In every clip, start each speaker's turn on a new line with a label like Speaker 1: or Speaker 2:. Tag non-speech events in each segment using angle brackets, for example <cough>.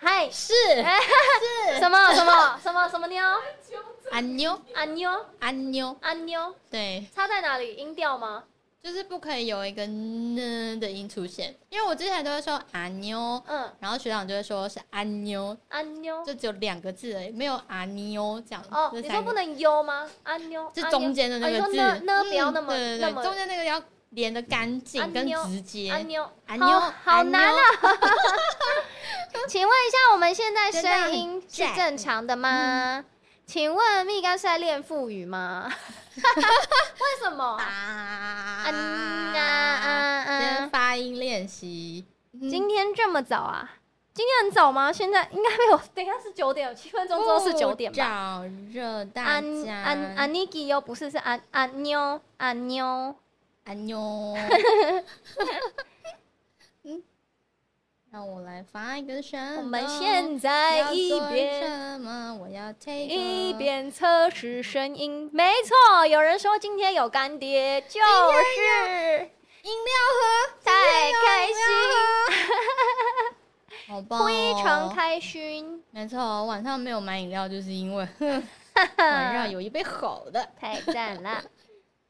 Speaker 1: 哎，
Speaker 2: 是
Speaker 1: 哎什么什么什么什么妞？
Speaker 2: 安妞
Speaker 1: 啊妞
Speaker 2: 安妞，
Speaker 1: 啊妞，
Speaker 2: 对，
Speaker 1: 差在哪里？音调吗？
Speaker 2: 就是不可以有一个呢的音出现，因为我之前都会说安妞，
Speaker 1: 嗯，
Speaker 2: 然后学长就会说是安妞，
Speaker 1: 啊妞。
Speaker 2: 就只有两个字而已，没有啊妞这样。
Speaker 1: 哦，
Speaker 2: 这
Speaker 1: 你
Speaker 2: 三
Speaker 1: 说
Speaker 2: 个
Speaker 1: 不能优吗？啊妞，
Speaker 2: 字，
Speaker 1: 啊
Speaker 2: 就
Speaker 1: 妞
Speaker 2: 中间的那
Speaker 1: 哦
Speaker 2: 个
Speaker 1: 你说
Speaker 2: 字，
Speaker 1: 呢呢
Speaker 2: 嗯
Speaker 1: 不要那么
Speaker 2: 对
Speaker 1: 那
Speaker 2: 对
Speaker 1: 么
Speaker 2: 对，中间那个要连的干
Speaker 1: 啊
Speaker 2: 净跟
Speaker 1: 妞
Speaker 2: 直接。
Speaker 1: 啊妞，
Speaker 2: 啊
Speaker 1: 好
Speaker 2: 妞
Speaker 1: 好难啊！ <laughs> 请问一下，我们现在
Speaker 2: 真的
Speaker 1: 声
Speaker 2: 很
Speaker 1: 音是
Speaker 2: 赞
Speaker 1: 正常的吗？请问蜜柑是在练腹语吗？为什么？
Speaker 2: 啊
Speaker 1: 嗯啊啊
Speaker 2: 先
Speaker 1: 啊！
Speaker 2: 发音练习。
Speaker 1: 今天这么早啊？今天很早吗？现在应该没有，等一下是九点，有七分钟之后是九点吧？
Speaker 2: 找热大
Speaker 1: 安
Speaker 2: 家
Speaker 1: 安安妮基又不是是安安妞安妞，<laughs>
Speaker 2: 安妞。嗯，让我来发一个声。
Speaker 1: 我们现在
Speaker 2: 要
Speaker 1: 一
Speaker 2: 做
Speaker 1: 边
Speaker 2: 什么？我要 take
Speaker 1: 一
Speaker 2: a-
Speaker 1: 边测试声音，没错，有人说今天有干爹，就是
Speaker 2: 饮料喝，
Speaker 1: 太开心，
Speaker 2: 好棒、哦，
Speaker 1: 非常。开心，
Speaker 2: 没错，晚上没有买饮料，就是因
Speaker 1: <laughs>
Speaker 2: 为晚上有一杯好的。
Speaker 1: 太赞了，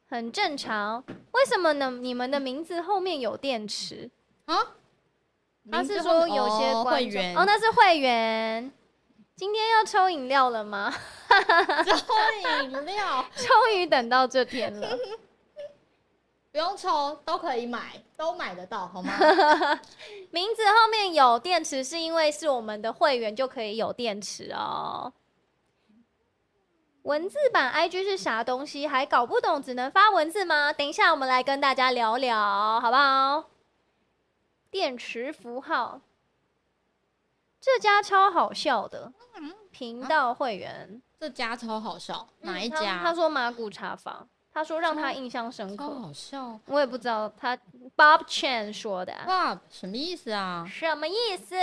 Speaker 1: 很正常。为什么呢？你们的名字后面有电池？
Speaker 2: 啊，
Speaker 1: 他
Speaker 2: 名字
Speaker 1: 是
Speaker 2: 后
Speaker 1: 说
Speaker 2: 面
Speaker 1: 有些
Speaker 2: 哦
Speaker 1: 观众
Speaker 2: 会员
Speaker 1: 哦，那是会员。今天要抽饮料了吗？ <laughs>
Speaker 2: <laughs> 抽饮料
Speaker 1: 终于等到这天了。
Speaker 2: 不用抽，都可以买，都买得
Speaker 1: <laughs>
Speaker 2: 到，好吗？
Speaker 1: 名字后面有电池，是因为是我们的会员就可以有电池哦。文字版 IG 是啥东西？还搞不懂，只能发文字吗？等一下我们来跟大家聊聊，好不好？电池符号，这家超好笑的频道会员，
Speaker 2: 这家超好笑，哪一
Speaker 1: 嗯他
Speaker 2: 家？
Speaker 1: 他说麻古茶坊，他说让他
Speaker 2: 超
Speaker 1: 印象深
Speaker 2: 超
Speaker 1: 刻，
Speaker 2: 好笑。
Speaker 1: 我也不知道他 Bob Chan 说的啊、
Speaker 2: 哇，什么意思啊？
Speaker 1: 什么意思，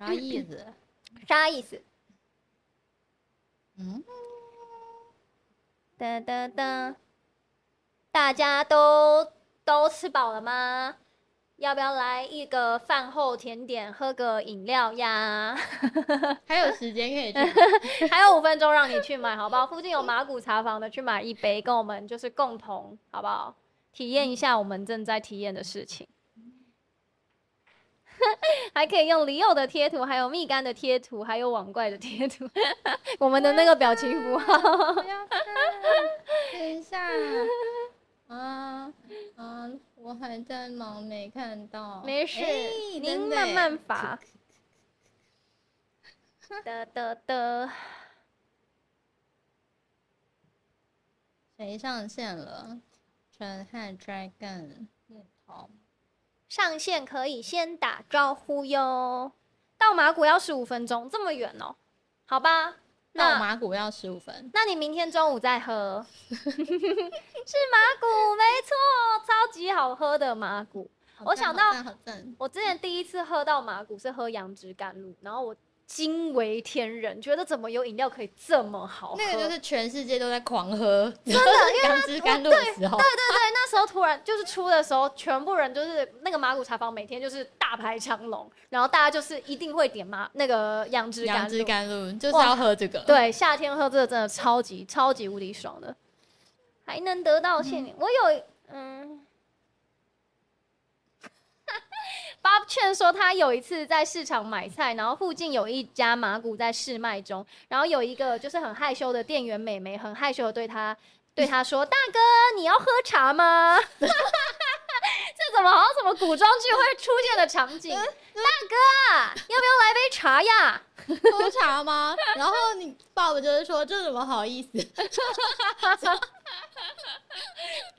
Speaker 2: 啥意思？
Speaker 1: <laughs> 啥意思？
Speaker 2: 嗯，
Speaker 1: 哒哒哒，大家都都吃饱了吗？要不要来一个饭后甜点，喝个饮料呀？ <laughs>
Speaker 2: 还有时间可以去
Speaker 1: 还有五分钟让你去买，好
Speaker 2: <laughs>
Speaker 1: 不好？附近有马古茶坊的，去买一杯，跟我们就是共同，好不好？体验一下我们正在体验的事情。 <laughs> 还可以用李友的贴图，还有蜜柑的贴图，还有网怪的贴图， <laughs> 我们的那个表情符号。
Speaker 2: 不要看，啊等一下。啊啊！我还在忙，没看到。
Speaker 1: 没事，
Speaker 2: 哎
Speaker 1: 您
Speaker 2: 真的
Speaker 1: 慢
Speaker 2: 耶
Speaker 1: 慢
Speaker 2: <laughs>
Speaker 1: 发。的的的，
Speaker 2: 谁上线了？陈汉 Dragon 猎头
Speaker 1: 上线可以先打招呼哟。到马古要十五分钟，这么远哦？好吧，
Speaker 2: 到
Speaker 1: 那
Speaker 2: 马古要十五分，
Speaker 1: 那你明天中午再
Speaker 2: <laughs>
Speaker 1: 喝。是马古，没错，超级好喝的马古。
Speaker 2: 好
Speaker 1: 我
Speaker 2: 赞
Speaker 1: 想
Speaker 2: 好
Speaker 1: 到
Speaker 2: 赞好赞，
Speaker 1: 我之前第一次喝到马古是喝杨枝甘露，然后我惊为天人，觉得怎么有饮料可以这么好喝？
Speaker 2: 那个就是全世界都在狂喝，真
Speaker 1: 哦的因为
Speaker 2: <laughs> 杨枝甘露的时候，
Speaker 1: 对对，那时候突然就是出的时候，全部人就是那个马古茶坊，每天就是大排长龙，然后大家就是一定会点马那个杨枝甘
Speaker 2: 杨枝
Speaker 1: 露。
Speaker 2: 甘露就是要喝这个。，
Speaker 1: 对，夏天喝这个真的超级超级无敌爽的，还能得到限定。我有嗯。Bob 劝说他有一次在市场买菜，然后附近有一家麻古在试卖中，然后有一个就是很害羞的店员美眉，很害羞的对他对他说：“大哥，你要喝茶吗？” <laughs> 这怎么好像什么古装剧会出现的场景？大哥啊，要不要来杯茶呀？
Speaker 2: 喝茶吗？然后你爸爸就是说这怎么好意思？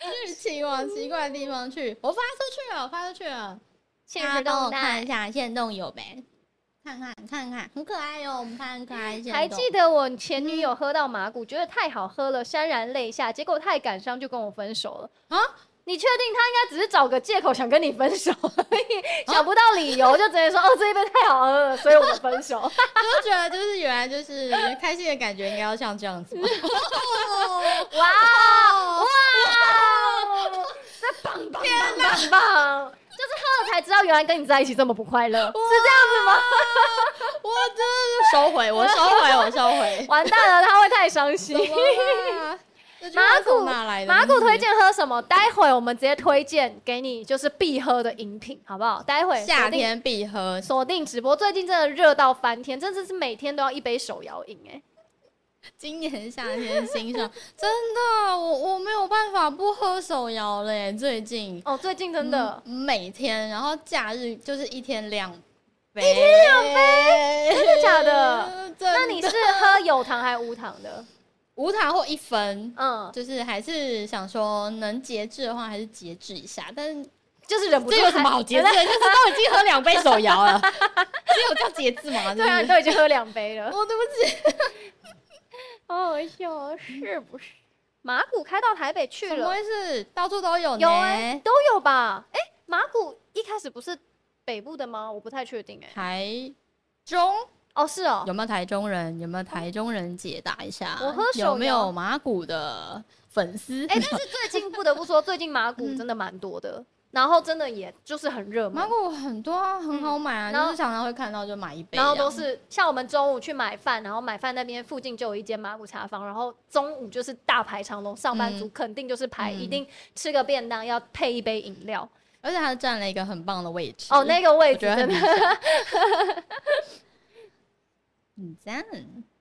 Speaker 2: 剧情往奇怪的地方去，我发出去了，我发出去了。
Speaker 1: 现
Speaker 2: 大
Speaker 1: 实
Speaker 2: 家帮我
Speaker 1: 动
Speaker 2: 看
Speaker 1: 态
Speaker 2: 一。下，现动有呗，看看看看，很可爱哦哟、我们看很可爱。限
Speaker 1: 还
Speaker 2: 动
Speaker 1: 记得我前女友喝到麻古，觉得太好喝了，潸然泪下，结果太感伤就跟我分手了。
Speaker 2: 啊？
Speaker 1: 你确定他应该只是找个借口想跟你分手而已，想不到理由就直接说哦这一杯太好喝了，所以我们分手。
Speaker 2: 就觉得就是原来就是开心的感觉应该要
Speaker 1: <laughs>
Speaker 2: 像这样子吧。
Speaker 1: 哇哇！这棒棒棒棒棒，就是喝了才知道原来跟你在一起这么不快乐，是这样子吗？。
Speaker 2: 我真的收回，我收回，我收回
Speaker 1: <laughs> 完蛋了，他会太伤心。
Speaker 2: 怎么啦这句
Speaker 1: 马
Speaker 2: 话
Speaker 1: 古
Speaker 2: 从哪来的？
Speaker 1: 马古推荐喝什么？待会我们直接推荐给你，就是必喝的饮品，好不好？待会
Speaker 2: 夏
Speaker 1: 锁定
Speaker 2: 天必喝， <laughs>
Speaker 1: 锁定直播，最近真的热到翻天，真的是每天都要一杯手摇饮哎。
Speaker 2: 今年夏天新
Speaker 1: <laughs>
Speaker 2: 手真的，我我没有办法不喝手摇了耶，最近
Speaker 1: 哦，最近真的、
Speaker 2: 嗯每天，然后假日就是一天两杯，一天两 <laughs> 杯，
Speaker 1: 真的假的？
Speaker 2: 真
Speaker 1: 那你是喝有糖还是无糖的？
Speaker 2: 无糖或一分，
Speaker 1: 嗯，
Speaker 2: 就是还是想说能节制的话，还是节制一下，但是
Speaker 1: 就是忍不住
Speaker 2: 这有什么好节制的？就是都已经喝两杯手
Speaker 1: <laughs>
Speaker 2: 摇了，这有叫节制吗？
Speaker 1: 才？对啊，
Speaker 2: 真
Speaker 1: 你
Speaker 2: 的
Speaker 1: 都已经喝两杯了，
Speaker 2: 哦我对不起，
Speaker 1: 好好笑 <laughs> 哦，是不是？马古开到台北去
Speaker 2: 怎么
Speaker 1: 了，
Speaker 2: 回事？到处都有呢。
Speaker 1: 有哎、都有吧？哎、马古一开始不是北部的吗？我不太确定哎、
Speaker 2: 台中
Speaker 1: 哦，是哦，
Speaker 2: 有没有台中人？有没有台中人解答一下？
Speaker 1: 我喝手摇
Speaker 2: 有没有马古的粉丝？
Speaker 1: 哎、但是最近不得不说，最近马古真的蛮多的，然后真的也就是很热
Speaker 2: <laughs> 马
Speaker 1: 门，
Speaker 2: 古很多啊，很好买啊，
Speaker 1: 然
Speaker 2: 就
Speaker 1: 后
Speaker 2: 是常常会看到就买一杯这啊
Speaker 1: 然
Speaker 2: 样，
Speaker 1: 后都是像我们中午去买饭，然后买饭那边附近就有一间马古茶坊，然后中午就是大排长龙，上班族
Speaker 2: 嗯
Speaker 1: 肯定就是排，
Speaker 2: 嗯
Speaker 1: 一定吃个便当要配一杯饮料。
Speaker 2: 而且它占了一个很棒的位置
Speaker 1: 哦，那个位
Speaker 2: 我
Speaker 1: 置
Speaker 2: 觉得
Speaker 1: 真
Speaker 2: 很
Speaker 1: 的
Speaker 2: 理想很嗯赞。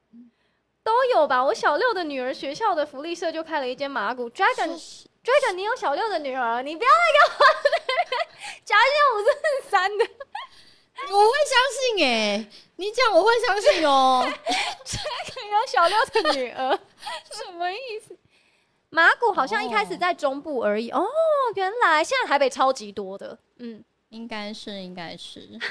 Speaker 1: <laughs> 都有吧？我小六的女儿学校的福利社就开了一间马古 Dragon
Speaker 2: 说是
Speaker 1: Dragon，你有小六的女儿，你不要再给我讲一些我是三的。
Speaker 2: 我会相信哎、你讲我会相信哦、 <laughs>
Speaker 1: 有小六的女儿， <laughs> 什么意思？马古好像一开始
Speaker 2: 哦
Speaker 1: 在中部而已哦，原来现在台北超级多的，嗯，
Speaker 2: 应该是，应该是。
Speaker 1: <laughs>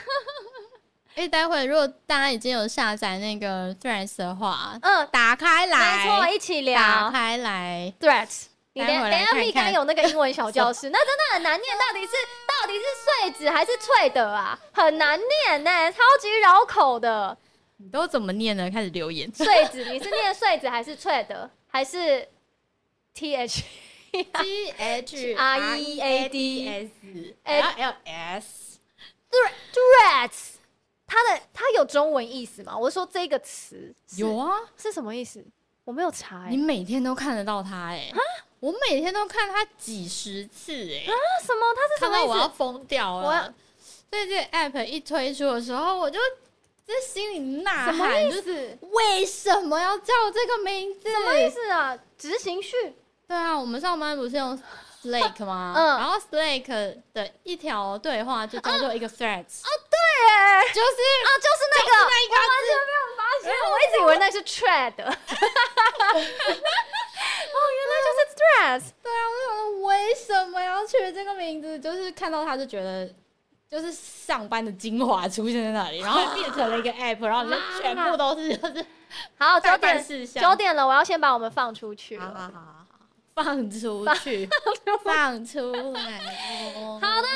Speaker 2: 哎、待会如果大家已经有下载那个 Threads 的话，
Speaker 1: 嗯
Speaker 2: 打开
Speaker 1: 没错，
Speaker 2: 来，
Speaker 1: 一起
Speaker 2: 打
Speaker 1: 聊
Speaker 2: 开来，
Speaker 1: threat。你等
Speaker 2: 待会
Speaker 1: 等
Speaker 2: 儿
Speaker 1: 一下
Speaker 2: 来看
Speaker 1: 蜜
Speaker 2: 看
Speaker 1: 刚有那个英文小教室，那真的很难念，到底是到底是碎纸还是脆的啊？很难念呢、超级绕口的。。
Speaker 2: 你都怎么念呢？开始留言
Speaker 1: <laughs> 碎纸，你是念碎纸还是脆的？还是 t h？
Speaker 2: G H
Speaker 1: R E A D
Speaker 2: S
Speaker 1: L
Speaker 2: L S，
Speaker 1: threats，它的它有中文意思吗？我是说这个词是
Speaker 2: 有啊，
Speaker 1: 是什么意思？我没有查、欸，
Speaker 2: 你每天都看得到他哎、我每天都看他几十次
Speaker 1: <laughs>
Speaker 2: 哎、
Speaker 1: 那啊什么？它是什
Speaker 2: 看
Speaker 1: 么
Speaker 2: 到
Speaker 1: 意
Speaker 2: 我要
Speaker 1: 思？
Speaker 2: 疯掉
Speaker 1: 我要
Speaker 2: 了。所以这个 app 一推出的时候，我就在心里呐
Speaker 1: 什么
Speaker 2: 喊，
Speaker 1: 意
Speaker 2: 就是
Speaker 1: 思？
Speaker 2: 为什么要叫我这个名字？
Speaker 1: 什么意思啊？执行序
Speaker 2: 对啊，我们上班不是用 Slack 吗？
Speaker 1: 嗯
Speaker 2: 然后 Slack 的一条对话就叫做一个 thread，、s
Speaker 1: 对哎、
Speaker 2: 就是
Speaker 1: 啊，就是那个，我完全没有发现，
Speaker 2: 哎
Speaker 1: 我一直以为那是 thread。哦，原来就是 thread。
Speaker 2: 对啊，我就想说为什么要取这个名字？就是看到它就觉得。就是上班的精华出现在那里，然后变成了一 <laughs> 个 app，然后你就全部都是就是
Speaker 1: 好，九
Speaker 2: 代办
Speaker 1: 点
Speaker 2: 事项。
Speaker 1: 九点了，我要先把我们放出去
Speaker 2: 好好
Speaker 1: 了。
Speaker 2: 好好好，放出去，放出来哦。
Speaker 1: 好的，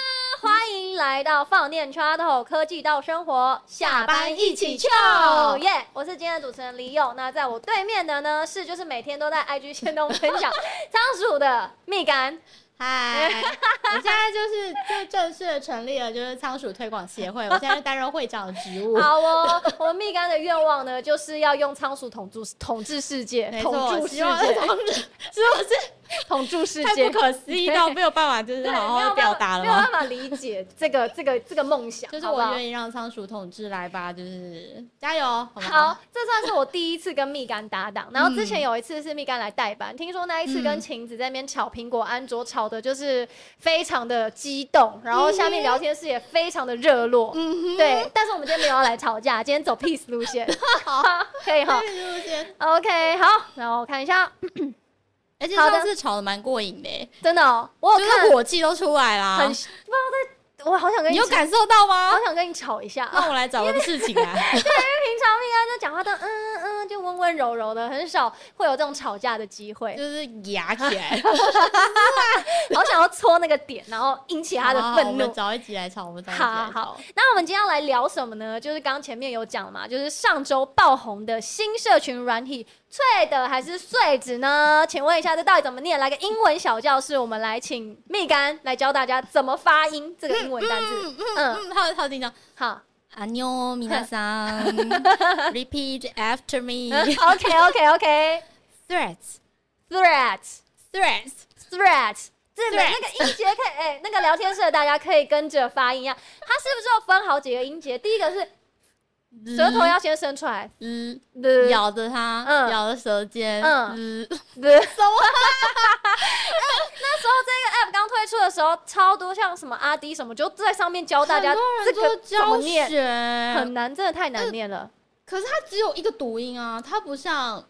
Speaker 1: 欢迎来到放电插头科技到生活，下班一起跳耶我是今天的主持人李勇，那在我对面的呢是就是每天都在 IG 线动分享仓鼠的蜜柑，
Speaker 2: 嗨，我现在就是就正式的成立了，就是仓鼠推广协会，我现在担任会长的职务。
Speaker 1: 好哦，我们蜜柑的愿望呢就是要用仓鼠统治统治世界，
Speaker 2: 没
Speaker 1: 统
Speaker 2: 错，
Speaker 1: 治世
Speaker 2: 希望是
Speaker 1: 界，
Speaker 2: 同志，是不
Speaker 1: 统治世
Speaker 2: 是太
Speaker 1: 界
Speaker 2: 不。可思议到没有办法，就是
Speaker 1: 对，没
Speaker 2: 好
Speaker 1: 有办
Speaker 2: 好地表
Speaker 1: 法
Speaker 2: 达了
Speaker 1: 没有
Speaker 2: 吗
Speaker 1: 办？法理解这个这个这个梦想，
Speaker 2: 就是
Speaker 1: 好不
Speaker 2: 我
Speaker 1: 好
Speaker 2: 愿意让仓鼠统治来吧，就是加油，好嗯吗？
Speaker 1: 好，这算是我第一次跟蜜柑搭档，然后之前有一次是蜜柑来代班，听说那一次
Speaker 2: 嗯
Speaker 1: 跟晴子在那边炒苹果安卓，炒的就是非常的激动，然后下面聊天室也非常的热络，
Speaker 2: 嗯
Speaker 1: 对，但是我们今天没有要来吵架，今天走 peace 路线，
Speaker 2: <laughs>
Speaker 1: 可以
Speaker 2: 哼，
Speaker 1: 哈
Speaker 2: 对就是先
Speaker 1: ，OK，好，然后我看一下，
Speaker 2: 而且
Speaker 1: 好的
Speaker 2: 上次吵得蛮过瘾的欸，
Speaker 1: 真的、哦，我
Speaker 2: 就
Speaker 1: 有
Speaker 2: 是
Speaker 1: 看，
Speaker 2: 火气都出来啦
Speaker 1: 很，，我好想跟
Speaker 2: 你
Speaker 1: 你
Speaker 2: 有
Speaker 1: 吵，
Speaker 2: 感受到吗
Speaker 1: <laughs> 好？想跟你吵一下啊。
Speaker 2: 那我来找个事情啊，
Speaker 1: 平常蜜柑在讲话都嗯嗯，就温温柔柔的，很少会有这种吵架的机 <laughs> 会。
Speaker 2: 就是压起来，
Speaker 1: 好想要戳那个点，然后引起他的
Speaker 2: <laughs> 好好
Speaker 1: 愤
Speaker 2: 我
Speaker 1: 怒
Speaker 2: 们。找一集来吵，我们找一集
Speaker 1: 好
Speaker 2: 来吵。
Speaker 1: 好，那我们今天要来聊什么呢？就是刚前面有讲嘛，就是上周爆红的新社群软体脆的还是碎纸呢？请问一下，这到底怎么念？来个英文小教室，我们来请蜜柑来教大家怎么发音这个英文单字。
Speaker 2: 嗯嗯，好好紧张。
Speaker 1: 好，
Speaker 2: 阿妞，米娜桑
Speaker 1: <laughs>
Speaker 2: ，repeat after me.
Speaker 1: OK OK OK。
Speaker 2: Threats,
Speaker 1: Threat
Speaker 2: threats.
Speaker 1: threat，这每
Speaker 2: Threat
Speaker 1: 那个音节可以，哎、那个聊天室的大家可以跟着发音一样。它是不是有分好几个音节？第一个是舌头要先伸出来，
Speaker 2: 嗯，
Speaker 1: 的 <laughs>
Speaker 2: 咬着它，
Speaker 1: 嗯
Speaker 2: 咬着舌尖，
Speaker 1: 嗯
Speaker 2: 嗯，
Speaker 1: 的。什么？那时候这个 app 刚推出的时候，超多像什么阿迪什么，就在上面教大家
Speaker 2: 很多
Speaker 1: 这
Speaker 2: 人
Speaker 1: 个
Speaker 2: 做
Speaker 1: 怎么
Speaker 2: 教
Speaker 1: 念，很
Speaker 2: 学，
Speaker 1: 难，真的太难念了。
Speaker 2: 可是它只有一个读音啊，它不像，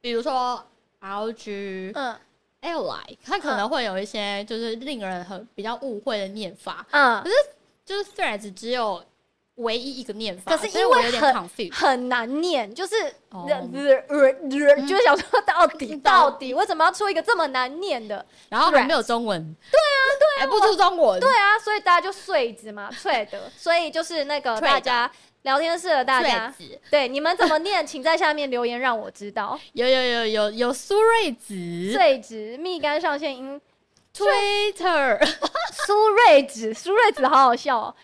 Speaker 2: 比如说 L G 哎
Speaker 1: 嗯
Speaker 2: L I，它可能会有一些就是令人很比较误会的念法，
Speaker 1: 嗯，
Speaker 2: 就是 threads 只有唯一一个念法，
Speaker 1: 可是
Speaker 2: 所以
Speaker 1: 因为
Speaker 2: 我有点
Speaker 1: 很
Speaker 2: confused，
Speaker 1: 很难念，就是。呃
Speaker 2: 哦
Speaker 1: 就是想说到底
Speaker 2: 嗯
Speaker 1: 到底为什么要出一个这么难念的？
Speaker 2: 然后还没有中文，对啊，对啊，不出中文，
Speaker 1: 对啊，所以大家就碎子嘛，脆的。所以就是那个
Speaker 2: 脆
Speaker 1: 大
Speaker 2: 的
Speaker 1: 家聊天室的大家，
Speaker 2: 子，
Speaker 1: 啊对你们怎么念，请在下面留言让我知道。
Speaker 2: 有有有有有苏瑞子
Speaker 1: 碎子蜜柑上线音，
Speaker 2: ，Twitter，
Speaker 1: 苏瑞子，苏瑞子好好笑、哦。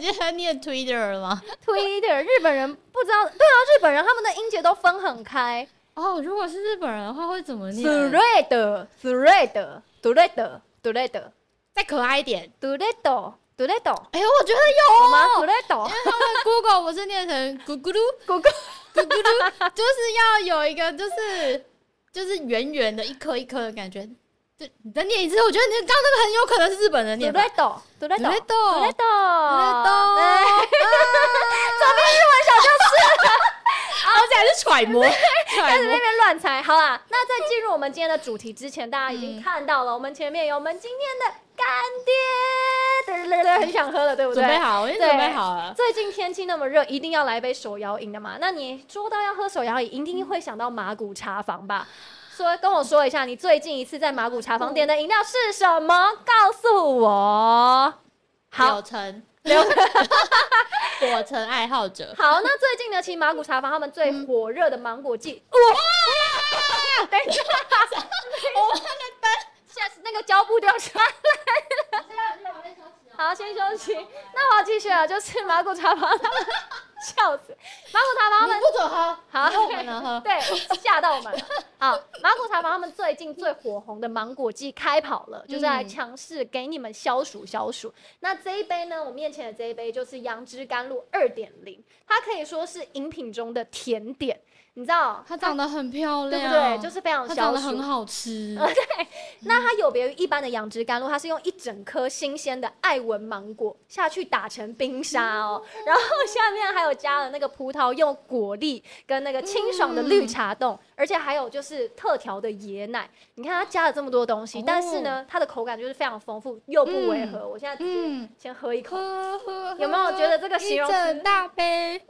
Speaker 2: 直接念 Twitter 了吗？
Speaker 1: <laughs> Twitter 日本人不知道，对啊，日本人他们的音节都分很开。
Speaker 2: 哦，如果是日本人的话，会怎么念？
Speaker 1: Thread thread thread thread
Speaker 2: 再可爱一点。
Speaker 1: thread thread
Speaker 2: 哎、我觉得
Speaker 1: 好
Speaker 2: 有
Speaker 1: 吗
Speaker 2: 哦。
Speaker 1: ？thread
Speaker 2: 他们 Google 不是念成咕咕噜
Speaker 1: 咕咕
Speaker 2: 咕咕噜，就是要有一个就是就是圆圆的一颗一颗的感觉。对，你再念一次，我觉得你刚刚那个很有可能是日本人念吧。
Speaker 1: thread thread
Speaker 2: Thread
Speaker 1: thread
Speaker 2: 对啊而且还是揣摩，
Speaker 1: 开始
Speaker 2: 揣
Speaker 1: 在那
Speaker 2: 摩。
Speaker 1: 边乱猜，好啦。那在进入我们今天的主题之前，大家已经看到了，我们前面有我们今天的干爹，很想喝了，对不对？
Speaker 2: 准备好，我已经
Speaker 1: 对
Speaker 2: 准备好了。
Speaker 1: 最近天气那么热，一定要来杯手摇饮的嘛。那你说到要喝手摇饮，一定会想到马古茶坊吧？说跟我说一下，你最近一次在马古茶坊点的饮料是什么？告诉我。好
Speaker 2: 柳，橙， <laughs> 柳果橙爱好者，
Speaker 1: <laughs> 好，那最近呢，其实马古茶坊他们最火热的芒果季，哇！ <laughs> 等一下，我们的灯，下次那个胶布掉下来了。好，先休息。那我要继续了，就是马古茶坊他们，笑死，马古茶坊他
Speaker 2: 你
Speaker 1: 们
Speaker 2: 不准喝，
Speaker 1: 好
Speaker 2: 以后我们能喝。
Speaker 1: 对，吓到我
Speaker 2: <laughs>
Speaker 1: 们了。好，芒果茶坊他们最近最火红的芒果季开跑了，
Speaker 2: 嗯
Speaker 1: 就是来强势给你们消暑消暑。那这一杯呢，我面前的这一杯就是杨枝甘露二点零，它可以说是饮品中的甜点，你知道
Speaker 2: 它长得很漂
Speaker 1: 对
Speaker 2: 亮，
Speaker 1: 不对？就是非常
Speaker 2: 啊它
Speaker 1: 消
Speaker 2: 长得很
Speaker 1: 暑。
Speaker 2: 好
Speaker 1: <laughs>
Speaker 2: 吃。
Speaker 1: 那它有别于一般的杨枝甘露，它是用一整颗新鲜的爱文芒果下去打成冰沙
Speaker 2: 嗯
Speaker 1: 哦，然后下面还有加了那个葡萄用果粒跟那个清爽的绿茶
Speaker 2: 嗯
Speaker 1: 冻，而且还有就是特调的椰奶。你看它加了这么多东西，
Speaker 2: 哦
Speaker 1: 但是呢，它的口感就是非常丰富又不违和。我现在直接
Speaker 2: 嗯，
Speaker 1: 先喝一口， <laughs>
Speaker 2: 喝喝
Speaker 1: 有没有觉得这个形容词
Speaker 2: 一整大杯？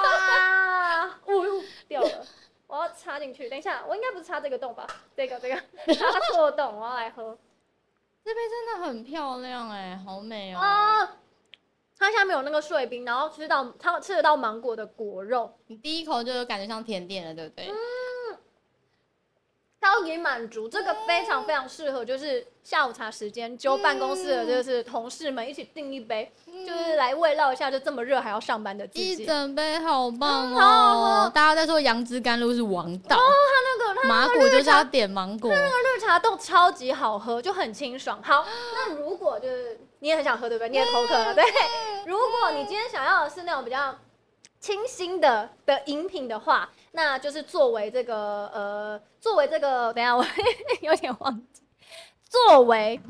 Speaker 1: 哇，哦呦掉了。我要插进去，等一下，我应该不是插这个洞吧？这个这个插错洞，我要来喝。
Speaker 2: 这杯真的很漂亮哎、好美哦、
Speaker 1: 啊，它下面有那个碎冰，然后吃到它吃得到芒果的果肉，
Speaker 2: 你第一口就有感觉像甜点了，对不
Speaker 1: 嗯
Speaker 2: 对？
Speaker 1: 它可以满足这个非常非常适合，就是下午茶时间揪办公室的，就是同事们一起订一杯，就是来慰劳一下，就这么热还要上班的自
Speaker 2: 一
Speaker 1: 己。
Speaker 2: 整杯好棒
Speaker 1: 嗯好好哦
Speaker 2: 哦、
Speaker 1: 喝
Speaker 2: 大家在说杨枝甘露是王道，
Speaker 1: 那个它
Speaker 2: 麻果就是要点芒果。
Speaker 1: 绿茶冻超级好喝，就很清爽。好，那如果就是你也很想喝，对不对？你也口渴了，对。如果你今天想要的是那种比较清新的的饮品的话，那就是作为这个呃，作为这个，等一下我 <laughs> 有点忘记，作为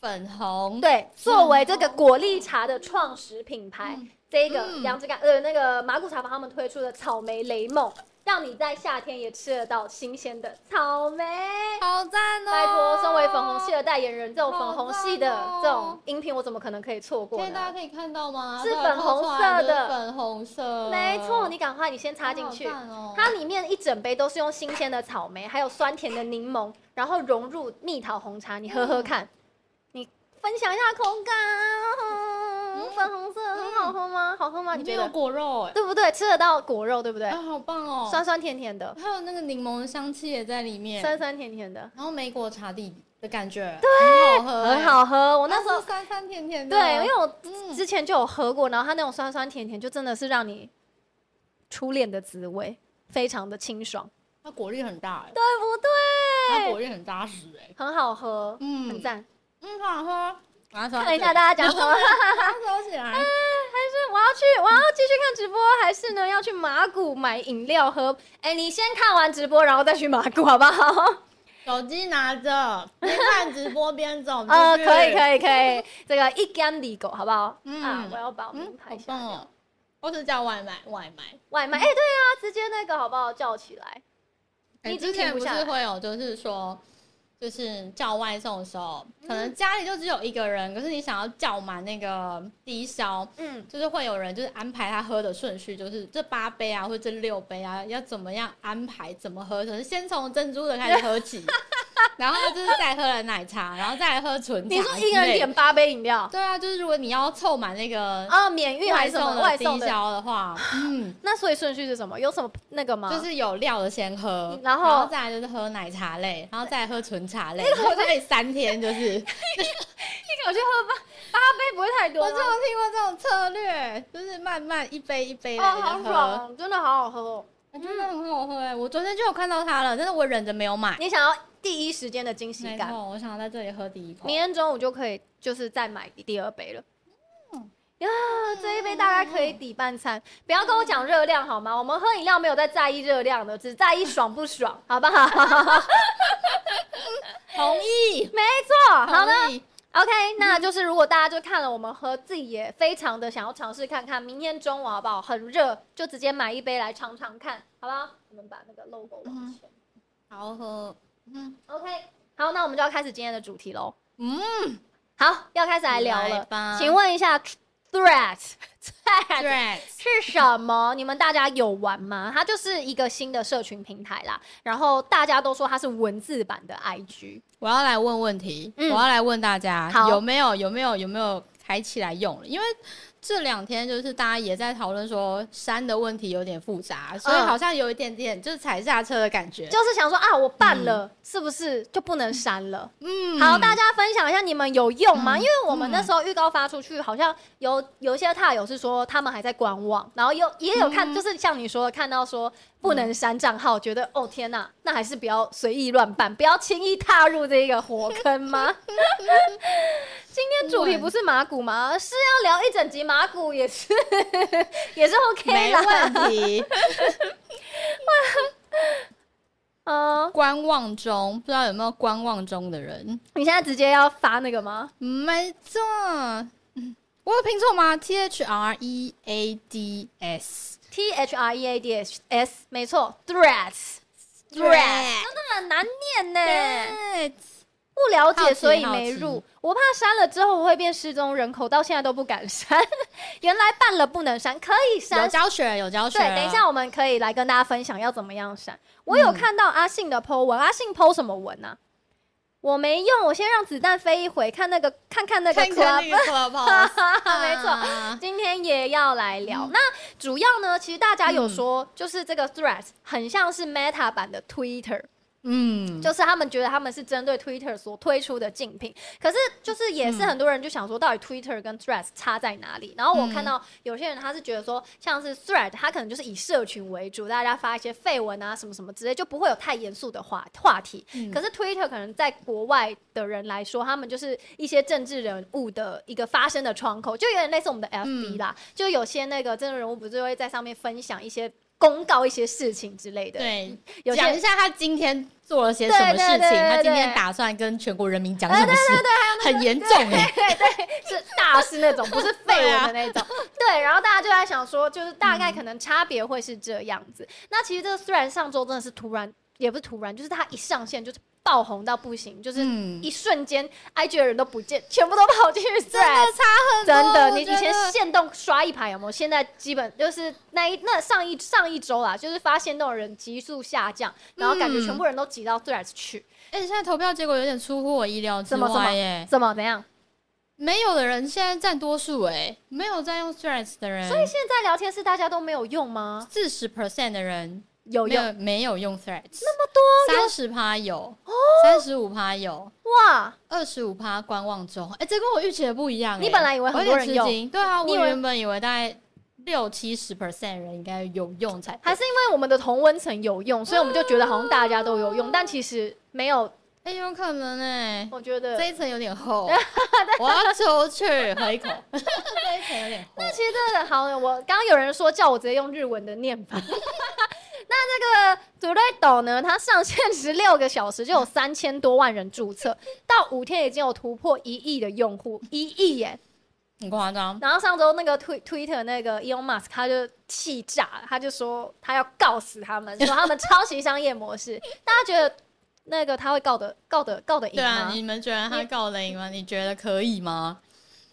Speaker 2: 粉红，
Speaker 1: 对，作为这个果粒茶的创始品牌，
Speaker 2: 嗯
Speaker 1: 这个
Speaker 2: 嗯
Speaker 1: 杨枝甘呃那个麻古茶坊他们推出的草莓雷梦，让你在夏天也吃得到新鲜的草莓。
Speaker 2: 好赞哦、
Speaker 1: 拜托，身为粉红系的代言人，这种粉红系的这
Speaker 2: 好赞
Speaker 1: 种
Speaker 2: 哦
Speaker 1: 音频，我怎么可能可以错过
Speaker 2: 现在大家
Speaker 1: 呢？
Speaker 2: 可以看到吗？
Speaker 1: 是
Speaker 2: 它有
Speaker 1: 粉红
Speaker 2: 透出来
Speaker 1: 色
Speaker 2: 啊就
Speaker 1: 的
Speaker 2: 是粉红色，
Speaker 1: 没错，你赶快，你先插进去
Speaker 2: 它。好赞哦
Speaker 1: 它里面一整杯都是用新鲜的草莓，还有酸甜的柠檬，然后融嗯入蜜桃红茶，你喝喝看，你分享一下口感。嗯，粉红色很好喝吗？好喝吗？你
Speaker 2: 里面
Speaker 1: 觉得
Speaker 2: 有
Speaker 1: 嗯
Speaker 2: 果肉哎、
Speaker 1: 对不对？吃得到果肉对不对？
Speaker 2: 啊，好棒哦！
Speaker 1: 酸酸甜甜的，
Speaker 2: 还有那个柠檬的香气也在里面，
Speaker 1: 酸酸甜甜的，
Speaker 2: 然后梅果茶底的感觉，对，很好喝欸、
Speaker 1: 很好喝。我那时
Speaker 2: 它
Speaker 1: 候
Speaker 2: 是酸酸甜甜的，
Speaker 1: 对，因为我
Speaker 2: 嗯，
Speaker 1: 之前就有喝过，然后它那种酸酸甜甜，就真的是让你初恋的滋味，非常的清爽，
Speaker 2: 它果粒很大、欸，
Speaker 1: 对不
Speaker 2: 它果
Speaker 1: 对？
Speaker 2: 粒很扎实哎、
Speaker 1: 很好喝，
Speaker 2: 嗯，
Speaker 1: 很，赞。
Speaker 2: 嗯，好喝。把它收
Speaker 1: 看一
Speaker 2: 起
Speaker 1: 下
Speaker 2: 来，
Speaker 1: 大家讲
Speaker 2: <laughs>
Speaker 1: 什么，还
Speaker 2: 把它收起来。
Speaker 1: 是我要去，我要继续看直播，还是呢要去马古买饮料喝？哎，你先看完直播，然后再去马古，好不好？
Speaker 2: <laughs> 手机拿着，边看直播边走。
Speaker 1: <laughs> 呃，可以
Speaker 2: 以。
Speaker 1: 可以可以，这个一干里狗，好不好？
Speaker 2: 嗯
Speaker 1: 啊，我要把我名
Speaker 2: 嗯，
Speaker 1: 牌
Speaker 2: 好
Speaker 1: 下
Speaker 2: 棒
Speaker 1: 掉。
Speaker 2: 哦！或是叫外卖，外卖。
Speaker 1: 外卖，哎、对啊，直接那个好不好？叫起来，你
Speaker 2: 你
Speaker 1: 已经
Speaker 2: 欸之前
Speaker 1: 停不
Speaker 2: 不
Speaker 1: 下
Speaker 2: 是
Speaker 1: 来
Speaker 2: 会有，就是说，就是叫外送的时候，可能
Speaker 1: 嗯
Speaker 2: 家里就只有一个人，可是你想要叫满那个低消，
Speaker 1: 嗯，
Speaker 2: 就是会有人就是安排他喝的顺序，就是这八杯啊，或者这六杯啊，要怎么样安排，怎么喝，可能先从珍珠的开始喝
Speaker 1: <laughs>
Speaker 2: 起，然后就是再喝了奶茶，然后再来喝纯茶之类
Speaker 1: 你
Speaker 2: 的。
Speaker 1: 说一个人点八杯饮料，
Speaker 2: 对啊，就是如果你要凑满那个
Speaker 1: 啊，免运还
Speaker 2: 外
Speaker 1: 是什
Speaker 2: 送
Speaker 1: 么外
Speaker 2: 的低
Speaker 1: 送的？
Speaker 2: 消的话，嗯，
Speaker 1: 那所以顺序是什么？有什么那个吗？
Speaker 2: 就是有料的先喝，
Speaker 1: 啊然后哎
Speaker 2: 再来就是喝奶茶类，然后再来喝纯茶类，然后可以三
Speaker 1: <laughs>
Speaker 2: 天就是。
Speaker 1: 一个我去喝八八杯，不会太
Speaker 2: <laughs>
Speaker 1: 多
Speaker 2: 我就有听
Speaker 1: 吗？
Speaker 2: 过这种策略，就是慢慢一杯一杯
Speaker 1: 哦，
Speaker 2: 的
Speaker 1: 好
Speaker 2: 喝，
Speaker 1: 爽，真的好好喝哦！
Speaker 2: 真的很好喝哎！我昨天就有看到它了，但是我忍着没有买。
Speaker 1: 你想要第一时间的惊喜
Speaker 2: 没
Speaker 1: 感，
Speaker 2: 错，我想在这里喝第一口。
Speaker 1: 明天中午就可以就是再买第二杯了。
Speaker 2: 嗯
Speaker 1: 呀，这一杯大概可以抵半餐，不要跟我讲热量好吗？我们喝饮料没有在在意热量的，只在意爽不爽，好不
Speaker 2: <laughs>
Speaker 1: 好？
Speaker 2: 同意，
Speaker 1: 没错，好了。
Speaker 2: 同意，
Speaker 1: OK，那就是如果大家就看了我们喝，自己也非常的想要尝试看看，明天中午好不好？很热，就直接买一杯来尝尝看，好不好？我们把那个 logo 往前。
Speaker 2: 嗯好喝。嗯
Speaker 1: OK，好，那我们就要开始今天的主题喽。
Speaker 2: 嗯，
Speaker 1: 好，要开始来聊
Speaker 2: 来
Speaker 1: 了。
Speaker 2: 吧
Speaker 1: 请问一下，Threat <laughs>
Speaker 2: 对
Speaker 1: Threat 是什么？你们大家有玩吗？它就是一个新的社群平台啦，然后大家都说它是文字版的 IG。
Speaker 2: 我要来问问题，
Speaker 1: 嗯
Speaker 2: 我要来问大家
Speaker 1: 好
Speaker 2: 有没有有没有有没有开起来用了？因为这两天就是大家也在讨论说山的问题有点复杂，所以好像有一点点就是踩刹车的感觉。
Speaker 1: 嗯就是想说啊，我办了，是不是就不能删了？
Speaker 2: 嗯
Speaker 1: 好，大家分享一下你们有用吗？
Speaker 2: 嗯
Speaker 1: 因为我们那时候预告发出去，好像有有一些踏友是说他们还在观望，然后有也有看，
Speaker 2: 嗯
Speaker 1: 就是像你说的，看到说不能删账号，觉得哦天呐，那还是不要随意乱办，不要轻易踏入这个火坑
Speaker 2: <laughs>
Speaker 1: 吗？今天主题不是马股吗？是要聊一整集马股，也是 <laughs> 也是 OK
Speaker 2: 没
Speaker 1: 啦。
Speaker 2: 问题。
Speaker 1: 嗯，
Speaker 2: 观望中，不知道有没有观望中的人？
Speaker 1: 你现在直接要发那个吗？
Speaker 2: 没错，嗯我有拼错吗？T H R E A D S。
Speaker 1: T H R E A D S S，没错，threats。
Speaker 2: Threats
Speaker 1: 真的很难念呢，
Speaker 2: 对，
Speaker 1: 不了
Speaker 2: 好
Speaker 1: 解
Speaker 2: 奇
Speaker 1: 所以没
Speaker 2: 好
Speaker 1: 入
Speaker 2: 奇。
Speaker 1: 我怕删了之后会变失踪人口，到现在都不敢删。 <laughs> 原来办了不能删，可以
Speaker 2: 有
Speaker 1: 删。
Speaker 2: 教学，有教学。
Speaker 1: 对，等一下我们可以来跟大家分享要怎么样删。
Speaker 2: 嗯
Speaker 1: 我有看到阿信的 Po 文，阿信 Po 什么文啊？我没用，我先让子弹飞一回，看那个看看那个
Speaker 2: 看看
Speaker 1: club
Speaker 2: 那个 clubhouse
Speaker 1: <laughs> 没错，
Speaker 2: 啊
Speaker 1: 今天也要来聊。那主要呢，其实大家有说，就是这个 Threads 很像是 Meta 版的 Twitter，、
Speaker 2: 嗯，
Speaker 1: 就是他们觉得他们是针对 Twitter 所推出的竞品。可是就是也是
Speaker 2: 嗯
Speaker 1: 很多人就想说，到底 Twitter 跟 Threads 差在哪里？然后我看
Speaker 2: 嗯
Speaker 1: 到有些人他是觉得说，像是 Thread，它可能就是以社群为主，大家发一些绯闻啊什么什么之类，就不会有太严肃的话话题。
Speaker 2: 嗯
Speaker 1: 可是 Twitter 可能在国外的人来说，他们就是一些政治人物的一个发声的窗口，就有点类似我们的
Speaker 2: 嗯
Speaker 1: FB 啦。就有些那个政治人物不是会在上面分享一些公告一些事情之类的，，
Speaker 2: 对，
Speaker 1: 有些
Speaker 2: 讲一下他今天做了些什么
Speaker 1: 对
Speaker 2: 事
Speaker 1: 对对
Speaker 2: 情，
Speaker 1: 对
Speaker 2: 他今天
Speaker 1: 对
Speaker 2: 打算跟全国人民讲什么事，很严重哎。
Speaker 1: 是大事那种，不是绯
Speaker 2: 对
Speaker 1: 闻
Speaker 2: 啊
Speaker 1: 的那种。对，然后大家就在想说，就是大概可能差别会是这样子。那其实这个虽然上周真的是突然，也不是突然，就是它一上线就是爆红到不行，就是
Speaker 2: 嗯
Speaker 1: 一瞬间 IG 的人都不见，全部都跑去 t h
Speaker 2: 真的差很
Speaker 1: 真
Speaker 2: 多，
Speaker 1: 的，你
Speaker 2: 我觉
Speaker 1: 以前
Speaker 2: 得
Speaker 1: 限动刷一排有没有？现在基本就是那一那上一上一周啦，就是发现动的人急速下降，然后感觉
Speaker 2: 嗯
Speaker 1: 全部人都挤到 Threads 去，
Speaker 2: 哎，现在投票结果有点出乎我意料之
Speaker 1: 什么什么
Speaker 2: 外耶。
Speaker 1: 怎么怎样？
Speaker 2: 没有的人现在占多数哎、没有在用 Threads 的人，
Speaker 1: 所以现在聊天室大家都没有用吗？
Speaker 2: 四十 percent 的人
Speaker 1: 有
Speaker 2: 没
Speaker 1: 用
Speaker 2: 有没有用 Threads，
Speaker 1: 哦那么多哦
Speaker 2: 三十趴有，三十五趴有，
Speaker 1: 哇！
Speaker 2: 二十五趴观望中。哎、这跟我预期的不一样、哎
Speaker 1: 你本来以为很多人
Speaker 2: 我有
Speaker 1: 用
Speaker 2: 点吃惊对啊，
Speaker 1: 你以
Speaker 2: 我
Speaker 1: 为
Speaker 2: 原本以为大概六七十 percent 人应该有用才对
Speaker 1: 还。是因为我们的同温层有用，所以我们就觉得好像大家都有用，但其实没有。
Speaker 2: 哎、有可能哎、
Speaker 1: 我觉得
Speaker 2: 这一层有
Speaker 1: <laughs>
Speaker 2: 点厚，我要出去喝一口。这一层有点厚，
Speaker 1: 那其实真的好，我刚刚有人说叫我直接用日文的念法。 <laughs> 那这个 Duredo 呢，它上线十六个小时就有三千多万人注册，到五天已经有突破一亿的用户，一亿耶！
Speaker 2: 很夸张。
Speaker 1: 然后上周那个推 Twitter 那个 Elon Musk 他就气炸了，他就说他要告死他们，说他们抄袭商业模式。大家觉得那个他会告得告得告得赢
Speaker 2: 对啊，
Speaker 1: 吗？
Speaker 2: 你们觉得他告得赢吗？你觉得可以吗？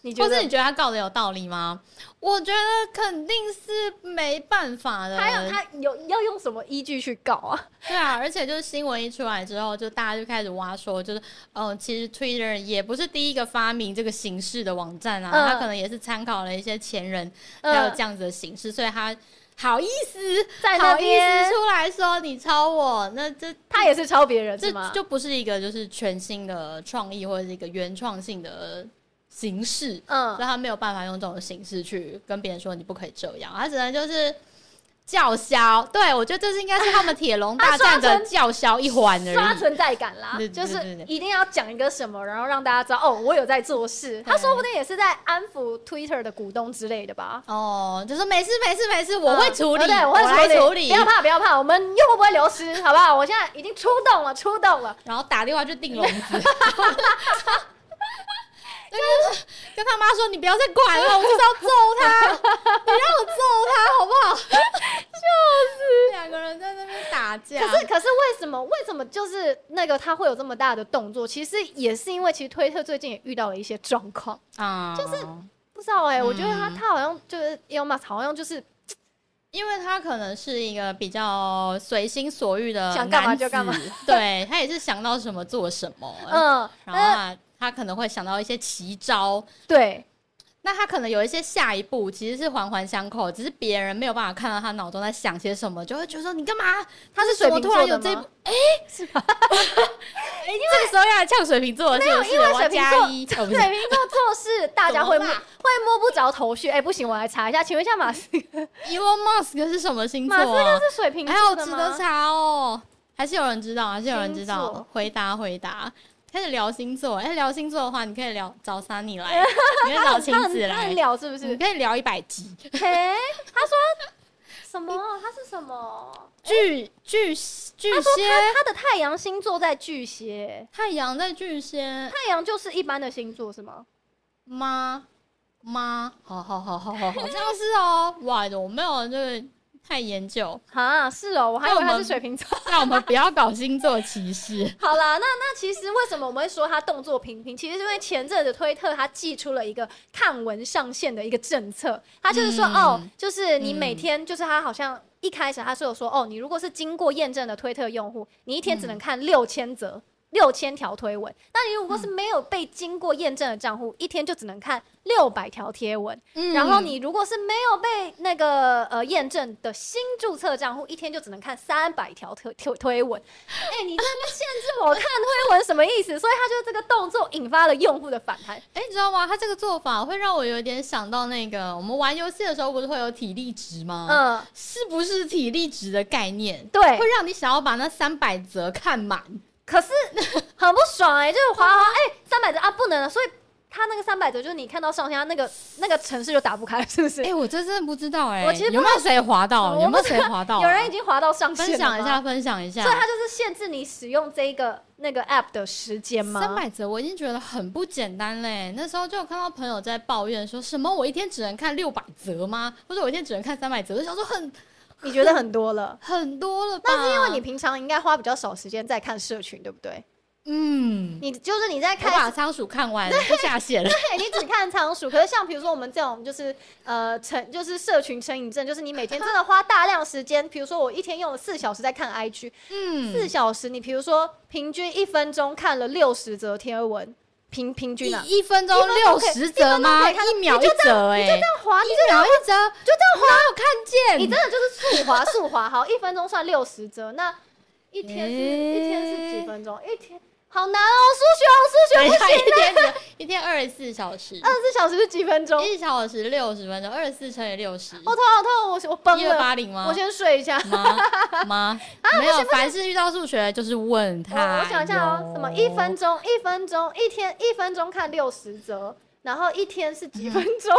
Speaker 1: 你觉
Speaker 2: 或
Speaker 1: 得
Speaker 2: 是你觉得他告得有道理吗？我觉得肯定是没办法的。
Speaker 1: 还有他有要用什么依据去告啊？
Speaker 2: <laughs> 对啊，而且就是新闻一出来之后，就大家就开始挖说，就是嗯、呃其实 Twitter 也不是第一个发明这个形式的网站啊，
Speaker 1: 嗯
Speaker 2: 他可能也是参考了一些前人
Speaker 1: 嗯
Speaker 2: 还有这样子的形式，所以他好意思
Speaker 1: 在那
Speaker 2: 好意
Speaker 1: 边
Speaker 2: 思出来说你抄我，那这
Speaker 1: 他也是抄别人
Speaker 2: 这
Speaker 1: 是吗？
Speaker 2: 就不是一个就是全新的创意或者是一个原创性的形式，
Speaker 1: 嗯
Speaker 2: 所以他没有办法用这种形式去跟别人说你不可以这样，他只能就是叫嚣。对我觉得这是应该是他们铁
Speaker 1: <laughs>
Speaker 2: 笼
Speaker 1: 他
Speaker 2: 大
Speaker 1: 刷
Speaker 2: 战的
Speaker 1: 存
Speaker 2: 叫嚣一环而
Speaker 1: 刷
Speaker 2: 已。
Speaker 1: 存在感啦
Speaker 2: 对，对
Speaker 1: 就
Speaker 2: 对
Speaker 1: 是
Speaker 2: 对对
Speaker 1: 一定要讲一个什么，然后让大家知道哦，我有在做事。他说不定也是在安抚 Twitter 的股东之类的吧。
Speaker 2: 哦，就说没事没事没事，我会处理，
Speaker 1: 嗯对，我
Speaker 2: 我
Speaker 1: 会
Speaker 2: 来
Speaker 1: 处
Speaker 2: 处
Speaker 1: 理，
Speaker 2: 理
Speaker 1: 不。要怕，不要怕，我们用户不会流失，好不好？我现在已经出动了，出动了。
Speaker 2: 然后打电话去订笼子。就是跟他妈说，你不要再管了，我就是要揍
Speaker 1: <laughs>
Speaker 2: 他，你让我揍他好不好？就是两个人在那边打架，
Speaker 1: 可是，可是为什么？为什么就是那个他会有这么大的动作？其实也是因为，其实推特最近也遇到了一些状况。
Speaker 2: 啊，就是
Speaker 1: 不知道哎、我觉得他
Speaker 2: 嗯
Speaker 1: 他好像就是 Elon Musk 好像就是
Speaker 2: 因为他可能是一个比较随心所欲的
Speaker 1: 想干嘛
Speaker 2: 男子
Speaker 1: 就干嘛，
Speaker 2: 对他也是想到什么做什么，
Speaker 1: 嗯，
Speaker 2: 然后他他可能会想到一些奇招。
Speaker 1: 对，
Speaker 2: 那他可能有一些下一步其实是环环相扣，只是别人没有办法看到他脑中在想些什么，就会觉得说你干嘛？
Speaker 1: 他是
Speaker 2: 为什
Speaker 1: 水
Speaker 2: 么
Speaker 1: 瓶
Speaker 2: 突
Speaker 1: 座
Speaker 2: 然有
Speaker 1: 的
Speaker 2: 这一步
Speaker 1: 吗？？ <laughs>
Speaker 2: 哎、这个时候要来呛水瓶座了，
Speaker 1: 没有
Speaker 2: 是不是？
Speaker 1: 因为
Speaker 2: 我
Speaker 1: 水
Speaker 2: 要
Speaker 1: 瓶
Speaker 2: 加
Speaker 1: 座
Speaker 2: 一，哦
Speaker 1: <laughs>
Speaker 2: 不
Speaker 1: 水
Speaker 2: 是
Speaker 1: 瓶座做
Speaker 2: <laughs>
Speaker 1: 事大家会摸
Speaker 2: 怎么啦
Speaker 1: 会摸不着头绪。哎、不行，我来查一下，请问一下马斯
Speaker 2: Elon Musk 是什么星座
Speaker 1: 马斯
Speaker 2: 啊
Speaker 1: 克？是水瓶
Speaker 2: 还有
Speaker 1: 座
Speaker 2: 值
Speaker 1: 的
Speaker 2: 得
Speaker 1: 吗？
Speaker 2: 查哦，还是有人知道，还是有人知
Speaker 1: 星
Speaker 2: 道
Speaker 1: 座？
Speaker 2: 回答回答，开始聊星座。哎、聊星座的话，你可以聊找 Sunny 来，你可以找晴
Speaker 1: 他很
Speaker 2: 子
Speaker 1: 他很
Speaker 2: 来，嗯
Speaker 1: 了是不
Speaker 2: 你
Speaker 1: 是？
Speaker 2: 可以聊一百集。
Speaker 1: <laughs> 嘿，他
Speaker 2: <laughs>
Speaker 1: 说什么？他是什么？
Speaker 2: 巨巨巨
Speaker 1: 他说
Speaker 2: 蟹，
Speaker 1: 他他的太阳星座在巨蟹，
Speaker 2: 太阳在巨蟹
Speaker 1: 太阳就是一般的星座是吗？
Speaker 2: 吗？吗？好好好好好好，好像是哦。哇，我没有这个太研究，
Speaker 1: 啊，是哦，我还以
Speaker 2: 那
Speaker 1: 为
Speaker 2: 我
Speaker 1: 他是
Speaker 2: 们
Speaker 1: 水瓶座。
Speaker 2: 那我们不要搞星座歧视。
Speaker 1: 好啦，那那其实为什么我们会说他动作频频？其实是因为前阵子推特他寄出了一个抗文上线的一个政策，他就是说、
Speaker 2: 嗯
Speaker 1: 哦，就是你每天就是他好像一开始他是有说哦，你如果是经过验证的推特用户，你一天
Speaker 2: 嗯
Speaker 1: 只能看六千则。六千条推文，那你如果是没有被经过验证的账户，一天就只能看六百条贴文。
Speaker 2: 嗯
Speaker 1: 然后你如果是没有被那个呃验证的新注册账户，一天就只能看三百条推推推文。哎、你在那边限制我看推文什么意思？所以他就这个动作引发了用户的反弹。
Speaker 2: 哎、你知道吗？他这个做法会让我有点想到那个，我们玩游戏的时候不是会有体力值吗？
Speaker 1: 嗯、
Speaker 2: 是不是体力值的概念？
Speaker 1: 对
Speaker 2: 会。让你想要把那三百则看满。
Speaker 1: 可
Speaker 2: <laughs>
Speaker 1: 是很不爽哎、就是滑滑哎三百折啊不能了，所以他那个三百折就是你看到上下那个那个城市就打不开，是不是？
Speaker 2: 哎、我这真的不知道哎、
Speaker 1: 我其实不
Speaker 2: 有没有谁滑到？
Speaker 1: 我
Speaker 2: 有
Speaker 1: 不
Speaker 2: 没有
Speaker 1: 知道
Speaker 2: 谁滑到啊？
Speaker 1: 有人已经滑到上线
Speaker 2: 分
Speaker 1: 了
Speaker 2: 享一
Speaker 1: 吗
Speaker 2: 下，，分享一下
Speaker 1: 所以。他就是限制你使用这个那个 app 的时间吗？
Speaker 2: 三百则我已经觉得很不简单嘞、那时候就有看到朋友在抱怨说什么我一天只能看六百则吗？或者我一天只能看三百则？我就想说很
Speaker 1: 你觉得很多了。
Speaker 2: 很多了吧？
Speaker 1: 那是因为你平常应该花比较少时间在看社群，对不对？
Speaker 2: 嗯，
Speaker 1: 你就是你在
Speaker 2: 我把
Speaker 1: 看，
Speaker 2: 仓鼠看完了就下线了。
Speaker 1: 对， <laughs> 你只看仓
Speaker 2: <laughs>
Speaker 1: 鼠。可是像比如说我们这种就是呃成就是社群成瘾症，就是你每天真的花大量时间，比如说我一天用了四小时在看 IG， <laughs>
Speaker 2: 嗯，
Speaker 1: 四小时你比如说平均一分钟看了六十则贴文，平平均啊，
Speaker 2: 一一分钟六十折吗？
Speaker 1: 一分钟可以
Speaker 2: 一秒一折哎、
Speaker 1: 你就这样滑，你就
Speaker 2: 一秒一折，
Speaker 1: 就这样滑，
Speaker 2: 哪有看见？
Speaker 1: 你真的就是速滑速滑，好，一分钟算六十折，那一天是、
Speaker 2: 诶
Speaker 1: 一天是几分钟？一天好难哦，数学哦，数学不
Speaker 2: 一
Speaker 1: 行。哦
Speaker 2: 天只一天二十四小
Speaker 1: <laughs>
Speaker 2: 时，
Speaker 1: 二十四小时是几分钟？
Speaker 2: 一小时六十分钟，二十四乘以六十，
Speaker 1: 我头好痛，我我崩
Speaker 2: 一二
Speaker 1: 哦了，
Speaker 2: 八零吗？
Speaker 1: 我先啊睡一下。
Speaker 2: <laughs> 妈妈没有，凡是遇到数学就是问
Speaker 1: 我
Speaker 2: 他。
Speaker 1: 我想一下哦，什么一分钟一分钟一天一分钟看六十折，然后一天是几分 <laughs> 钟？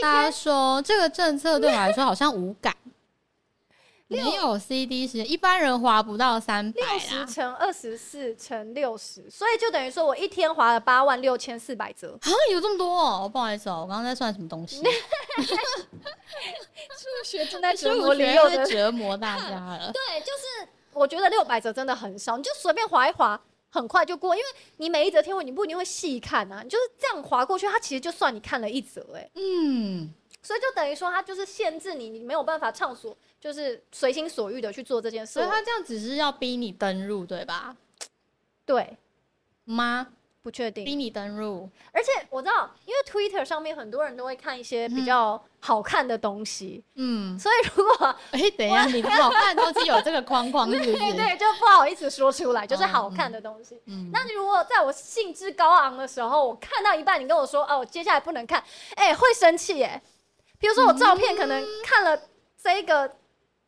Speaker 2: 大家说这个政策对我来说好像无感，没有 CD 时间，一般人划不到三百
Speaker 1: 六
Speaker 2: 啦啊
Speaker 1: 十。乘二十四乘六十，所以就等于说我一天划了八万六千四 <laughs> 百折。
Speaker 2: 啊，有这么多、哦！不好意思哦，我刚刚在算什么东
Speaker 1: <laughs>
Speaker 2: 西？
Speaker 1: 数学正 <laughs> 在折磨
Speaker 2: 数
Speaker 1: 里
Speaker 2: 学
Speaker 1: 柚
Speaker 2: 在
Speaker 1: 的
Speaker 2: 折磨大家
Speaker 1: <laughs>
Speaker 2: 了。
Speaker 1: 对，就是我觉得六百折真的很少，你就随便划一划，很快就过，因为你每一则贴文你不一定会细看啊，你就是这样划过去，它其实就算你看了一则、欸，
Speaker 2: 嗯，
Speaker 1: 所以就等于说它就是限制你，你没有办法畅所，就是随心所欲的去做这件事
Speaker 2: 所以。他这样只是要逼你登入，对吧？
Speaker 1: 对，
Speaker 2: 妈，
Speaker 1: 不确定。
Speaker 2: 逼你登入，
Speaker 1: 而且我知道，因为 Twitter 上面很多人都会看一些比较好看的东西，
Speaker 2: 嗯， <laughs>
Speaker 1: 所以如果 <laughs>
Speaker 2: 哎、等一下，你不好看都是有这个框框，是不是？
Speaker 1: 对对，就不好意思说出来，就是好看的东西。
Speaker 2: 嗯，
Speaker 1: 那你如果在我兴致高昂的时候，我看到一半，你跟我说哦，我接下来不能看，哎、会生气耶。比如说我照片可
Speaker 2: 嗯
Speaker 1: 能看了这一个、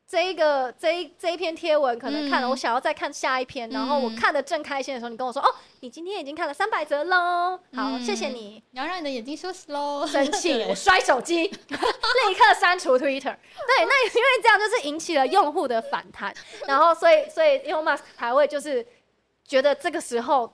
Speaker 1: 这一个、这一这一篇贴文，可能看了，
Speaker 2: 嗯
Speaker 1: 我想要再看下一篇，然后我
Speaker 2: 嗯
Speaker 1: 看的正开心的时候，你跟我说哦，你今天已经看了三百折喽，好，
Speaker 2: 嗯
Speaker 1: 谢谢你。
Speaker 2: 你要让你的眼睛休息喽。
Speaker 1: 生
Speaker 2: <laughs>
Speaker 1: 气，我摔手机， <laughs> 立刻删除 Twitter。对，那因为这样就是引起了用户的反弹，然后所以所以 Elon Musk 才会就是觉得这个时候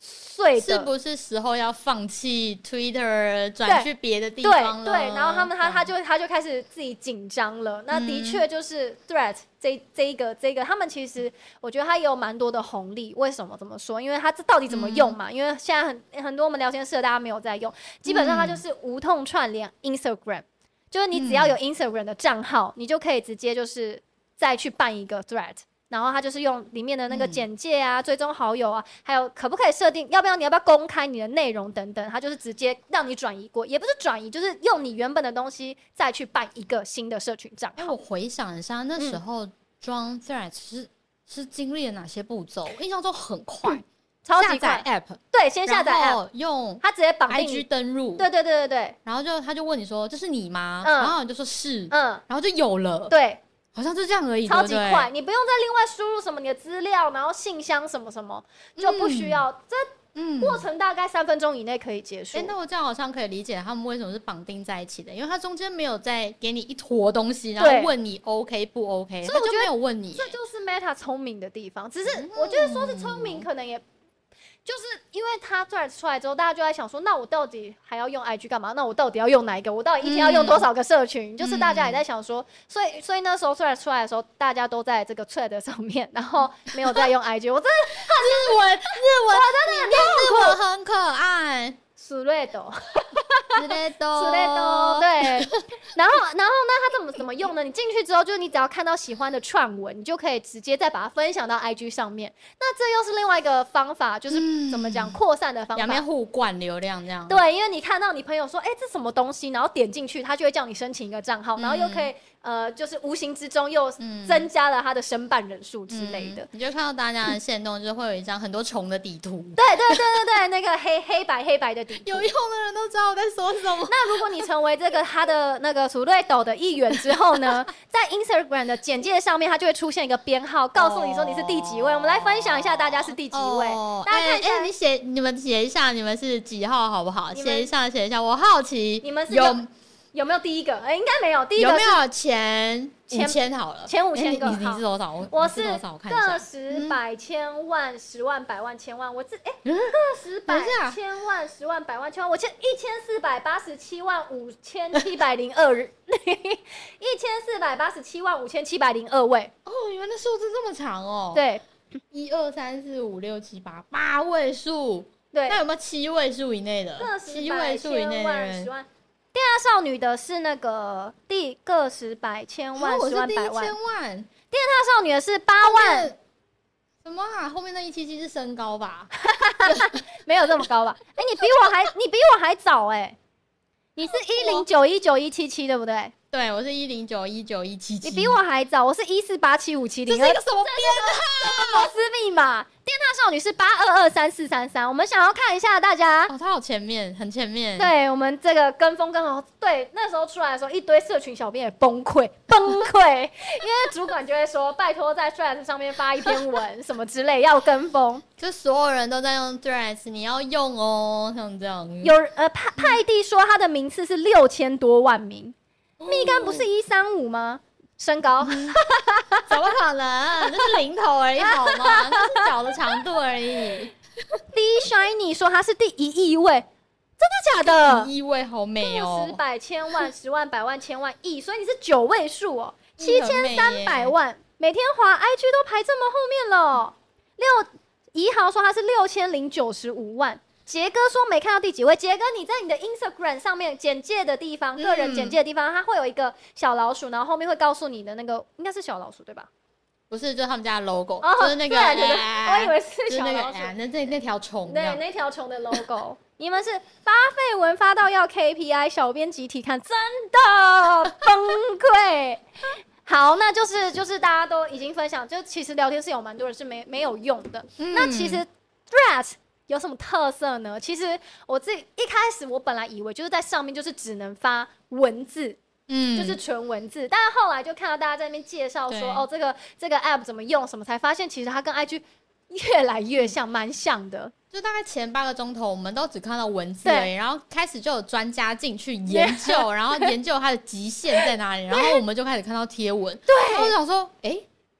Speaker 1: 碎
Speaker 2: 是
Speaker 1: 的。
Speaker 2: 不是时候要放弃 Twitter，转去别的地
Speaker 1: 对
Speaker 2: 方了？
Speaker 1: 对，然后他们他他
Speaker 2: 就
Speaker 1: 就他就开始自己紧张了。那的
Speaker 2: 嗯
Speaker 1: 确就是 Threat 这这一个这一个，他们其实我觉得他也有蛮多的红利。为什么这么说？因为他这到底怎么
Speaker 2: 嗯
Speaker 1: 用嘛？因为现在很很多我们聊天室的大家没有在用，基本上它就是无痛串联 Instagram，、就是你只要
Speaker 2: 嗯
Speaker 1: 有 Instagram 的账号，你就可以直接就是再去办一个 Thread。然后它就是用里面的那个
Speaker 2: 嗯
Speaker 1: 简介啊、追踪好友啊，还有可不可以设定，要不要你要不要公开你的内容等等，它就是直接让你转移过，也不是转移，就是用你原本的东西再去办一个新的社群账
Speaker 2: 哎、
Speaker 1: 号。
Speaker 2: 我回想一下那
Speaker 1: 嗯
Speaker 2: 时候装 Threads 是是经历了哪些步骤？我印象中很快，
Speaker 1: 嗯超级
Speaker 2: 下载
Speaker 1: 快，
Speaker 2: App，
Speaker 1: 对，先下载
Speaker 2: 然
Speaker 1: app，
Speaker 2: 后用
Speaker 1: 它直接绑定你
Speaker 2: IG 登入，
Speaker 1: 对，对对对对，
Speaker 2: 然后就他就问你说这是你吗？
Speaker 1: 嗯
Speaker 2: 然后你就说是，
Speaker 1: 嗯，
Speaker 2: 然后就有了，
Speaker 1: 对，
Speaker 2: 好像就这样而已，
Speaker 1: 超级
Speaker 2: 对不对
Speaker 1: 快，，你不用再另外输入什么你的资料，然后信箱什么什么，就不需要。这
Speaker 2: 嗯。
Speaker 1: 过程大概三分钟以内可以结束。
Speaker 2: 哎、那我这样好像可以理解他们为什么是绑定在一起的，因为他中间没有再给你一坨东西，然
Speaker 1: 对
Speaker 2: 后问你 OK 不 OK，
Speaker 1: 所以我
Speaker 2: 他就
Speaker 1: 觉得
Speaker 2: 没有问你、
Speaker 1: 这就是 Meta 聪明的地方，只是我觉得说是聪明，可能也。就是因为它 t h r e a d 出来之后，大家就在想说，那我到底还要用 IG 干嘛？那我到底要用哪一个？我到底一天要用多少个社群？就是大家也在想说，所以所以那时候 t h r e a d 出来的时候，大家都在这个 t h r e a d 上面，然后没有在用 IG。我真的
Speaker 2: 日文，日文，我真的日文很可爱。
Speaker 1: s t r e a d
Speaker 2: 之类的，
Speaker 1: <laughs> 之类的哦，对。然后，然后呢，它怎么怎么用呢？你进去之后，就是你只要看到喜欢的串文，你就可以直接再把它分享到 IG 上面。那这又是另外一个方法，就是
Speaker 2: 嗯
Speaker 1: 怎么讲扩散的方
Speaker 2: 两边
Speaker 1: 法。
Speaker 2: 互灌流量这样。，
Speaker 1: 对，因为你看到你朋友说，哎、这什么东西，然后点进去，他就会叫你申请一个账号，然后又可以，呃，就是无形之中又
Speaker 2: 嗯
Speaker 1: 增加了他的申办人数之类的。
Speaker 2: 你就看到大家的线动，就是会有一张很多虫的底图。 <laughs>
Speaker 1: 对对对对对，那个黑黑白黑白的底
Speaker 2: 有用的人都知道我在说什么。
Speaker 1: 那如果你成为这个他的那个组队斗的一员之后
Speaker 2: <laughs>
Speaker 1: 呢，在
Speaker 2: 哦
Speaker 1: Instagram 的简介上面，它就会出现一个编号，告诉你说你是第几位。
Speaker 2: 哦
Speaker 1: 我们来分享一下大家是第几位，
Speaker 2: 哦
Speaker 1: 大家看一下
Speaker 2: 哎哎你写你们写一下，你们是几号好不好？
Speaker 1: 你们
Speaker 2: 写一下，写一下，我好奇，
Speaker 1: 你们是
Speaker 2: 有
Speaker 1: 有有没有第一个？哎、应该没有，第一
Speaker 2: 有
Speaker 1: 个
Speaker 2: 没
Speaker 1: 是
Speaker 2: 有前
Speaker 1: 前
Speaker 2: 五千好了？
Speaker 1: 前五千
Speaker 2: 哎
Speaker 1: 个
Speaker 2: 你你你
Speaker 1: 好
Speaker 2: 是多少？我
Speaker 1: 我
Speaker 2: 你是
Speaker 1: 是
Speaker 2: 多少？我看一
Speaker 1: 个
Speaker 2: 下。
Speaker 1: 十
Speaker 2: 嗯
Speaker 1: 百千万十万百万千万，我这哎
Speaker 2: 嗯
Speaker 1: 个十百
Speaker 2: 等一下
Speaker 1: 千万十万百万千万，我千一千四百八十七万五千七百零二 <laughs> 人，一千四百八十七万五千七百零二位，
Speaker 2: 哦，原来那数字这么长哦。，
Speaker 1: 对
Speaker 2: 一二三四五六七八，八位数。
Speaker 1: 对。
Speaker 2: 那有没有七位数以内的？
Speaker 1: 个十
Speaker 2: 七
Speaker 1: 百
Speaker 2: 位数以内
Speaker 1: 千
Speaker 2: 的
Speaker 1: 万
Speaker 2: 人
Speaker 1: 十，万。电压少女的是那个第个十百千
Speaker 2: 啊
Speaker 1: 万
Speaker 2: 我
Speaker 1: 十
Speaker 2: 是
Speaker 1: 万
Speaker 2: 第一
Speaker 1: 百万，电
Speaker 2: 千万，
Speaker 1: 压少女的是八万
Speaker 2: 是什么啊？后面那一七七是身高吧？
Speaker 1: 没有这么
Speaker 2: <laughs>
Speaker 1: 高吧？哎、你比我还，你比我还早哎、你是一零九一九一七七对不对？
Speaker 2: 对，我是一零九一九一七七。
Speaker 1: 你比我还早，我是一四八七五七
Speaker 2: 这
Speaker 1: 零
Speaker 2: 是
Speaker 1: 二
Speaker 2: 一个。什么编
Speaker 1: 啊摩斯密码，电塔少女是八二二三四三三。我们想要看一下大家，
Speaker 2: <laughs> 啊？哦，它好前面，很前面。，
Speaker 1: 对我们这个跟风跟好，对那时候出来的时候，一堆社群小编也崩溃崩溃，因为主管就会说，拜托在 Threads 上面发一篇文什么之类，要跟风。
Speaker 2: 就所有人都在用 Threads，你要用哦，像这样。
Speaker 1: 有呃派派蒂说他的名次是六千多万名，蜜柑不是一三五吗？身高，
Speaker 2: 嗯怎么可
Speaker 1: <laughs>
Speaker 2: 能？这是零头而已，好吗？这是脚的长度而已。
Speaker 1: 第一 Shiny 说他是第一亿位，真的假的？
Speaker 2: 意味好美
Speaker 1: 六十
Speaker 2: 哦，
Speaker 1: 百千
Speaker 2: <laughs>
Speaker 1: 万十万百万千万亿，所以你是九位数哦，七
Speaker 2: 嗯很
Speaker 1: 千
Speaker 2: 美
Speaker 1: 三
Speaker 2: 耶
Speaker 1: 百万，每天滑 IG 都排这么后面了哦。六怡豪说他是六千零九十五万，杰哥说没看到第几位。杰哥，你在你的 Instagram 上面简介的地方，个人
Speaker 2: 嗯
Speaker 1: 简介的地方，它会有一个小老鼠，然后后面会告诉你的那个应该是小老鼠对吧？
Speaker 2: 不是，就是他们家的 logo，
Speaker 1: 哦，
Speaker 2: 就是那个，
Speaker 1: 对对对
Speaker 2: 哎
Speaker 1: 我以为是
Speaker 2: 就是
Speaker 1: 小
Speaker 2: 那个
Speaker 1: 老鼠
Speaker 2: 哎，。那那那条虫这
Speaker 1: 对，
Speaker 2: 样，
Speaker 1: 那条虫的 logo，你 <laughs> 们是发绯闻发到要 KPI，小编集体看，真的崩溃。好，那就是就是大家都已经分享，就其实聊天室有蛮多人是没没有用的。那其实 Threat 有什么特色呢？其实我自己一开始我本来以为就是在上面就是只能发文字，
Speaker 2: 嗯，
Speaker 1: 就是纯文字，但是后来就看到大家在那边介绍说，
Speaker 2: 对
Speaker 1: 哦，这个这个 app 怎么用，什么才发现其实它跟 IG 越来越像，蛮像的。
Speaker 2: 就大概前八个钟头，我们都只看到文字
Speaker 1: 对
Speaker 2: 而已，然后开始就有专家进去研
Speaker 1: <laughs>
Speaker 2: 究，然后研究它的极限在哪里，然后我们就开始看到贴文，对，然后我想说，哎、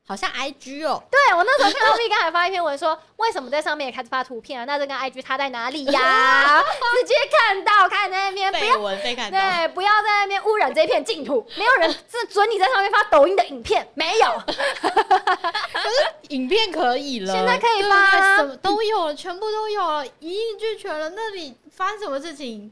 Speaker 2: 好像 IG 哦，
Speaker 1: 对我那时候看到 V 刚还发一篇文说，为什么在上面也开始发图片啊？ <laughs> 那这跟 IG 差在哪里呀、 <laughs> 直接看到，看在那边，哎不
Speaker 2: 被
Speaker 1: 要
Speaker 2: 文被看到，
Speaker 1: 对，不要在那边污染这片净土，没有人是准你在上面发抖音的影 <laughs> 片，没有。
Speaker 2: 影片可以了，
Speaker 1: 现在可以发啊啦
Speaker 2: 对啊什么都有了，全部都有了，一应俱全了。那里发生什么事情？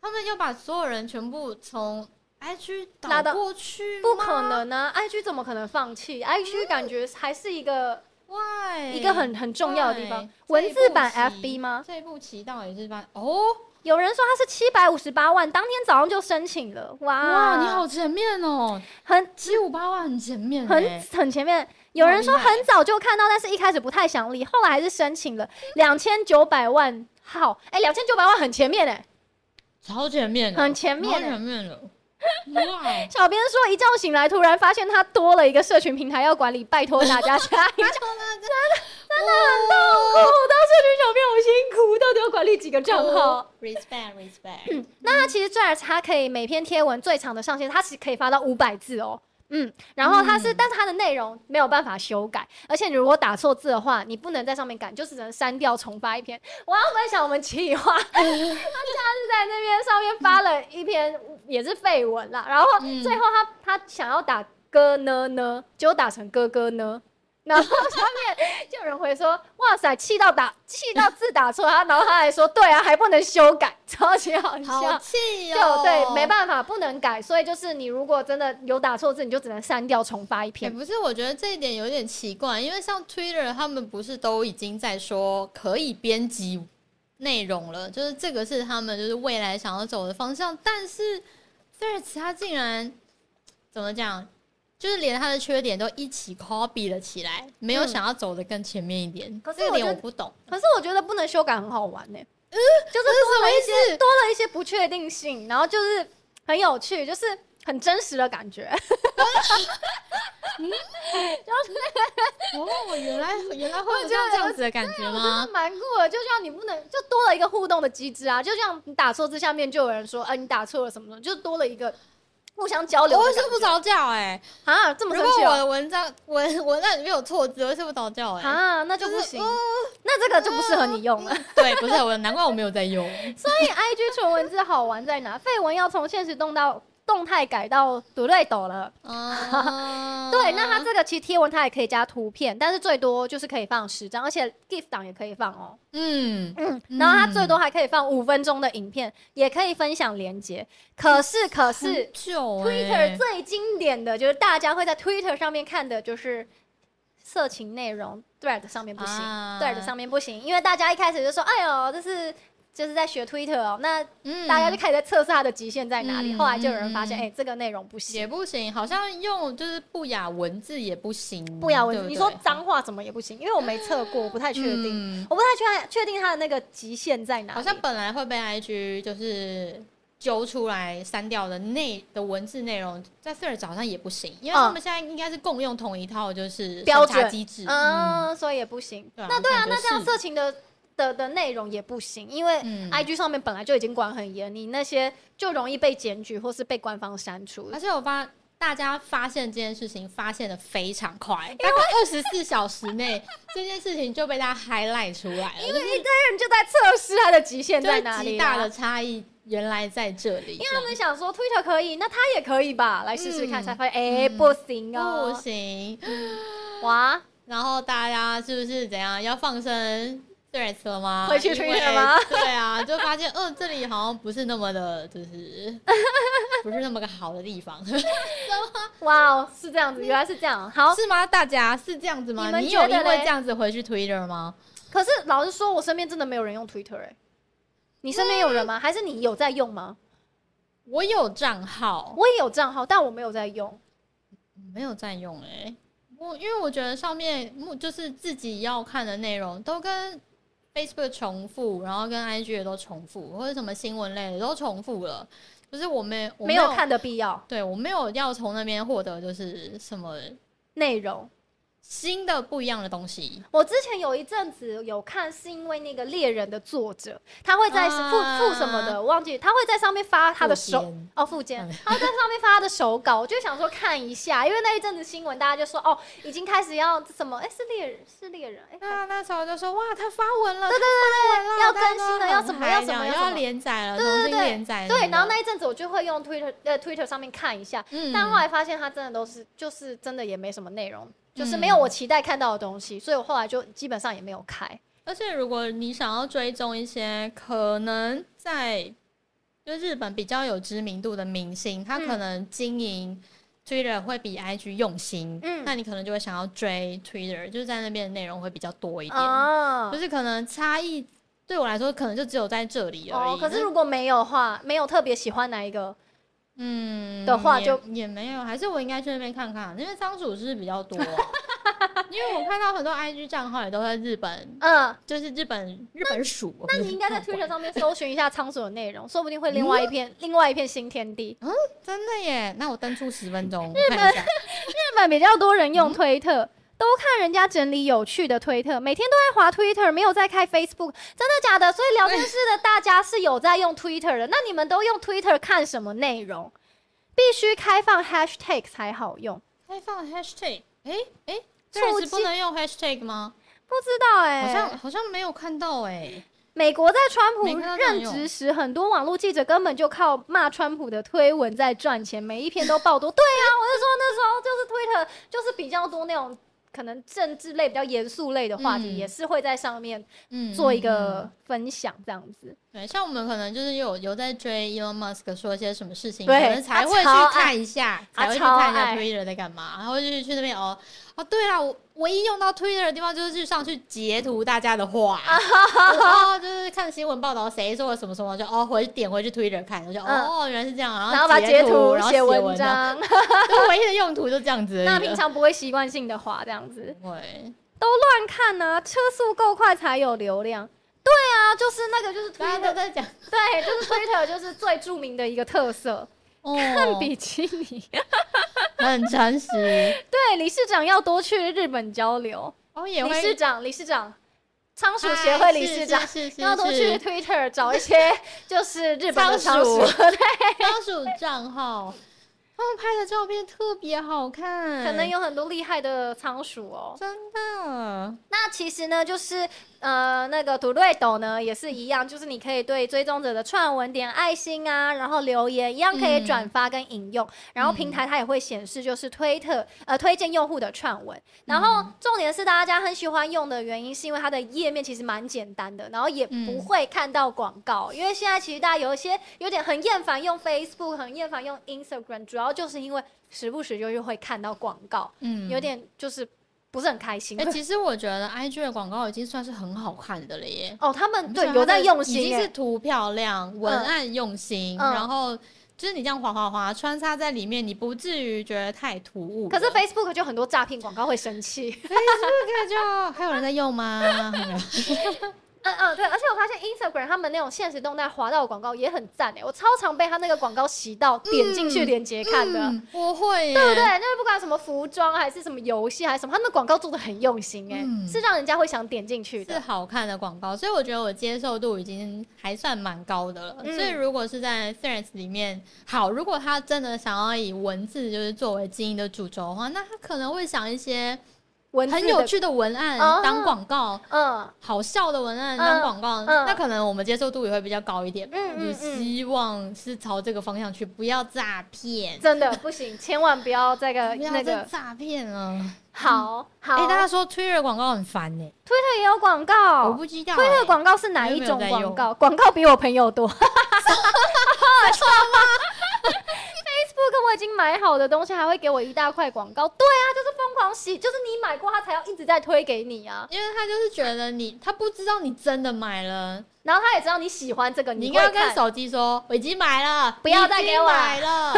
Speaker 2: 他们又把所有人全部从 IG
Speaker 1: 拉
Speaker 2: 导
Speaker 1: 到
Speaker 2: 过去吗，
Speaker 1: 不可能 <laughs> 啊！IG 怎么可能放弃？IG 感觉还是一个、
Speaker 2: 喂，
Speaker 1: 一个很很重要的地方
Speaker 2: 对。
Speaker 1: 文字版
Speaker 2: 这一步棋
Speaker 1: FB 吗？
Speaker 2: 这一步棋到底是发哦。
Speaker 1: 有人说它是七百五十八万，当天早上就申请了。哇，
Speaker 2: 哇，你好前面哦，
Speaker 1: 很
Speaker 2: 七五八万很前面欸、
Speaker 1: 很很前面。有人说
Speaker 2: 好厉害
Speaker 1: 很早就看到，但是一开始不太想理，后来还是申请了两千九百万号，哎、两千九百万很前面哎、
Speaker 2: 超前面的，
Speaker 1: 很前面
Speaker 2: 超
Speaker 1: 欸
Speaker 2: 前
Speaker 1: <laughs>
Speaker 2: 面了。哇，
Speaker 1: 小编说一觉醒来，突然发现他多了一个社群平台要管理，拜托大家加 <laughs> 油！
Speaker 2: 真的
Speaker 1: 哦，当社群小编我辛苦，到底要管理几个账号？
Speaker 2: ，respect respect，
Speaker 1: 那它其实最 r 它可以每篇贴文最长的上限，它是可以发到五百字哦。嗯，然后它是，但是它的内容没有办法修改，而且你如果打错字的话，你不能在上面改，你就只能删掉重发一篇。我要分享我们企划，他家是在那边上面发了一篇也是废文啦，然后
Speaker 2: 嗯
Speaker 1: 最后他他想要打哥呢呢，结果打成哥哥呢。然后下面就有人回说：“哇塞，气到打，气到字打错。”他然后他还说：“对啊，还不能修改，超级好笑。”
Speaker 2: 好气
Speaker 1: 就
Speaker 2: 哦。
Speaker 1: 对，没办法，不能改，所以就是你如果真的有打错字，你就只能删掉，重发一
Speaker 2: 也
Speaker 1: 篇。
Speaker 2: 不是，我觉得这一点有点奇怪，因为像 Twitter 他们不是都已经在说可以编辑内容了，就是这个是他们就是未来想要走的方向，但是 Threads 它竟然怎么讲，就是连它的缺点都一起 copy 了起来，没有
Speaker 1: 嗯
Speaker 2: 想要走的更前面一点，
Speaker 1: 可是
Speaker 2: 这
Speaker 1: 我
Speaker 2: 点
Speaker 1: 觉
Speaker 2: 嗯我
Speaker 1: 得
Speaker 2: 不懂，
Speaker 1: 可是我觉得不能修改很好玩呢、欸嗯就是
Speaker 2: 这是
Speaker 1: 多
Speaker 2: 什么
Speaker 1: 了一
Speaker 2: 意
Speaker 1: 些
Speaker 2: 思？
Speaker 1: 多了一些不确定性，然后就是很有趣，就是很真实的感觉。
Speaker 2: 哦，原来原来
Speaker 1: 我
Speaker 2: 会有
Speaker 1: 觉得
Speaker 2: 这样子的感觉
Speaker 1: 我觉
Speaker 2: 吗
Speaker 1: 得？ <laughs> 蛮酷的，就像你不能就多了一个互动的机制啊，就像你打错字，下面就有人说，呃，你打错了什么什么，就多了一个互相交流
Speaker 2: 我
Speaker 1: 的
Speaker 2: 会
Speaker 1: 感觉。
Speaker 2: 睡不着觉哎、
Speaker 1: 啊，这么
Speaker 2: 如
Speaker 1: 生
Speaker 2: 果
Speaker 1: 气
Speaker 2: 我
Speaker 1: 哦
Speaker 2: 的文章文文案里面有错字，我会睡不着觉哎、
Speaker 1: 啊，那就不
Speaker 2: 是
Speaker 1: 行，那这个就不适合你用了。
Speaker 2: <laughs> 对，不是我，难怪我没有在用。
Speaker 1: 所以 IG 纯文字好玩在哪？绯闻要从现实动到动态改到独类抖了。
Speaker 2: <laughs> 哦
Speaker 1: 对，那它这个其实贴文它也可以加图片，但是最多就是可以放十张，而且 GIF 档也可以放哦。
Speaker 2: 嗯，
Speaker 1: 嗯，然后它最多还可以放五分钟的影片，也可以分享连接。可是，可是
Speaker 2: 很久哎、
Speaker 1: Twitter 最经典的就是大家会在 Twitter 上面看的就是色情内容 Thread 上面不行、
Speaker 2: 啊
Speaker 1: t h r e a d 上面不行，因为大家一开始就说，哎呦，这是就是在学 Twitter 哦，那
Speaker 2: 嗯
Speaker 1: 大家就开始在测试它的极限在哪里。
Speaker 2: 嗯
Speaker 1: 后来就有人发现，
Speaker 2: 嗯嗯
Speaker 1: 哎、这个内容不
Speaker 2: 也
Speaker 1: 行，
Speaker 2: 不行，好像用就是不雅文字也不行，
Speaker 1: 不雅文
Speaker 2: 对
Speaker 1: 字，
Speaker 2: 不
Speaker 1: 你
Speaker 2: 对
Speaker 1: 说脏话怎么也不行，因为我没测过，我不 <laughs> 太确定，
Speaker 2: 嗯
Speaker 1: 我不太确确定它的那个极限在哪里。
Speaker 2: 好像本来会被 IG 就是揪出来删掉的内的文字内容，在 Third 早上也不行，因为他们现在应该是共用同一套就是
Speaker 1: 嗯标
Speaker 2: 审查
Speaker 1: 准
Speaker 2: 机制。嗯，
Speaker 1: 嗯，所以也不行。
Speaker 2: 对啊
Speaker 1: 那对啊
Speaker 2: 感，觉
Speaker 1: 那这样
Speaker 2: 是
Speaker 1: 色情的的的内容也不行，因为
Speaker 2: 嗯
Speaker 1: I G 上面本来就已经管很严，你那些就容易被检举或是被官方删除
Speaker 2: 而。且我发大家发现这件事情发现的非常快，大概二十四小时内这件事情就被大家 highlight 出来了，因为
Speaker 1: 那人就在测试它的极限在
Speaker 2: 就是
Speaker 1: 哪
Speaker 2: 极
Speaker 1: 里
Speaker 2: 大
Speaker 1: 啦
Speaker 2: 的。差异原来在这里，
Speaker 1: 因为他们想说 Twitter 可以，那他也可以吧？来试试看，
Speaker 2: 嗯
Speaker 1: 才发现哎、
Speaker 2: 嗯
Speaker 1: 不行
Speaker 2: 这样
Speaker 1: 哦
Speaker 2: 不，行。
Speaker 1: 哇，
Speaker 2: 然后大家是不是怎样要放生 threats 了吗？
Speaker 1: 回去
Speaker 2: 因为
Speaker 1: Twitter 吗 <laughs>
Speaker 2: 对啊，就发现哦，这里好像不是那么的，就是
Speaker 1: <laughs>
Speaker 2: 不是那么个好的地方，
Speaker 1: 哇哦，是这样子，原来是这样。好，
Speaker 2: 嗯是吗？大家是这样子吗？
Speaker 1: 哦你们
Speaker 2: 你
Speaker 1: 觉
Speaker 2: 有
Speaker 1: 得
Speaker 2: 因为
Speaker 1: 嘞
Speaker 2: 这样子回去 Twitter 吗？
Speaker 1: 可是老实说，我身边真的没有人用 Twitter 哎、你身
Speaker 2: 嗯
Speaker 1: 边有人吗？还是你有在用吗？
Speaker 2: 我有账号，
Speaker 1: 我也有账号，但我没有在用。
Speaker 2: 没有在用哎、我因为我觉得上面目就是自己要看的内容都跟 Facebook 重复，然后跟 IG 也都重复，或者什么新闻类的都重复了，就是我没我
Speaker 1: 没有看的必要
Speaker 2: 对我没有要从那边获得就是什么
Speaker 1: 内容。
Speaker 2: 新的不一样的东西。
Speaker 1: 我之前有一阵子有看，是因为那个猎人的作者，他会在
Speaker 2: 啊
Speaker 1: 附附什么的，我忘记，他会在上面发他的
Speaker 2: 附
Speaker 1: 手
Speaker 2: 件
Speaker 1: 哦附件
Speaker 2: 嗯，
Speaker 1: 他会在上面发他的手稿，我就想说看一下，因为那一阵子新闻大家就说哦，已经开始要什么，哎、是猎人是猎人，哎、
Speaker 2: 那那时候就说哇，他发文了，对
Speaker 1: 要更新了，要什么要什么
Speaker 2: 要
Speaker 1: 什么
Speaker 2: 连载了，
Speaker 1: 对
Speaker 2: 重
Speaker 1: 对对
Speaker 2: 新连载什么的。
Speaker 1: 对，然后那一阵子我就会用 Twitter 呃 Twitter 上面看一下，
Speaker 2: 嗯
Speaker 1: 但后来发现它真的都是就是真的也没什么内容，就是没
Speaker 2: 嗯
Speaker 1: 有我期待看到的东西，所以我后来就基本上也没有开。
Speaker 2: 而且如果你想要追踪一些可能在就日本比较有知名度的明星，他
Speaker 1: 嗯
Speaker 2: 可能经营 Twitter 会比 IG 用心，
Speaker 1: 嗯
Speaker 2: 那你可能就会想要追 Twitter，就是在那边的内容会比较多一点，
Speaker 1: 啊
Speaker 2: 就是可能差异对我来说可能就只有在这里而已。
Speaker 1: 哦，可是
Speaker 2: 那
Speaker 1: 如果没有的话，没有特别喜欢哪一个，
Speaker 2: 嗯
Speaker 1: 的话
Speaker 2: 也
Speaker 1: 就
Speaker 2: 也没有，还是我应该去那边看啊看，因为仓鼠是不是比
Speaker 1: <laughs>
Speaker 2: 较多啊、因为我看到很多 IG 账号也都在日本，
Speaker 1: 嗯，
Speaker 2: 就是日本日本鼠。
Speaker 1: 那你应该在 Twitter 上面搜寻一下仓鼠的内容，说不定会另
Speaker 2: 嗯
Speaker 1: 外一片、另外一片新天地。
Speaker 2: 真的耶，那我登出十分 <laughs> 钟，我看一下。
Speaker 1: 日本比较多人
Speaker 2: 嗯
Speaker 1: 用推特。都看人家整理有趣的推特，每天都在滑 Twitter，没有在开 Facebook，真的假的？所以聊天室的大家是有在用 Twitter 的，那你们都用 Twitter 看什么内容？必须开放 Hashtag 才好用，
Speaker 2: 开放 hashtag，哎哎，
Speaker 1: 促
Speaker 2: 这是
Speaker 1: 进
Speaker 2: 不能用 hashtag 吗？
Speaker 1: 不知道哎、
Speaker 2: 好像好像没有看到哎。
Speaker 1: 美国在川
Speaker 2: 没
Speaker 1: 普
Speaker 2: 看到这样
Speaker 1: 任职时，很多网络记者根本就靠骂川普的推文在赚钱，每一篇都爆多。 <laughs> 对啊，我就说那时候就是 Twitter 就是比较多那种可能政治类比较严肃类的话题，
Speaker 2: 嗯
Speaker 1: 也是会在上面
Speaker 2: 嗯
Speaker 1: 做一
Speaker 2: 嗯
Speaker 1: 个分享这样子。
Speaker 2: 对，像我们可能就是有有在追 Elon Musk 说一些什么事情，可
Speaker 1: 对
Speaker 2: 能才
Speaker 1: 他
Speaker 2: 会去
Speaker 1: 超
Speaker 2: 看
Speaker 1: 爱
Speaker 2: 一下，
Speaker 1: 他
Speaker 2: 才会去
Speaker 1: 超
Speaker 2: 看一下
Speaker 1: 爱
Speaker 2: Twitter 在干嘛，然后就是去那边哦哦，对啦，我唯一用到 Twitter 的地方就是去上去截图大家的
Speaker 1: <laughs>
Speaker 2: 话，然后就是看新闻报道谁说了什么什么，就哦回点回去 Twitter 看，我就、
Speaker 1: 嗯
Speaker 2: 哦原来是这样，然后
Speaker 1: 然后把
Speaker 2: 截
Speaker 1: 截图
Speaker 2: 然后
Speaker 1: 写文
Speaker 2: 文，
Speaker 1: 章， <laughs>
Speaker 2: 就唯一的用途就这样子而已了。
Speaker 1: 那平常不会习惯性的滑这样子，
Speaker 2: 对，
Speaker 1: 乱看呢、车速够快才有流量。对啊，就是那个就是
Speaker 2: 大家都
Speaker 1: Twitter，
Speaker 2: 在讲
Speaker 1: 对，就是 Twitter 就是最著名的一个特 <laughs> 色，哦
Speaker 2: 哦，
Speaker 1: 看比基尼。
Speaker 2: 很诚实，
Speaker 1: <laughs> 对，理事长要多去日本交 <laughs> 流。
Speaker 2: 哦也
Speaker 1: 理
Speaker 2: 会
Speaker 1: 事长，理事长，仓鼠
Speaker 2: 嗨
Speaker 1: 协会理事长
Speaker 2: 是是是是
Speaker 1: 要多去
Speaker 2: 是
Speaker 1: Twitter 找一些就是日本的仓
Speaker 2: 仓鼠
Speaker 1: 鼠， <laughs> 对
Speaker 2: 专属账号，他们拍的照片特别好看，
Speaker 1: 可能有很多厉害的仓鼠哦。
Speaker 2: 真的
Speaker 1: 那其实呢，就是呃，那个土瑞斗呢也是一样，就是你可以对追踪者的串文点爱心啊，然后留言一样可以
Speaker 2: 嗯
Speaker 1: 转发跟引用，然后平台它也会显示就是推特呃推荐用户的串文，然后
Speaker 2: 嗯
Speaker 1: 重点是大家很喜欢用的原因是因为它的页面其实蛮简单的，然后也
Speaker 2: 嗯
Speaker 1: 不会看到广告，因为现在其实大家有一些有点很厌烦用 Facebook，很厌烦用 Instagram，主要就是因为时不时就是会看到广告，
Speaker 2: 嗯
Speaker 1: 有点就是不是很开
Speaker 2: <laughs>
Speaker 1: 心。
Speaker 2: 哎、其实我觉得 IG 的广告已经算是很好看的了耶。
Speaker 1: 哦，他们对
Speaker 2: 就是
Speaker 1: 有
Speaker 2: 它的
Speaker 1: 在用心、
Speaker 2: 已经
Speaker 1: 欸
Speaker 2: 是图漂亮，文案用心，
Speaker 1: 嗯
Speaker 2: 然后就是你这样滑滑滑穿插在里面，你不至于觉得太突兀了。
Speaker 1: 可是 Facebook 就很多诈骗广告会生气。
Speaker 2: 这个就还有人在用 <laughs> 吗？
Speaker 1: <laughs> 嗯嗯，对，而且我发现 Instagram 他们那种现实动态滑到的广告也很赞哎、我超常被他那个广告洗到，点进去链接看的。
Speaker 2: 嗯我会耶，
Speaker 1: 对不对？就是不管什么服装啊还是什么游戏还是什么，他们的广告做的很用心哎、
Speaker 2: 嗯
Speaker 1: 是让人家会想点进去
Speaker 2: 是
Speaker 1: 的。
Speaker 2: 好看的广告，所以我觉得我接受度已经还算蛮高的了。
Speaker 1: 嗯
Speaker 2: 所以如果是在 Threads 里面，好，如果他真的想要以文字就是作为经营的主轴的话，那他可能会想一些
Speaker 1: 文字
Speaker 2: 很
Speaker 1: 的
Speaker 2: 有，趣的文案
Speaker 1: 哦
Speaker 2: 当广告，
Speaker 1: 嗯
Speaker 2: 好笑的文案
Speaker 1: 嗯
Speaker 2: 当广告，
Speaker 1: 嗯
Speaker 2: 那可能我们接受度也会比较高一点。
Speaker 1: 嗯
Speaker 2: 你
Speaker 1: 嗯嗯，
Speaker 2: 希望是朝这个方向去，不要诈骗，
Speaker 1: 真的不行，千万不要这 <laughs> 嗯个
Speaker 2: 不要
Speaker 1: 那
Speaker 2: 再
Speaker 1: 个。
Speaker 2: 诈骗了。
Speaker 1: 好好，啊
Speaker 2: 哎、大家说 Twitter 广告很烦呢、
Speaker 1: 推特也有广告，
Speaker 2: 我不知道、欸。
Speaker 1: 哦推特广告是哪一种
Speaker 2: 你有没有在
Speaker 1: 广
Speaker 2: 用
Speaker 1: 告？广告比我朋友多。Facebook 我已经买好的东西还会给我一大块广告，对啊，就是疯狂洗，就是你买过它才要一直在推给你啊。
Speaker 2: 因为他就是觉得你，他不知道你真的买了，
Speaker 1: 然后他也知道你喜欢这个，
Speaker 2: 你应
Speaker 1: 会
Speaker 2: 该要
Speaker 1: 看
Speaker 2: 跟手机说我已经买了，
Speaker 1: 不要再给 <laughs> 我
Speaker 2: 已经买了。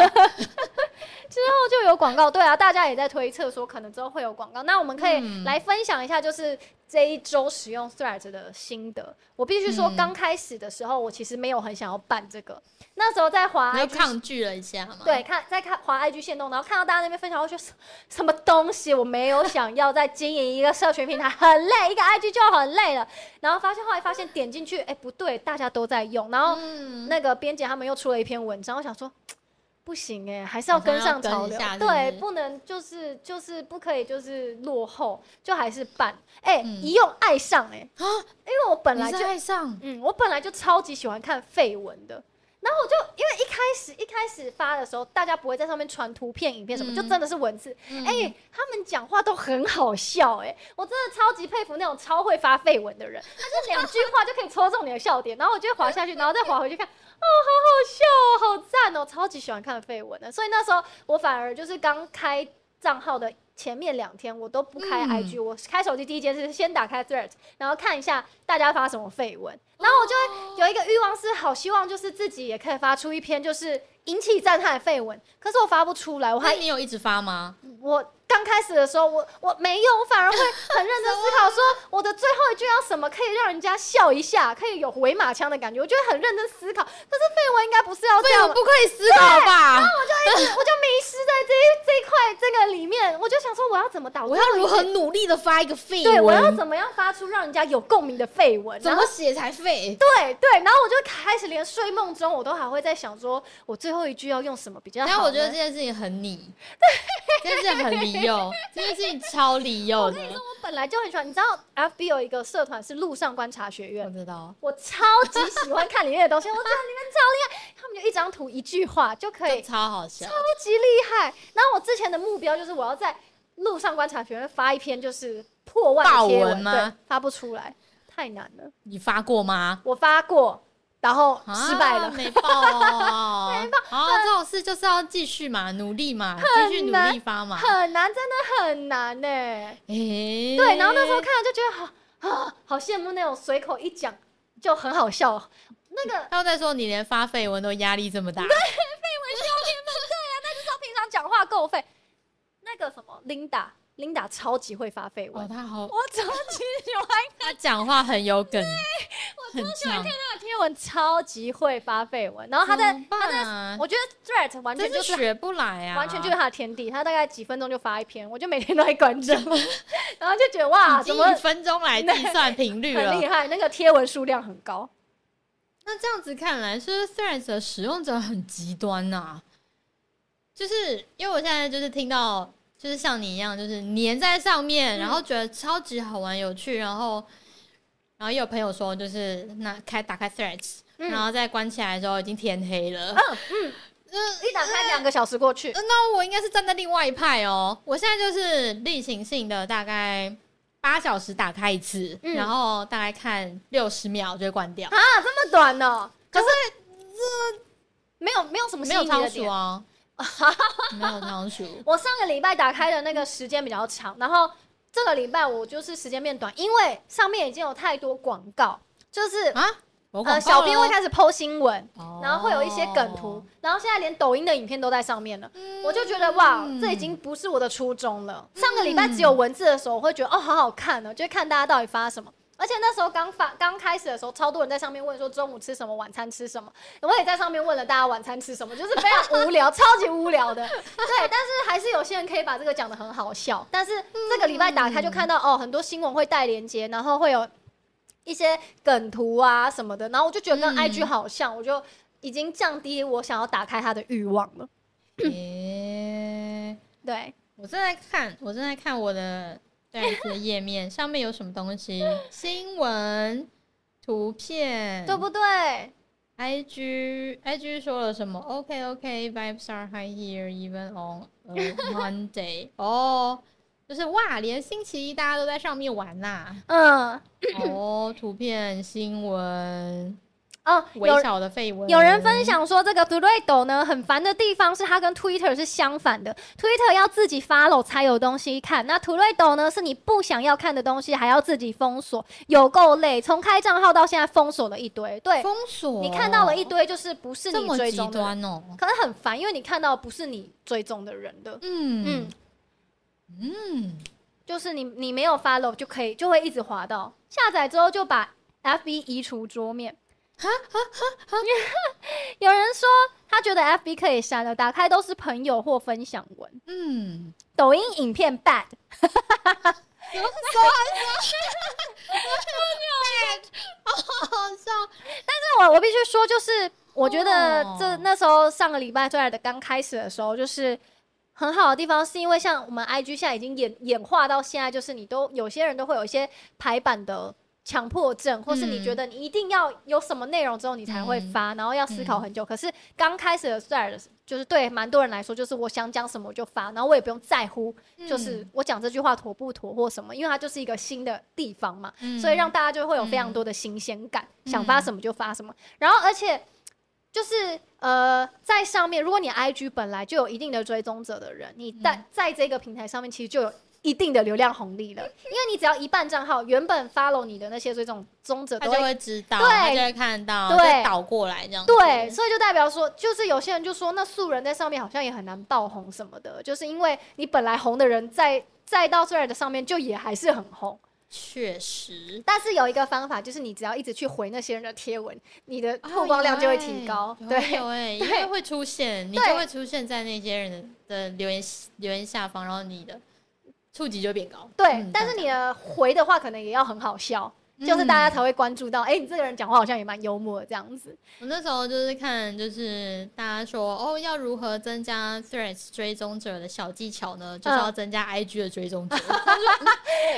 Speaker 1: 之后就有广告，对啊，大家也在推测说可能之后会有广告。那我们可以
Speaker 2: 嗯
Speaker 1: 来分享一下，就是这一周使用 Threads 的心得。我必须说，
Speaker 2: 嗯
Speaker 1: 刚开始的时候，我其实没有很想要办这个，那时候在滑
Speaker 2: 你就
Speaker 1: IG
Speaker 2: 抗拒了一下嘛。，
Speaker 1: 对，看在看滑 IG 线动，然后看到大家那边分享，我就说什么东西，我没有想要再经营一个社群平台，很累，一个 IG 就很累了。然后发现后来发现点进去，哎、不对，大家都在用，然后
Speaker 2: 嗯，
Speaker 1: 哦那个编辑他们又出了一篇文章，我想说。不行哎、还是要
Speaker 2: 好像
Speaker 1: 跟
Speaker 2: 要
Speaker 1: 上
Speaker 2: 跟
Speaker 1: 潮
Speaker 2: 一
Speaker 1: 流，
Speaker 2: 下是不
Speaker 1: 对
Speaker 2: 是，
Speaker 1: 不能就是就是不可以就是落后，就还是办哎、
Speaker 2: 嗯
Speaker 1: 一用爱上哎、
Speaker 2: 啊
Speaker 1: 因为我本
Speaker 2: 你
Speaker 1: 来
Speaker 2: 是
Speaker 1: 就
Speaker 2: 爱上，
Speaker 1: 嗯，我本来就超级喜欢看绯闻的，然后我就因为一开始一开始发的时候，大家不会在上面传图片、影片什么，
Speaker 2: 嗯
Speaker 1: 就真的是文字。哎、
Speaker 2: 嗯，
Speaker 1: 他们讲话都很好笑、哎，我真的超级佩服那种超会发绯闻的
Speaker 2: <laughs>
Speaker 1: 人，他就两句话就可以戳中你的笑点，然后我就滑下去，然后再滑回去看，哦，好好笑哦，好赞哦，超级喜欢看绯闻的。所以那时候我反而就是刚开账号的。前面两天我都不开
Speaker 2: 嗯
Speaker 1: IG，、我开手机第一件事先打开 Threads，然后看一下大家发什么绯闻，然后我就
Speaker 2: 哦
Speaker 1: 会有一个欲望是好希望就是自己也可以发出一篇就是引起赞叹的绯闻，可是我发不出来，我
Speaker 2: 我
Speaker 1: 还
Speaker 2: 还你有一直发吗？
Speaker 1: 我刚开始的时候，我我没有，我反而会很认真思考，说我的最后一句要什么可以让人家笑一下，可以有回马枪的感觉，我就会很认真思考。可是绯闻应该不是要这啊
Speaker 2: 对，
Speaker 1: 样
Speaker 2: 我
Speaker 1: 吧，
Speaker 2: 不可以思考吧？
Speaker 1: 我就一直我就迷失在这一这一块这个里面，我就想说我要怎么打，
Speaker 2: 我要如何努力的发一个废
Speaker 1: 对
Speaker 2: 文？
Speaker 1: 我要怎么样发出让人家有共鸣的啊绯闻，
Speaker 2: 怎
Speaker 1: 然后
Speaker 2: 么写才废？
Speaker 1: 对对，然后我就开始连睡梦中我都还会在想说，我最后一句要用什么比较好呢。
Speaker 2: 但我觉得这件事情很你，这件事情很李佑，这件事情超李佑的，
Speaker 1: 我本来就很喜欢，你知道 FB 有一个社团是路上观察学院
Speaker 2: 我。知道。
Speaker 1: 我超级喜欢看里面的东西，我
Speaker 2: <laughs>
Speaker 1: 觉得里面超厉害。他们就一张图一句话就可
Speaker 2: 就
Speaker 1: 以，超
Speaker 2: 超好笑，
Speaker 1: 级厉害。然后我之前的目标就是我要在路上观察学院发一篇就是破万的贴
Speaker 2: 爆文
Speaker 1: 文，
Speaker 2: 吗
Speaker 1: 对，发不出来，太难了。
Speaker 2: 你发过吗？
Speaker 1: 我发过，然后
Speaker 2: 啊
Speaker 1: 失败了。
Speaker 2: 没报
Speaker 1: <laughs>
Speaker 2: 哦，没报。好，这种事就是要继续嘛，努力嘛，继续努
Speaker 1: 难
Speaker 2: 力发嘛。
Speaker 1: 很难，真的很难呢、
Speaker 2: 诶，
Speaker 1: 对，然后那时候看了就觉得好啊，好羡慕那种随口一讲就很好笑。那个
Speaker 2: 他又在说你连发绯闻都压力这么大，
Speaker 1: 他平常讲话够费，那个什么琳达，琳达超级会发绯闻
Speaker 2: 哦，，他好，
Speaker 1: 我超级喜欢看
Speaker 2: 他讲话很有梗，很强，
Speaker 1: 他的贴文，超级会发绯闻。然后他在，
Speaker 2: 怎么办啊，
Speaker 1: 我觉得 Thread 完全
Speaker 2: 真
Speaker 1: 就是是
Speaker 2: 学不来啊，
Speaker 1: 完全就是他的天地，他大概几分钟就发一篇，我就每天都在关注， <laughs> 然后就觉得哇，
Speaker 2: 已
Speaker 1: 啊怎
Speaker 2: 经
Speaker 1: 么
Speaker 2: 以分钟来计算频率
Speaker 1: <laughs> 很厉
Speaker 2: 了。
Speaker 1: 害，那个贴文数量很高。
Speaker 2: 那这样子看来，是不是 Threads 的使用者很极端呐、就是因为我现在就是听到，就是像你一样，就是黏在上面，
Speaker 1: 嗯
Speaker 2: 然后觉得超级好玩有趣，然后，然后也有朋友说，就是那开打开 Threads，、
Speaker 1: 嗯
Speaker 2: 然后再关起来的时候已经天黑了。
Speaker 1: 一打开两个小时过去，
Speaker 2: 呃那我应该是站在另外一派哦。我现在就是例行性的大概八小时打开一次，
Speaker 1: 嗯
Speaker 2: 然后大概看六十秒就会关掉，
Speaker 1: 这么短呢？可是没有没有什么吸引
Speaker 2: 没有
Speaker 1: 你的
Speaker 2: 仓鼠
Speaker 1: 点。 <laughs>
Speaker 2: 哦，没有仓鼠。
Speaker 1: 我上个礼拜打开的那个时间比较长，然后这个礼拜我就是时间变短，因为上面已经有太多广告，就是
Speaker 2: 啊，我广告
Speaker 1: 呃，小编会
Speaker 2: 了
Speaker 1: 开始剖新闻，
Speaker 2: 哦
Speaker 1: 然后会有一些梗图，然后现在连抖音的影片都在上面了。
Speaker 2: 嗯
Speaker 1: 我就觉得哇，这已经不是我的初衷了。上个礼拜只有文字的时候，我会觉得哦，好好看哦，就会看大家到底发什么。而且那时候刚发刚开始的时候，超多人在上面问说中午吃什么，晚餐吃什么。我也在上面问了大家晚餐吃什么，就是非常无
Speaker 2: <laughs>
Speaker 1: 聊，超级无聊的。对，但是还是有些人可以把这个讲的很好笑。但是这个礼拜打开就看到、哦，很多新闻会带连接，然后会有一些梗图啊什么的，然后我就觉得跟
Speaker 2: 嗯
Speaker 1: IG 好像，我就已经降低我想要打开它的欲望了。
Speaker 2: 耶
Speaker 1: 对，
Speaker 2: 我正在看，我正在看我的 Diary 的页面，上面有什么东西？新闻、图片，
Speaker 1: 对不对？
Speaker 2: I G I G 说了什么？OK OK vibes are high here even on a Monday <laughs> 哦、就是哇，连星期一大家都在上面玩呐、
Speaker 1: 嗯，
Speaker 2: 哦，图片、新闻、
Speaker 1: 哦，
Speaker 2: 微
Speaker 1: 有
Speaker 2: 小的绯闻，
Speaker 1: 有人分享说，这个 d u r a d o 呢很烦的地方是它跟 Twitter 是相反的，Twitter 要自己 follow 才有东西看，那 d u r a d o 呢是你不想要看的东西还要自己封锁，有够累。从开账号到现在封锁了一堆，对
Speaker 2: 哎封锁，
Speaker 1: 你看到了一堆就是不是
Speaker 2: 这
Speaker 1: 你
Speaker 2: 么
Speaker 1: 追
Speaker 2: 极
Speaker 1: 踪的人，
Speaker 2: 端哦，
Speaker 1: 可能很烦，因为你看到不是你追踪的人的，
Speaker 2: 嗯
Speaker 1: 嗯
Speaker 2: 嗯，嗯，
Speaker 1: 就是你你没有 follow 就可以就会一直滑到，下载之后就把 FB 移除桌面。 <laughs> 有人说他觉得 FB 可以删了，打开都是朋友或分享文，
Speaker 2: 嗯
Speaker 1: 抖音影片 bad。
Speaker 2: 好笑，
Speaker 1: 但是我我必须说，就是我觉得
Speaker 2: 哦
Speaker 1: 这那时候上个礼拜最爱的刚开始的时候，就是。很好的地方是因为像我们 IG 现在已经演演化到现在，就是你都有些人都会有一些排版的强迫症，或是你
Speaker 2: 嗯
Speaker 1: 觉得你一定要有什么内容之后你才会发，然后要思考很
Speaker 2: 嗯
Speaker 1: 久。可是刚开始的 s t a r 就是对蛮多人来说，就是我想讲什么我就发，然后我也不用在乎，
Speaker 2: 嗯
Speaker 1: 就是我讲这句话妥不妥或什么，因为它就是一个新的地方嘛。
Speaker 2: 嗯
Speaker 1: 所以让大家就会有非常多的新鲜感，想发什么就发什么。然后而且就是呃，在上面，如果你 IG 本来就有一定的追踪者的人，你在、
Speaker 2: 嗯
Speaker 1: 在这个平台上面其实就有。一定的流量红利了，因为你只要一半账号原本 follow 你的那些追踪踪者
Speaker 2: 他
Speaker 1: 都
Speaker 2: 就
Speaker 1: 会
Speaker 2: 会知道，
Speaker 1: 对
Speaker 2: 他就会看到，
Speaker 1: 对
Speaker 2: 就倒过来这样子，
Speaker 1: 对，所以就代表说，就是有些人就说，那素人在上面好像也很难爆红什么的，就是因为你本来红的人在再到虽然的上面就也还是很红，
Speaker 2: 确实，
Speaker 1: 但是有一个方法，就是你只要一直去回那些人的贴文，你的曝光量就会提高。
Speaker 2: 哦有欸
Speaker 1: 对
Speaker 2: 有哎、欸，
Speaker 1: 对
Speaker 2: 因为会出现，你
Speaker 1: 对
Speaker 2: 就会出现在那些人的的留言留言下方，然后你的触及就会变高。
Speaker 1: 对
Speaker 2: 嗯，
Speaker 1: 但是你的回的话，可能也要很好笑，就是
Speaker 2: 嗯
Speaker 1: 大家才会关注到，哎，你这个人讲话好像也蛮幽默的这样子。
Speaker 2: 我那时候就是看，就是大家说哦，要如何增加 Threads 追踪者的小技巧呢？就是要增加 IG 的追踪者。
Speaker 1: 嗯 <laughs>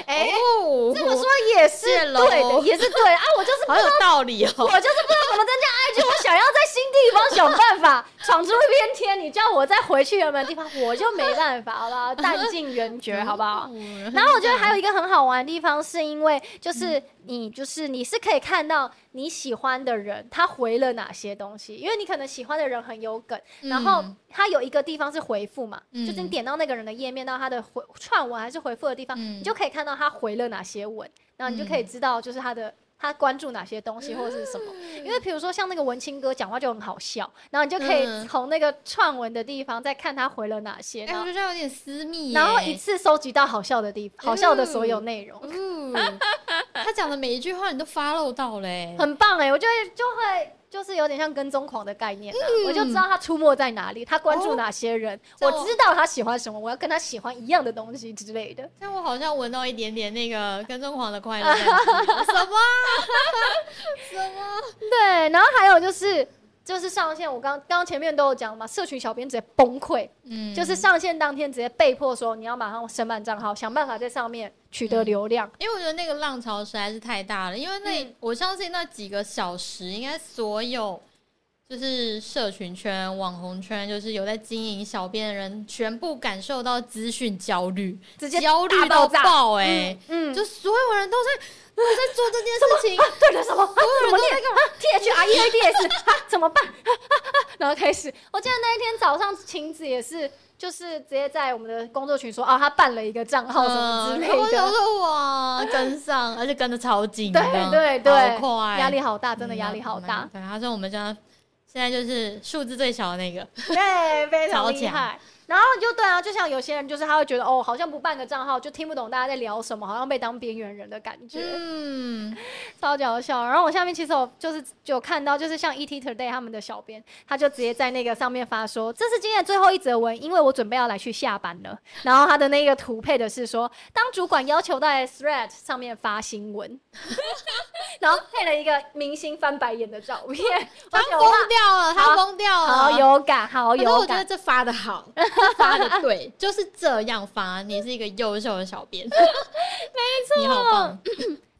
Speaker 1: 哎，
Speaker 2: 哦，
Speaker 1: 这么说也是
Speaker 2: 谢喽
Speaker 1: 对的，也是对的啊，我就是不
Speaker 2: <laughs> 好有道理
Speaker 1: 我
Speaker 2: 哦。
Speaker 1: 就是不知道怎么增加 IG，我想要在新地方想办法闯出一片天。你叫我再回去原本的地方，我就没办法，好不
Speaker 2: <laughs>
Speaker 1: 好？弹尽援绝，好不好？
Speaker 2: 嗯
Speaker 1: 然后我觉得还有一个很好玩的地方，是因为就是你就是你是可以看到你喜欢的人他回了哪些东西，因为你可能喜欢的人很有梗，然后
Speaker 2: 嗯
Speaker 1: 他有一个地方是回复嘛，
Speaker 2: 嗯
Speaker 1: 就是你点到那个人的页面，到他的回串文还是回复的地方，
Speaker 2: 嗯
Speaker 1: 你就可以看到他回了哪些文，然后你就可以知道就是他
Speaker 2: 嗯
Speaker 1: 的。他关注哪些东西或者是什么？因为比如说像那个文青哥讲话就很好笑，然后你就可以
Speaker 2: 嗯
Speaker 1: 从那个串文的地方地方再看他回了哪些，
Speaker 2: 哎、
Speaker 1: 然
Speaker 2: 我
Speaker 1: 后
Speaker 2: 觉得这样有点私密耶、
Speaker 1: 然后一次收集到好笑的地好笑的所有内容。
Speaker 2: 哦，他讲的每一句话你都 follow 到嘞、
Speaker 1: 很棒哎、我就会就会就是有点像跟踪狂的概念、啊我就知道他出没在哪里，他关注哪些人，
Speaker 2: 哦
Speaker 1: 我知道他喜欢什么，我要跟他喜欢一样的东西之类的。
Speaker 2: 但我 <laughs> 好像闻到一点点那个跟踪狂的快乐在
Speaker 1: <laughs>
Speaker 2: 里面。什么？什么？
Speaker 1: 对，然后还有就是。就是上线，我刚刚前面都有讲嘛，社群小编直接崩溃，
Speaker 2: 嗯
Speaker 1: 就是上线当天直接被迫说你要马上申办账号，想办法在上面取得流量。
Speaker 2: 因为我觉得那个浪潮实在是太大了，因为那、
Speaker 1: 嗯
Speaker 2: 我相信那几个小时，应该所有就是社群圈、网红圈，就是有在经营小编的人，全部感受到资讯焦虑，
Speaker 1: 直接
Speaker 2: 焦虑
Speaker 1: 大爆
Speaker 2: 到
Speaker 1: 炸
Speaker 2: 爆哎、
Speaker 1: 嗯，
Speaker 2: 就所有人都在都在做这件事情，
Speaker 1: 对了，什么？啊、
Speaker 2: 有人
Speaker 1: 怎么
Speaker 2: 都在
Speaker 1: 练啊？T H R E <laughs> A D S 啊？怎么办？啊啊啊！然后开始，我记得那一天早上晴子也是，就是直接在我们的工作群说，哦，他办了一个账 <laughs> 号什么之类
Speaker 2: 嗯我想
Speaker 1: 的，
Speaker 2: 说哇，跟上，而且跟的超紧的，
Speaker 1: 对对对，
Speaker 2: 好快，
Speaker 1: 压力好大，真的压力好大
Speaker 2: 嗯。，对，他说我们家现在就是数字最小的那个，
Speaker 1: 对，非常
Speaker 2: 超
Speaker 1: 厉
Speaker 2: 强
Speaker 1: 害。然后就对啊，就像有些人，就是他会觉得哦，好像不办个账号就听不懂大家在聊什么，好像被当边缘人的感觉，
Speaker 2: 嗯，
Speaker 1: 超级好笑。然后我下面其实我就是有看到，就是像 ET Today 他们的小编，他就直接在那个上面发说，这是今天的最后一则文，因为我准备要来去下班了。然后他的那个图配的是说，当主管要求在 Thread 上面发新闻， <laughs> 然后配了一个明星翻白眼的照片，
Speaker 2: 他
Speaker 1: 而且
Speaker 2: 疯
Speaker 1: 我
Speaker 2: 掉了，他
Speaker 1: 好
Speaker 2: 疯掉了，
Speaker 1: 好有感，好
Speaker 2: 可是
Speaker 1: 有
Speaker 2: 我觉得
Speaker 1: 感。
Speaker 2: 这发的好，这发的对，就是这样发。你是一个优秀的小编，没错，你好棒。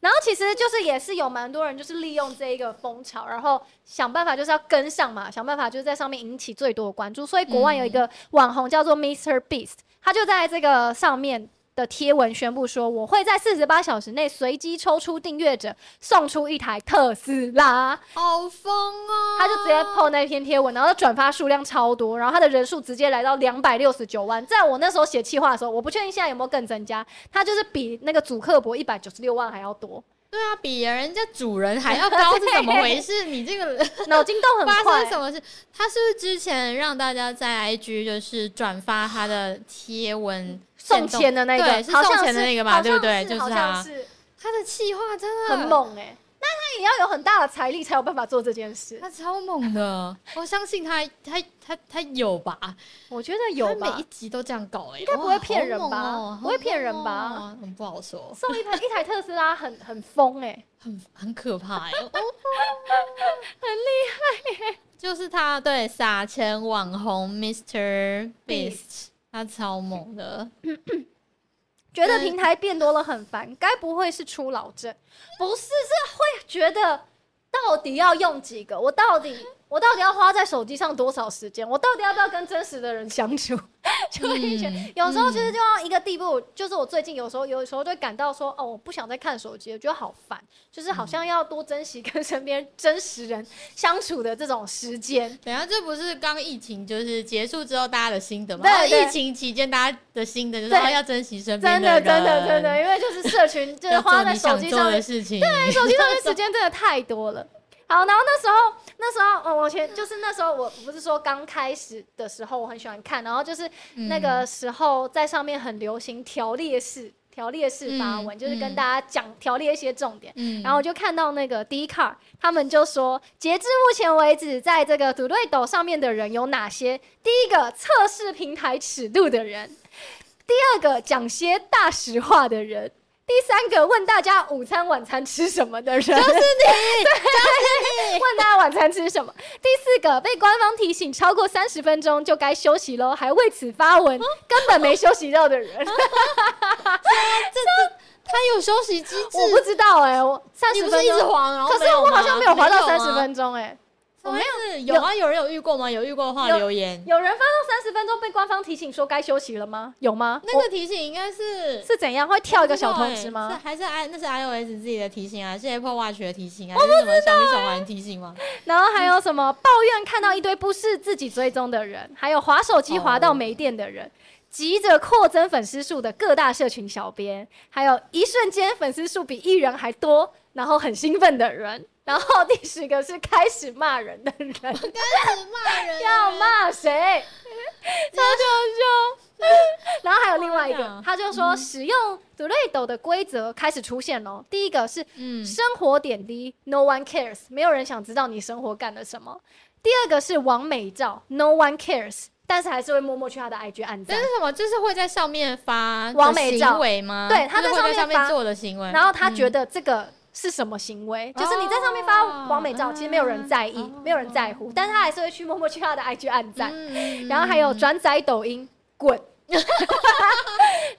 Speaker 1: 然后其实就是也是有蛮多人就是利用这一个风潮，然后想办法就是要跟上嘛，想办法就是在上面引起最多的关注。所以国外有一个网红叫做 Mr Beast，他就在这个上面。的贴文宣布说，我会在四十八小时内随机抽出订阅者，送出一台特斯拉。
Speaker 2: 好疯哦！
Speaker 1: 他就直接 PO 那篇贴文，然后转发数量超多，然后他的人数直接来到两百六十九万。在我那时候写企划的时候，我不确定现在有没有更增加，他就是比那个主客博一百九十六万还要多，
Speaker 2: 对啊，比人家主人还要高是怎么回事？你这个人
Speaker 1: 脑筋动
Speaker 2: 发
Speaker 1: <laughs> 很快、
Speaker 2: 生什么事？他是不是之前让大家在 IG 就是转发他的贴文
Speaker 1: 送钱的那个，
Speaker 2: 对是
Speaker 1: 好像
Speaker 2: 送钱的那个吧
Speaker 1: 好像
Speaker 2: 对不对就是
Speaker 1: 好
Speaker 2: 他
Speaker 1: 像是
Speaker 2: 他的气话真的
Speaker 1: 很，猛哎、那他也要有很大的财力才有办法做这件事，
Speaker 2: 他超猛的。我相信他，他他他有吧？
Speaker 1: <laughs> 我觉得有
Speaker 2: 他每
Speaker 1: 吧
Speaker 2: 一。集都这样搞、哎，应
Speaker 1: 该不会骗人吧不会骗人吧？
Speaker 2: 哦好猛哦嗯不好说，
Speaker 1: 送一台一台特斯拉很很疯哎、
Speaker 2: 很很可怕、
Speaker 1: <laughs>
Speaker 2: 哎，哦，很厉害、 <laughs> 欸就是他对撒钱网红 Mr. Beast，他超猛的，
Speaker 1: 觉得平台变多了很烦，该不会是初老症？不是，是会觉得到底要用几个？我到底我到底要花在手机上多少时间？我到底要不要跟真实的人相处？ <laughs> 就会觉得、
Speaker 2: 嗯
Speaker 1: 有时候其实就到一个地步，就是我最近有时候有时候就会感到说，哦，我不想再看手机了，觉得好烦，就是好
Speaker 2: 嗯
Speaker 1: 像要多珍惜跟身边真实人相处的这种时间。
Speaker 2: 等一下这不是刚疫情就是结束之后大家的心得吗？
Speaker 1: 对
Speaker 2: 然后
Speaker 1: 对
Speaker 2: 疫情期间大家的心得就是
Speaker 1: 对
Speaker 2: 哦要珍惜身边
Speaker 1: 真的，
Speaker 2: 人
Speaker 1: 真的，真的，因为就是社群，就是
Speaker 2: 要
Speaker 1: 花
Speaker 2: 做
Speaker 1: 在
Speaker 2: 你
Speaker 1: 手
Speaker 2: 想
Speaker 1: 机
Speaker 2: 做
Speaker 1: 上面
Speaker 2: 的事情，对，
Speaker 1: 手机上面时间真的太多了。好，然后那时候，那时候，哦，我前就是那时候，我不是说刚开始的时候，我很喜欢看，然后就是那
Speaker 2: 嗯
Speaker 1: 个时候在上面很流行条列式、条列式发文，
Speaker 2: 嗯
Speaker 1: 就是跟
Speaker 2: 嗯
Speaker 1: 大家讲条列一些重点。
Speaker 2: 嗯，
Speaker 1: 然后我就看到那个 d c a r 他们就说，截至目前为止，在这个组队斗上面的人有哪些？第一个，测试平台尺度的人；第二个，讲些大实话的人；第三个，问大家午餐晚餐吃什么的人， <laughs> 就是你，问大家晚餐吃什么；第四个，被官方提醒超过三十分钟就该休息喽，还为此发
Speaker 2: 哦
Speaker 1: 文，根本没休息到的人，
Speaker 2: 他有休息机制，
Speaker 1: 我不知道哎、我三
Speaker 2: 你
Speaker 1: 十
Speaker 2: 不
Speaker 1: 分
Speaker 2: 是一直
Speaker 1: 钟。
Speaker 2: 滑，然后
Speaker 1: 可是
Speaker 2: 没有
Speaker 1: 我好
Speaker 2: 吗
Speaker 1: 像没有滑到
Speaker 2: 没
Speaker 1: 三
Speaker 2: 啊
Speaker 1: 十分钟哎、
Speaker 2: 我没有，有啊，有人有遇过吗？有遇过的话
Speaker 1: 有
Speaker 2: 留言。
Speaker 1: 有人发到三十分钟被官方提醒说该休息了吗？有吗？
Speaker 2: 那个提醒应该是
Speaker 1: 我是怎样会跳一个小通知
Speaker 2: 不知道欸
Speaker 1: 吗
Speaker 2: 是？还是 i 那是 iOS 自己的提醒啊？是 Apple Watch 的提醒啊？还是什么小米手环提醒吗？
Speaker 1: 然后还有什么抱怨看到一堆不是自己追踪的人，还有划手机划到没电的人。急着扩增粉丝数的各大社群小编，还有一瞬间粉丝数比艺人还多，然后很兴奋的人，然后第十个是开始骂人的人，
Speaker 2: 骂
Speaker 1: <laughs>
Speaker 2: 人
Speaker 1: 要骂
Speaker 2: <laughs>
Speaker 1: 谁？超搞笑。 <laughs> 然后还有另外一
Speaker 2: 天
Speaker 1: 个
Speaker 2: 哪，
Speaker 1: 他就说使用 d o r a d o 的规则开始出现了。第一个是
Speaker 2: 嗯，
Speaker 1: 生活点滴，No one cares，没有人想知道你生活干了什么。第二个是完美照，No one cares，但是还是会默默去他的 IG 按
Speaker 2: 这
Speaker 1: 赞
Speaker 2: 是。什么？就是会在上面发
Speaker 1: 完美
Speaker 2: 的
Speaker 1: 照
Speaker 2: 行为吗？
Speaker 1: 对他
Speaker 2: 就是
Speaker 1: 在
Speaker 2: 会在
Speaker 1: 上
Speaker 2: 上
Speaker 1: 面发
Speaker 2: 面做的行为。嗯
Speaker 1: 然后他觉
Speaker 2: 得
Speaker 1: 得这个是什么行为？就是你在上面发完美照，
Speaker 2: 嗯哦
Speaker 1: 其实没有人在意
Speaker 2: 嗯，
Speaker 1: 没有人在乎，但是他还是会去默默去他的 IG 按赞。
Speaker 2: 嗯
Speaker 1: 然后还有转载抖音，
Speaker 2: <laughs>
Speaker 1: 滚，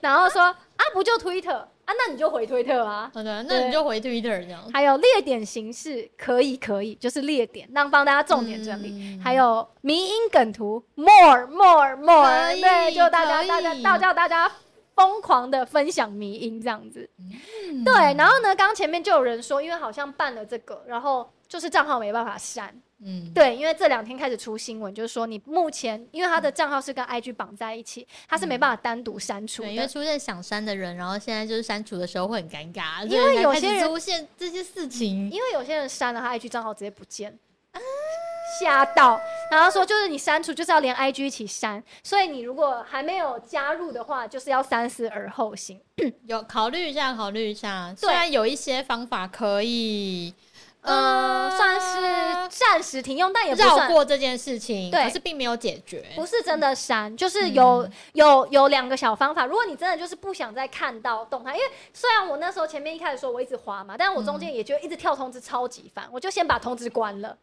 Speaker 1: 然后说啊不就推特啊，那你就回推特啊。
Speaker 2: 好的，那
Speaker 1: 对
Speaker 2: 你就回 Twitter 这样。
Speaker 1: 还有列点形式，可以可以，就是列点，让帮大家重点整理。
Speaker 2: 嗯
Speaker 1: 还有迷音梗图，more more more，
Speaker 2: 可以
Speaker 1: 对，就大家
Speaker 2: 可以
Speaker 1: 大家大家大家疯狂的分享迷音这样子。
Speaker 2: 嗯
Speaker 1: 对，然后呢，刚前面就有人说，因为好像办了这个，然后就是账号没办法删，
Speaker 2: 嗯，
Speaker 1: 对，因为这两天开始出新闻，就是说你目前因为他
Speaker 2: 嗯
Speaker 1: 的账号是跟 IG 绑在一起，他是没办法单独删除
Speaker 2: 对，因为
Speaker 1: 的。
Speaker 2: 出现想删的人，然后现在就是删除的时候会很尴尬，
Speaker 1: 因为
Speaker 2: 所以才
Speaker 1: 有
Speaker 2: 开始
Speaker 1: 些人
Speaker 2: 出现这些事情，
Speaker 1: 因为有些人删了，他 IG 账号直接不见，吓到。然后说就是你删除就是要连 IG 一起删，所以你如果还没有加入的话，就是要三思而后行。
Speaker 2: 有考虑一下，考虑一下。虽然有一些方法可以，呃
Speaker 1: 嗯，算是暂时停用，但也不
Speaker 2: 绕
Speaker 1: 算。
Speaker 2: 过这件事情，
Speaker 1: 对
Speaker 2: 可是并没有解决。
Speaker 1: 不是真的删，就是有、有有两个小方法。如果你真的就是不想再看到动态，因为虽然我那时候前面一开始说我一直滑嘛，但我中间也就一直跳通知，超级烦，我就先把通知关了。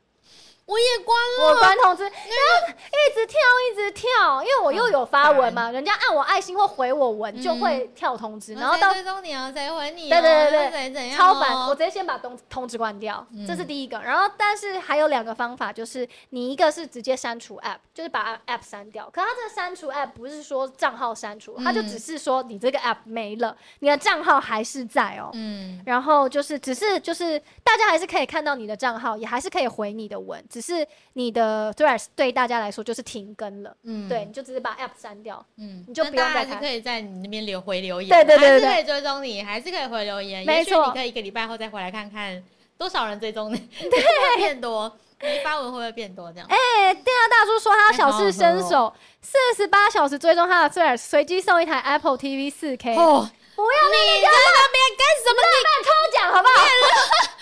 Speaker 2: 我也关了，
Speaker 1: 我关通知，然后一直跳一直跳，因为我又有发文嘛，人家按我爱心或回我文就会跳通知，然后
Speaker 2: 谁
Speaker 1: 到
Speaker 2: 追踪你啊，谁回你、啊？
Speaker 1: 对对对对
Speaker 2: 那谁怎样、哦嗯
Speaker 1: 超烦，我直接先把通通知关掉，这是第一个。然后，但是还有两个方法，就是你一个是直接删除 app，就是把 app 删掉。可它这个删除 app 不是说账号删除，它就
Speaker 2: 嗯
Speaker 1: 只是说你这个 app 没了，你的账号还是在哦。
Speaker 2: 嗯，
Speaker 1: 然后就是，只是就是，大家还是可以看到你的账号，也还是可以回你的文，只是你的 Threads 对大家来说就是停更了，
Speaker 2: 嗯
Speaker 1: 对，，你就只是把 App 删掉，
Speaker 2: 嗯，
Speaker 1: 你就
Speaker 2: 那
Speaker 1: 不用
Speaker 2: 大家
Speaker 1: 再
Speaker 2: 还是
Speaker 1: 看
Speaker 2: 可以在你那边留回留言，
Speaker 1: 对对对对
Speaker 2: 还是可以追踪你，还是可以回留言。
Speaker 1: 没
Speaker 2: 也许
Speaker 1: 错
Speaker 2: 你可以一个礼拜后再回来看看多少人追踪你， <laughs> 对，变多，你发文会不会变多？这样，哎、
Speaker 1: 大叔说他小试身
Speaker 2: 哎还好
Speaker 1: 手，四十八小时追踪他的 t w i t 随机送一台 Apple TV 四 K，浪
Speaker 2: 哦，
Speaker 1: 不
Speaker 2: 要你在那边干什么？
Speaker 1: 漫抽奖好不好？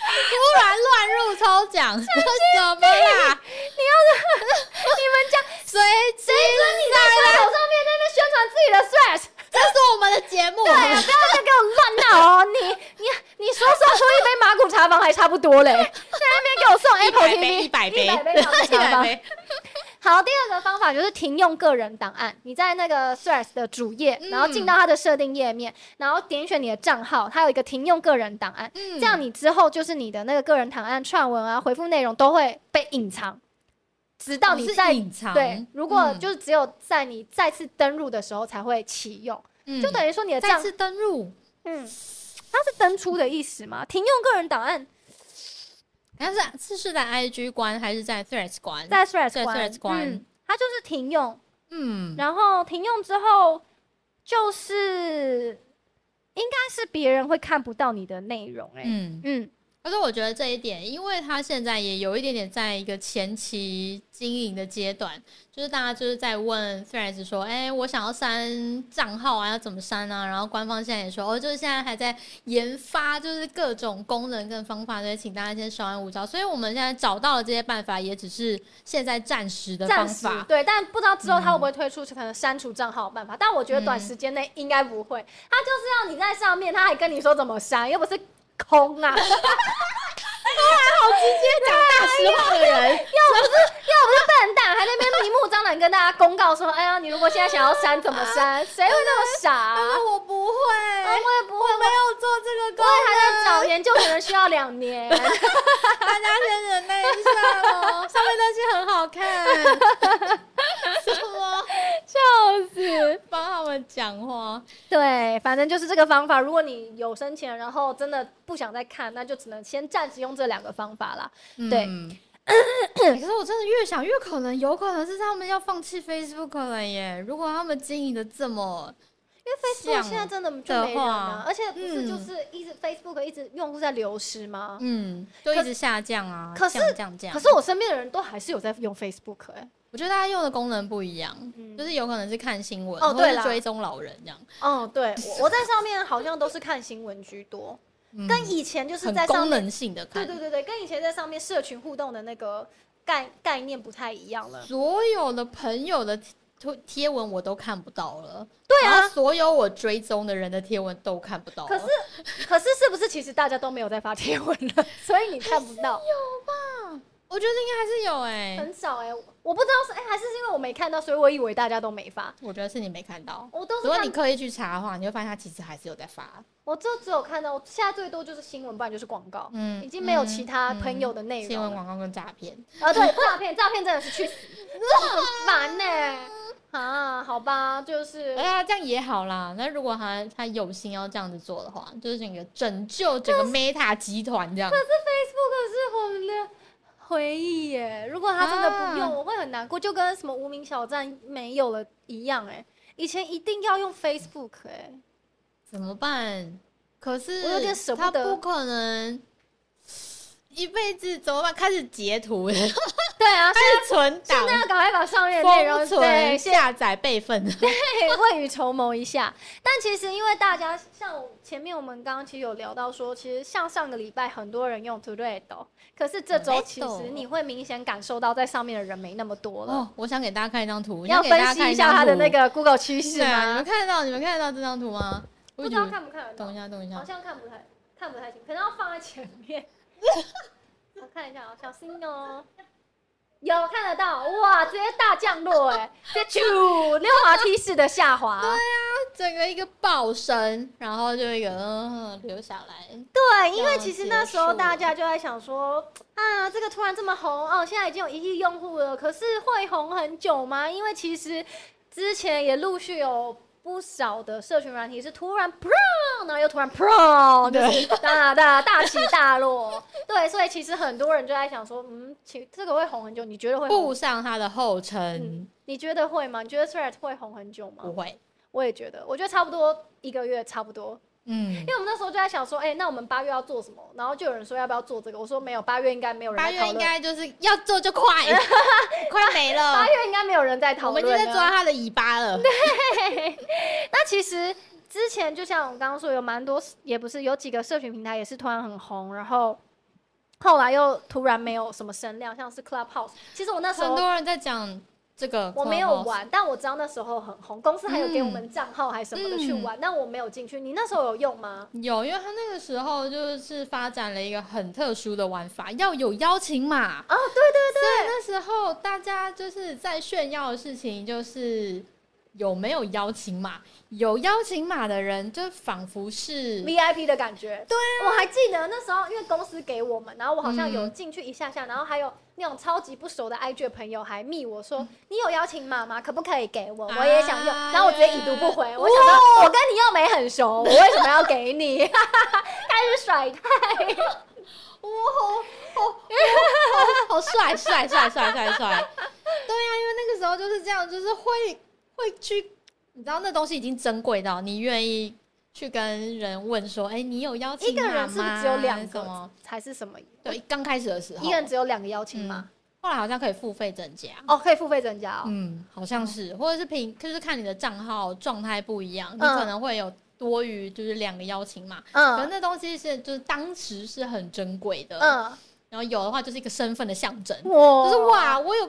Speaker 2: 突然乱入抽奖，什么啦？ <laughs> 你要是你们家谁谁准你
Speaker 1: 在手上面在那边宣传自己的 t w i t
Speaker 2: 这是我们的节目，
Speaker 1: 对啊，不要再给我乱闹哦！你你你说送出一杯马古茶坊还差不多嘞，在那边给我送 Apple
Speaker 2: 百
Speaker 1: TV
Speaker 2: 杯一百杯，
Speaker 1: 一百杯马古
Speaker 2: 一
Speaker 1: 茶
Speaker 2: 百
Speaker 1: 坊。
Speaker 2: 杯，
Speaker 1: 好，第二个方法就是停用个人档案。你在那个 Threads 的主页，
Speaker 2: 嗯
Speaker 1: 然后进到它的设定页面，然后点选你的账号，它有一个停用个人档案。
Speaker 2: 嗯
Speaker 1: 这样你之后就是你的那个个人档案、串文啊、回复内容都会被隐藏，直到你
Speaker 2: 哦是
Speaker 1: 再
Speaker 2: 隐藏，
Speaker 1: 对，如果
Speaker 2: 嗯
Speaker 1: 就是只有在你再次登录的时候才会启用，
Speaker 2: 嗯
Speaker 1: 就等于说你的
Speaker 2: 再
Speaker 1: 账
Speaker 2: 次登入，
Speaker 1: 嗯，它是登出的意思嘛？停用个人档案
Speaker 2: 但是是是在 IG 关还是在 Threads 关？
Speaker 1: 在 Threads
Speaker 2: 嗯在
Speaker 1: 关，
Speaker 2: Threads 关
Speaker 1: 嗯，它就是停用，
Speaker 2: 嗯，
Speaker 1: 然后停用之后，就是应该是别人会看不到你的内容、欸，哎，
Speaker 2: 嗯，
Speaker 1: 嗯，
Speaker 2: 可是我觉得这一点，因为他现在也有一点点在一个前期经营的阶段，就是大家就是在问 Threads 说，哎、我想要删账号啊，要怎么删啊？然后官方现在也说，哦，就是现在还在研发，就是各种功能跟方法，所以请大家先稍安勿躁。所以我们现在找到了这些办法，也只是现在暂时的方
Speaker 1: 暂时
Speaker 2: 法。
Speaker 1: 对，但不知道之后他会不会推出可能删除账号的办法，但我觉得短时间内应该不会， <laughs> 他就是要你在上面，他还跟你说怎么删，又不是空 <laughs> 啊，哎
Speaker 2: 大实话的人，
Speaker 1: 笨蛋还在那边明目张胆跟大家公告说，哎呀，你如果现在想要删怎么删，谁会那么傻、啊？
Speaker 2: 我不会
Speaker 1: 啊我也不会，我
Speaker 2: 有做这个
Speaker 1: 我也还在找研究，可能需要两
Speaker 2: <laughs>
Speaker 1: 年。
Speaker 2: 大家先忍耐一下喽。上面那些很好看，什么
Speaker 1: 笑死！
Speaker 2: 帮他们讲话？
Speaker 1: 对，反正就是这个方法。如果你有生前，然后真的不想再看，那就只能先暂时用这两个方法啦。对
Speaker 2: 嗯 <coughs> 可是我真的越想越可能，有可能是他们要放弃 Facebook 了耶。如果他们经营的这么……
Speaker 1: 因为 Facebook
Speaker 2: 像
Speaker 1: 现在真的就没人
Speaker 2: 的
Speaker 1: 啊
Speaker 2: 话，
Speaker 1: 而且不是
Speaker 2: 嗯
Speaker 1: 就是一直、Facebook 一直用户在流失吗？
Speaker 2: 嗯，就一直下降啊，
Speaker 1: 可是
Speaker 2: 降降降。
Speaker 1: 可是我身边的人都还是有在用 Facebook 哎、
Speaker 2: 我觉得大家用的功能不一样，
Speaker 1: 嗯
Speaker 2: 就是有可能是看新闻，
Speaker 1: 哦
Speaker 2: 或者
Speaker 1: 对
Speaker 2: 是
Speaker 1: 啦
Speaker 2: 追踪老人这样。
Speaker 1: 哦，对， <laughs> 我我在上面好像都是看新闻居多，
Speaker 2: 嗯
Speaker 1: 跟以前就是在上
Speaker 2: 很功
Speaker 1: 面，
Speaker 2: 能性的看
Speaker 1: 对，对对对，跟以前在上面社群互动的那个概概念不太一样了。
Speaker 2: 所有的朋友的贴贴文我都看不到了，
Speaker 1: 对啊
Speaker 2: 然后所有我追踪的人的贴文都看不到了。
Speaker 1: 可是可是是不是其实大家都没有在发贴文了，
Speaker 2: <laughs>
Speaker 1: 所以你看不到？
Speaker 2: 我觉得应该还是有哎、
Speaker 1: 很少哎、我不知道是哎、还是因为我没看到，所以我以为大家都没发。
Speaker 2: 我觉得是你没看到。
Speaker 1: 我都
Speaker 2: 如
Speaker 1: 是
Speaker 2: 果你
Speaker 1: 看，
Speaker 2: 刻意去查的话，你会发现它其实还是有在发，
Speaker 1: 我就只有看到，现在最多就是新闻，不然就是广告，
Speaker 2: 嗯
Speaker 1: 已经没有其他朋友的内
Speaker 2: 新闻
Speaker 1: 容了。
Speaker 2: 广告跟诈骗。
Speaker 1: 啊，对，诈骗，诈骗真的是
Speaker 2: <laughs>
Speaker 1: 去死，真的很烦呢、啊，好吧，就是
Speaker 2: 哎呀，这样也好啦。那如果他他有心要这样子做的话，就是整个拯救整个 Meta 集团这样。
Speaker 1: Facebook 是我们的。回忆耶！如果他真的不用，
Speaker 2: 啊
Speaker 1: 我会很难过，就跟什么无名小站没有了一样哎。以前一定要用 Facebook 哎，
Speaker 2: 怎么办？可是
Speaker 1: 我有点舍不
Speaker 2: 他
Speaker 1: 得
Speaker 2: 不可能一辈子怎么办？开始截图，开始
Speaker 1: 对啊，现
Speaker 2: 存
Speaker 1: 在现
Speaker 2: 档
Speaker 1: 在，要赶快把上面的内容
Speaker 2: 封
Speaker 1: 对
Speaker 2: 存、下载备份。
Speaker 1: 对，未雨绸缪一下。 <laughs> 但其实因为大家像我前面我们刚刚其实有聊到说，其实像上个礼拜很多人用 Toledo，可是这周其实
Speaker 2: Toledo
Speaker 1: 你会明显感受到在上面的人没那么多了。
Speaker 2: 哦，我想给大家看一张图，
Speaker 1: 要
Speaker 2: 你给
Speaker 1: 分
Speaker 2: 大家
Speaker 1: 析
Speaker 2: 看
Speaker 1: 一
Speaker 2: 张
Speaker 1: 下
Speaker 2: 图
Speaker 1: 它的那个 Google 趋势
Speaker 2: 对啊，你
Speaker 1: 吗
Speaker 2: 们？看得到，你们看得到这张图吗？
Speaker 1: 不
Speaker 2: 我
Speaker 1: 知
Speaker 2: 觉
Speaker 1: 道
Speaker 2: 得
Speaker 1: 看不看得到
Speaker 2: 等一，下，等一
Speaker 1: 好
Speaker 2: 下，
Speaker 1: 像看不太看不太清，可能要放在前 <laughs> 面。我看一下啊，小心哦、有看得到哇，直接大降落哎、直接 <laughs> 啾溜滑梯式的下滑。
Speaker 2: 整个一个爆声，然后就一个嗯留下来，
Speaker 1: 对，因
Speaker 2: 要
Speaker 1: 为其实
Speaker 2: 结
Speaker 1: 那时候
Speaker 2: 束
Speaker 1: 大
Speaker 2: 了
Speaker 1: 家就在想说，啊，这个突然这么红哦，现在已经有一亿用户了，可是会红很久吗？因为其实之前也陆续有。不少的社群软体是突然 pro，然后又突然 pro，就是哦大大大起大落。对，所以其实很多人就在想说，嗯，其这个会红很久，你觉得会红？
Speaker 2: 步上它的后
Speaker 1: 嗯
Speaker 2: 尘，，
Speaker 1: 你觉得会吗？你觉得 Thread 会红很久吗？
Speaker 2: 不会，
Speaker 1: 我也觉得，我觉得差不多一个月，差不多。
Speaker 2: 嗯
Speaker 1: 因，为我们那时候就在想说，哎、那我们八月要做什么？然后就有人说要不要做这个？我说没有，八月应该没有人
Speaker 2: 八
Speaker 1: 在
Speaker 2: 月
Speaker 1: 讨
Speaker 2: 应
Speaker 1: 论。
Speaker 2: 该就是要
Speaker 1: <laughs>
Speaker 2: 做就快，快没了
Speaker 1: 八，月应该没有人在
Speaker 2: 我
Speaker 1: 讨
Speaker 2: 们
Speaker 1: 论啊
Speaker 2: 就
Speaker 1: 了。
Speaker 2: 在抓它的尾巴了，
Speaker 1: 那其实之前就像我刚刚说，有蛮多也不是有几个社群平台也是突然很红，然后后来又突然没有什么声量，像是 Clubhouse。其实我那时
Speaker 2: 很
Speaker 1: 候
Speaker 2: 多人在讲这个，
Speaker 1: 我没有，玩，但我知道那时候很红，公司还有给我们账号还什么的去
Speaker 2: 嗯
Speaker 1: 玩，但我没有进去。你那时候有用吗？
Speaker 2: 有，因为他那个时候就是发展了一个很特殊的玩法，要有邀请码。
Speaker 1: 哦，对对
Speaker 2: 所以那时候大家就是在炫耀的事情，就是有没有邀请码。有邀请码的人，就仿佛是
Speaker 1: VIP 的感觉。对、
Speaker 2: 啊
Speaker 1: 我还记得那时候，因为公司给我们，然后我好像
Speaker 2: 嗯
Speaker 1: 有进去一下下，然后还有那种超级不熟的 IG 的朋友还密我说：“你有邀请码吗？可不可以给我？
Speaker 2: 嗯啊
Speaker 1: 我也想用。”然后我直接已读不回，我想说，我跟你又没很熟，我为什么要给你？ <laughs> 开始甩他，
Speaker 2: 哇，好好好好哦帅帅帅帅帅帅！对呀、因为那个时候就是这样，就是会会去，你知道那东西已经珍贵到你愿意去跟人问说，哎、你有邀请
Speaker 1: 一个
Speaker 2: 码吗？
Speaker 1: 人是不是只有两
Speaker 2: 什么
Speaker 1: 个？才是什么？
Speaker 2: 对，刚开始的时候，
Speaker 1: 一个人只有两个邀请码
Speaker 2: 嗯、后来好像可以付费增加。
Speaker 1: 哦，可以付费增加哦。
Speaker 2: 嗯，好像是，或者是凭，就是看你的账号状态不一样，你
Speaker 1: 嗯
Speaker 2: 可能会有多余，就是两个邀请码。可能
Speaker 1: 嗯
Speaker 2: 那东西是，就是当时是很珍贵的，
Speaker 1: 嗯，
Speaker 2: 然后有的话就是一个身份的象征，
Speaker 1: 哇
Speaker 2: 就是哇，我有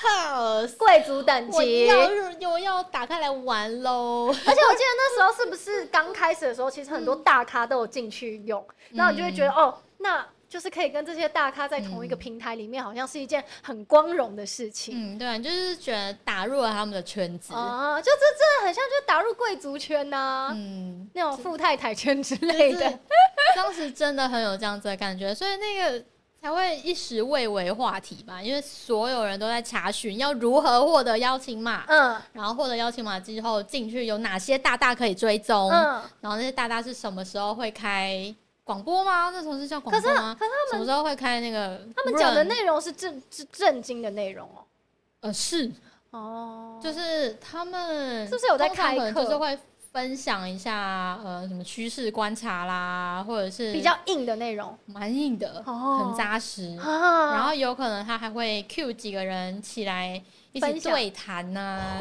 Speaker 2: Clubhouse，
Speaker 1: 贵族等
Speaker 2: 我
Speaker 1: 级，
Speaker 2: 要我要打开来玩喽。
Speaker 1: 而且我记得那时候是不是刚开始的时候，其实很多大咖都有进去用，
Speaker 2: 嗯
Speaker 1: 然后你就会觉得哦，那就是可以跟这些大咖在同一个平台里面，好像是一件很光荣的事情。
Speaker 2: 嗯，对，就是觉得打入了他们的圈子，
Speaker 1: 啊，就这真的很像，就打入贵族圈呐、
Speaker 2: 嗯，
Speaker 1: 那种富太太圈之类
Speaker 2: 就
Speaker 1: 的
Speaker 2: 是。当时真的很有这样子的感觉，所以那个才会一时未为话题吧，因为所有人都在查询要如何获得邀请码，
Speaker 1: 嗯
Speaker 2: 然后获得邀请码之后进去有哪些大大可以追踪，
Speaker 1: 嗯，
Speaker 2: 然后那些大大是什么时候会开广播吗？那时候是叫广
Speaker 1: 可是
Speaker 2: 播吗？
Speaker 1: 可是
Speaker 2: 什么时候会开那个？
Speaker 1: 他们讲的内容是正是正经的内容哦。
Speaker 2: 呃是，
Speaker 1: 哦，
Speaker 2: 就是是他们
Speaker 1: 是不是有在
Speaker 2: 通常
Speaker 1: 开
Speaker 2: 可能就是
Speaker 1: 课
Speaker 2: 会分享一下呃什么趋势观察啦，或者是
Speaker 1: 比较硬的内容
Speaker 2: 蛮硬的，
Speaker 1: 哦
Speaker 2: 很扎实。
Speaker 1: 啊。
Speaker 2: 然后有可能他还会 cue 几个人起来一
Speaker 1: 分
Speaker 2: 起
Speaker 1: 享
Speaker 2: 对谈呐、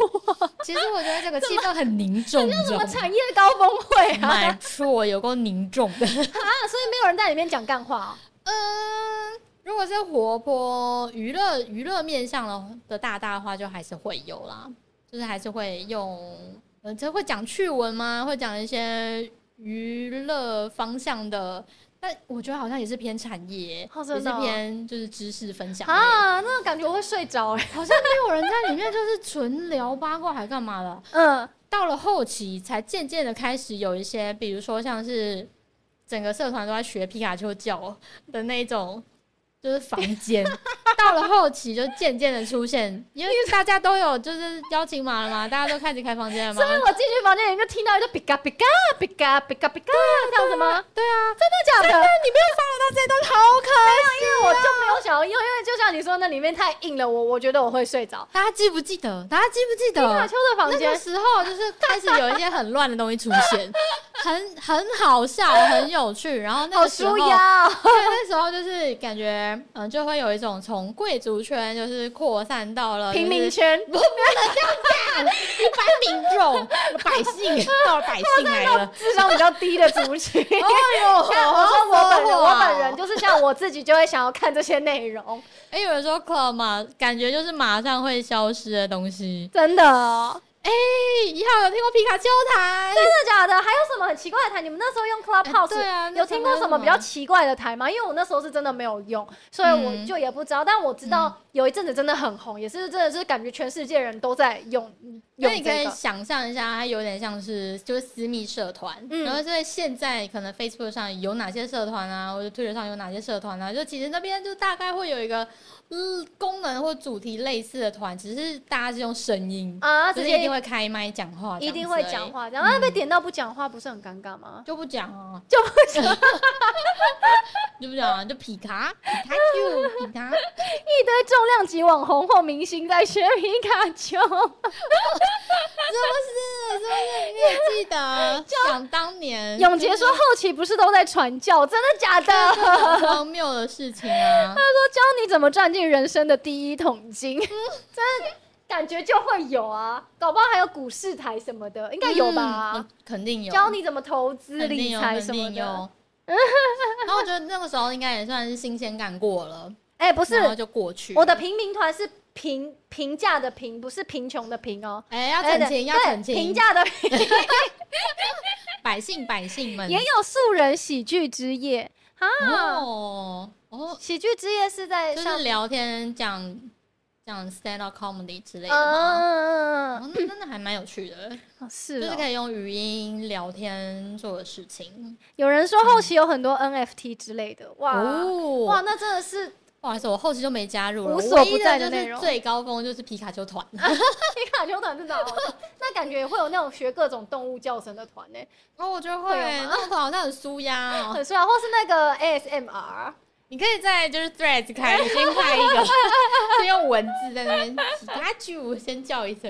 Speaker 2: 其实我觉得这个气氛很凝
Speaker 1: <laughs>
Speaker 2: 重，你知
Speaker 1: 什
Speaker 2: 道
Speaker 1: 么
Speaker 2: 吗？
Speaker 1: 产业高峰会啊？
Speaker 2: 没错，有够凝重
Speaker 1: <laughs>
Speaker 2: 的。
Speaker 1: 啊，所以没有人在里面讲干话、哦。
Speaker 2: 嗯，如果是活泼娱乐娱乐面向的的大大的话，就还是会有啦，就是还是会用，呃，这会讲趣闻吗？会讲一些娱乐方向的。但我觉得好像也是偏产业，
Speaker 1: 哦
Speaker 2: 也
Speaker 1: 真
Speaker 2: 是
Speaker 1: 的哦
Speaker 2: 偏就是知识分享类的
Speaker 1: 啊，那种感觉我会睡着哎、
Speaker 2: 好像没有人在里面，就是纯聊八卦还干嘛的。
Speaker 1: <laughs> 嗯，
Speaker 2: 到了后期，才渐渐的开始有一些，比如说像是 <laughs> 整个社团都在学皮卡丘叫的那种，就是房间。到到了后期就渐渐的出现，因为大家都有就是邀请码了嘛，大家都开始开房间了嘛 <laughs>
Speaker 1: 所。以我进去房间里面就听到一个比嘎比嘎比嘎比嘎比嘎这样子吗？
Speaker 2: 对啊，
Speaker 1: 真的假
Speaker 2: 但
Speaker 1: 的？
Speaker 2: 你没有 follow 到这些东西，好可惜。啊
Speaker 1: 因为我就没有想要用，因为就像你说，那里面太硬了，我我觉得我会睡着。嗯
Speaker 2: 大家记不记得？大家记不记
Speaker 1: 皮卡
Speaker 2: 得
Speaker 1: 丘？的房
Speaker 2: 那
Speaker 1: 间
Speaker 2: 个时候就是开始有一些很乱的东西出 <laughs> 现，很很好笑，很有趣。然后那
Speaker 1: 好
Speaker 2: 个时候，
Speaker 1: 舒
Speaker 2: <laughs> 对，
Speaker 1: 压哦，
Speaker 2: 那时候就是感觉，嗯、就会有一种从贵族圈就是扩散到了
Speaker 1: 平民
Speaker 2: 就是
Speaker 1: 圈。
Speaker 2: 一般民众、百
Speaker 1: <laughs>
Speaker 2: 姓，到了百姓来了。
Speaker 1: 智商比较低的族
Speaker 2: <laughs>
Speaker 1: 群。
Speaker 2: 哦哟，
Speaker 1: <laughs> 看，我说我本人，
Speaker 2: 好哦
Speaker 1: 我
Speaker 2: 爽
Speaker 1: 本人就是像我自己就会想要看这些内容，
Speaker 2: 哎、有人说 club 嘛，感觉就是马上会消失的东西。
Speaker 1: 真的哦，
Speaker 2: 哎、一号有听过皮卡丘台？
Speaker 1: 真的假的？还有什么很奇怪的台？你们那时候用
Speaker 2: 哎对
Speaker 1: Clubhouse、
Speaker 2: 啊，那
Speaker 1: 有听过什么比较奇怪的台吗？因为我那时候是真的没有用，所以我
Speaker 2: 嗯
Speaker 1: 就也不知道。但我知道有一阵子真的很红，也是真的是感觉全世界人都在用
Speaker 2: 因
Speaker 1: 用
Speaker 2: 为你可
Speaker 1: 这
Speaker 2: 以
Speaker 1: 个。
Speaker 2: 想象一下，它有点像是就是私密社团，
Speaker 1: 嗯
Speaker 2: 然后在现在可能 Facebook 上有哪些社团啊，或者 Twitter 上有哪些社团啊，就其实那边就大概会有一个嗯功能或主题类似的团，只是大家是用声音，
Speaker 1: 啊，
Speaker 2: 就
Speaker 1: 直
Speaker 2: 是一
Speaker 1: 接
Speaker 2: 定会开麦讲嗯话，
Speaker 1: 一定会讲，话，然后被点到不讲话，不是很尴尬吗？
Speaker 2: 就不讲啊，
Speaker 1: 就不
Speaker 2: <laughs>
Speaker 1: 讲，
Speaker 2: 就不讲啊，就
Speaker 1: <laughs>
Speaker 2: 皮卡皮卡丘皮卡，
Speaker 1: 一堆重量级网红或明星在学皮卡
Speaker 2: <laughs>
Speaker 1: 丘。
Speaker 2: 是不是？是不是？你也
Speaker 1: <laughs>
Speaker 2: 记得想当年
Speaker 1: 永杰
Speaker 2: <laughs>
Speaker 1: 说后期不是都在传教，真的假的？他说
Speaker 2: 很荒谬的事情啊。
Speaker 1: 教你怎么赚进人生的第一桶金，嗯真的感觉就会有啊，搞不好还有股市台什么的，应该有吧
Speaker 2: 嗯？肯定有，
Speaker 1: 教你怎么投资
Speaker 2: 肯定
Speaker 1: 理
Speaker 2: 有
Speaker 1: 财
Speaker 2: 肯
Speaker 1: 什么
Speaker 2: 定有
Speaker 1: 的。。
Speaker 2: <laughs> 然后我觉得那个时候应该也算是新鲜感过了，
Speaker 1: 哎，不
Speaker 2: 不然后
Speaker 1: 是，
Speaker 2: 就过去了。
Speaker 1: 我的平民团是平平价的平，不是贫穷的贫哦。
Speaker 2: 哎，要
Speaker 1: 哎
Speaker 2: 澄
Speaker 1: 对
Speaker 2: 清，要澄清，
Speaker 1: 平价的
Speaker 2: <laughs>
Speaker 1: 平
Speaker 2: 百姓百姓们
Speaker 1: 也有素人喜剧之夜啊。
Speaker 2: 哦哦，
Speaker 1: 喜剧之夜是在
Speaker 2: 就
Speaker 1: 上
Speaker 2: 是聊天讲讲 stand up comedy 之类
Speaker 1: 嗯
Speaker 2: 的
Speaker 1: 嗯
Speaker 2: 嘛。
Speaker 1: 嗯嗯
Speaker 2: 哦，那真的还蛮有趣的，
Speaker 1: 哦，是
Speaker 2: 就
Speaker 1: 哦
Speaker 2: 是可以用语音聊天做的事情。
Speaker 1: 有人说后期有很多 NFT 之类的，哇、
Speaker 2: 哦，
Speaker 1: 哇，那真的是皮
Speaker 2: 不好意思，我后期就没加入了。
Speaker 1: 无所
Speaker 2: 唯一
Speaker 1: 不在的
Speaker 2: 的就是
Speaker 1: 内容
Speaker 2: 最高峰就是皮卡丘团，
Speaker 1: 卡丘团真的好 <laughs> 笑，那感觉也会有那种学各种动物叫声的团呢、
Speaker 2: 哦，我觉得
Speaker 1: 会有吗
Speaker 2: 那种团好像很舒压哦。
Speaker 1: 很帅，或是那个 ASMR，
Speaker 2: <laughs> 你可以在就是 Threads 开，先开一 <laughs> 个，就用文字在那边皮卡丘先叫一声。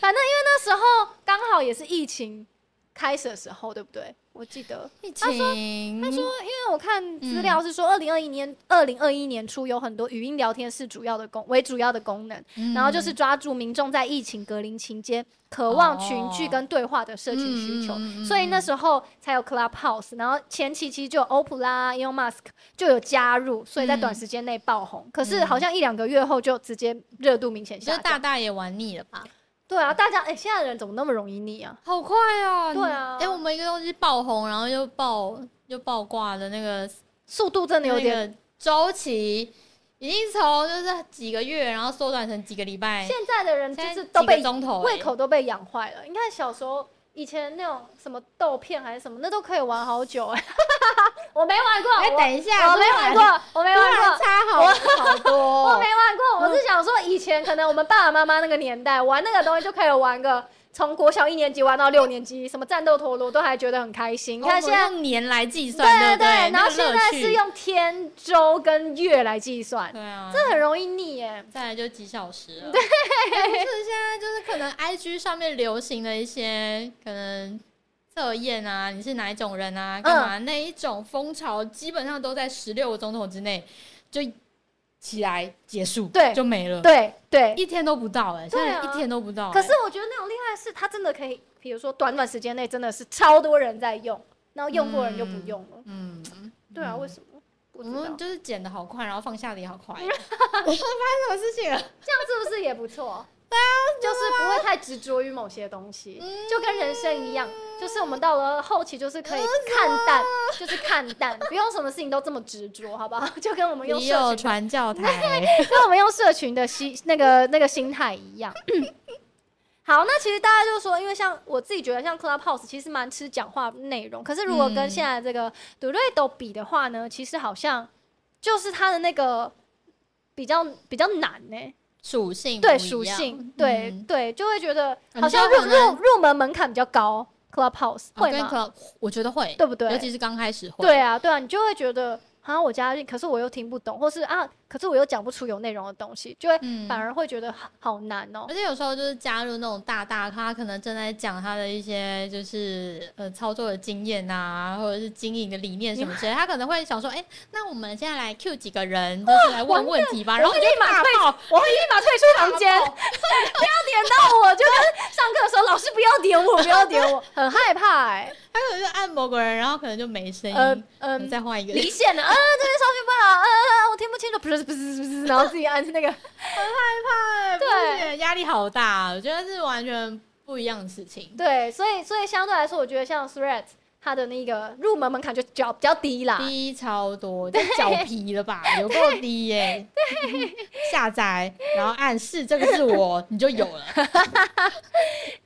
Speaker 1: 反正因为那时候刚好也是疫情开始的时候，对不对？我记得，
Speaker 2: 疫情，
Speaker 1: 他说，因为我看资料是说，二零二一年、二零二一年初有很多语音聊天是主要的功为主要的功能，
Speaker 2: 嗯
Speaker 1: 然后就是抓住民众在疫情隔离期间渴望群聚
Speaker 2: 哦
Speaker 1: 跟对话的社群需求，
Speaker 2: 嗯嗯嗯嗯
Speaker 1: 所以那时候才有 Clubhouse，然后前期其实就有 OP 啦、Elon Musk 就有加入，所以在
Speaker 2: 嗯
Speaker 1: 短时间内爆红。可是好像一两个月后就直接热度明显
Speaker 2: 就
Speaker 1: 下
Speaker 2: 是大
Speaker 1: 降。
Speaker 2: 大也玩腻了吧？
Speaker 1: 对啊，大家哎、现在的人怎么那么容易腻啊？
Speaker 2: 好快哦
Speaker 1: 对啊
Speaker 2: 哎，我们一个东西爆红，然后又爆又爆挂的那个
Speaker 1: 速度真的有点。
Speaker 2: 那个周期，已经从就是几个月，然后缩短成几个礼拜，
Speaker 1: 现在的人就
Speaker 2: 现在
Speaker 1: 是都
Speaker 2: 几
Speaker 1: 被
Speaker 2: 个钟头
Speaker 1: 胃
Speaker 2: 哎，
Speaker 1: 口都被养坏了。你看小时候以前那种什么豆片还是什么，那都可以玩好久哎、 <laughs> 我没玩过，
Speaker 2: 哎，
Speaker 1: 我
Speaker 2: 等一下，
Speaker 1: 我没玩过，我没
Speaker 2: 突然，
Speaker 1: 玩
Speaker 2: 突然
Speaker 1: 过。
Speaker 2: 差好好多哦， <laughs>
Speaker 1: 我没玩过，我是想说，以前可能我们爸爸妈妈那个年代玩那个东西，就可以玩个从国小一年级玩到六年级，什么战斗陀螺都还觉得很开
Speaker 2: 哦
Speaker 1: 心。你看现在，
Speaker 2: 用年来计算，
Speaker 1: 对啊
Speaker 2: 对不对，
Speaker 1: 然后
Speaker 2: 那个
Speaker 1: 现
Speaker 2: 乐
Speaker 1: 在
Speaker 2: 趣
Speaker 1: 是用天周跟月来计算，
Speaker 2: 对啊，
Speaker 1: 这很容易腻耶。
Speaker 2: 再来就几小时了。对，不是现在就是可能 I G 上面流行的一些可能测验啊，你是哪一种人啊，
Speaker 1: 嗯
Speaker 2: 干嘛、那一种风潮，基本上都在十六个钟头之内就起来结束，
Speaker 1: 对
Speaker 2: 就没了，
Speaker 1: 对对，
Speaker 2: 嗯一天都不到哎、欸，现
Speaker 1: 对啊
Speaker 2: 在一天都不到欸、
Speaker 1: 可是我觉得那种恋爱是，它真的可以，比如说短短时间内真的是超多人在用，然后用过人就不用了。
Speaker 2: 嗯，
Speaker 1: 对啊，
Speaker 2: 嗯
Speaker 1: 为什么？不
Speaker 2: 我
Speaker 1: 知道，这
Speaker 2: 们就是剪的好快，然后放下的也好
Speaker 1: <laughs>
Speaker 2: 快。我发生什么事情了？
Speaker 1: 样是不是也不错？
Speaker 2: 啊
Speaker 1: 就是不会太执着于某些东西，
Speaker 2: 嗯
Speaker 1: 就跟人生一样，就是我们到了后期就是可以看
Speaker 2: 嗯
Speaker 1: 淡，就是看
Speaker 2: <laughs>
Speaker 1: 淡，不用什么事情都这么执着，好不 <laughs> 好？就跟我们用
Speaker 2: 你
Speaker 1: 社
Speaker 2: 有
Speaker 1: 群，
Speaker 2: 传
Speaker 1: <laughs>
Speaker 2: 教台，
Speaker 1: 跟我们用社群的心那个那个心态一
Speaker 2: <laughs>
Speaker 1: 样。好，那其实大家就说，因为像我自己觉得，像 Clubhouse 其实蛮吃讲话内容，可是如果跟
Speaker 2: 嗯
Speaker 1: 现在这个 d u r e d o 比的话呢，其实好像就是它的那个比较比较难呢、
Speaker 2: 属性
Speaker 1: 对
Speaker 2: 不一
Speaker 1: 属
Speaker 2: 样
Speaker 1: 性，对、
Speaker 2: 嗯
Speaker 1: 对，就会觉得
Speaker 2: 你
Speaker 1: 好像
Speaker 2: 就
Speaker 1: 入
Speaker 2: 可能
Speaker 1: 入入门门槛比较高，Clubhouse
Speaker 2: 哦
Speaker 1: 会
Speaker 2: 跟
Speaker 1: 吗？
Speaker 2: Club 我觉得会，
Speaker 1: 对不对？
Speaker 2: 尤其是刚开始会，
Speaker 1: 对啊，对啊，你就会觉得啊，我加进，可是我又听不懂，或是啊，可是我又讲不出有内容的东西，就会
Speaker 2: 嗯
Speaker 1: 反而会觉得好好难哦、
Speaker 2: 而且有时候就是加入那种大大咖，可能正在讲他的一些就是呃操作的经验啊，或者是经营的理念什么之类，他可能会想说，哎、那我们现在来 Q 几个人，就是来问问题吧，然后
Speaker 1: 哦我
Speaker 2: 你就
Speaker 1: 立马
Speaker 2: 大
Speaker 1: 退
Speaker 2: 爆，
Speaker 1: 我会立马退出房
Speaker 2: <laughs>
Speaker 1: 间，不要点到我，就跟上课的时候老师不要点我，不要点
Speaker 2: <laughs>
Speaker 1: 我，很害怕哎、
Speaker 2: 他可能就按某个人，然后可能就没声音，
Speaker 1: 嗯
Speaker 2: 可
Speaker 1: 嗯
Speaker 2: 能。再换一个人
Speaker 1: 离，线了，嗯、这边上去不了，嗯、嗯我听不清楚，不是不是不是，然后自己按那个，
Speaker 2: 哎
Speaker 1: 对
Speaker 2: 不 <laughs> 行压力好大，我觉得是完全不一样的事情。
Speaker 1: 对，所以所以相对来说，我觉得像 Threads 它的那个入门门槛就比较比较低啦，
Speaker 2: 低超
Speaker 1: <laughs>
Speaker 2: 多，就脚皮了吧，有够低耶、下载，然后按是这个是我，你就有了。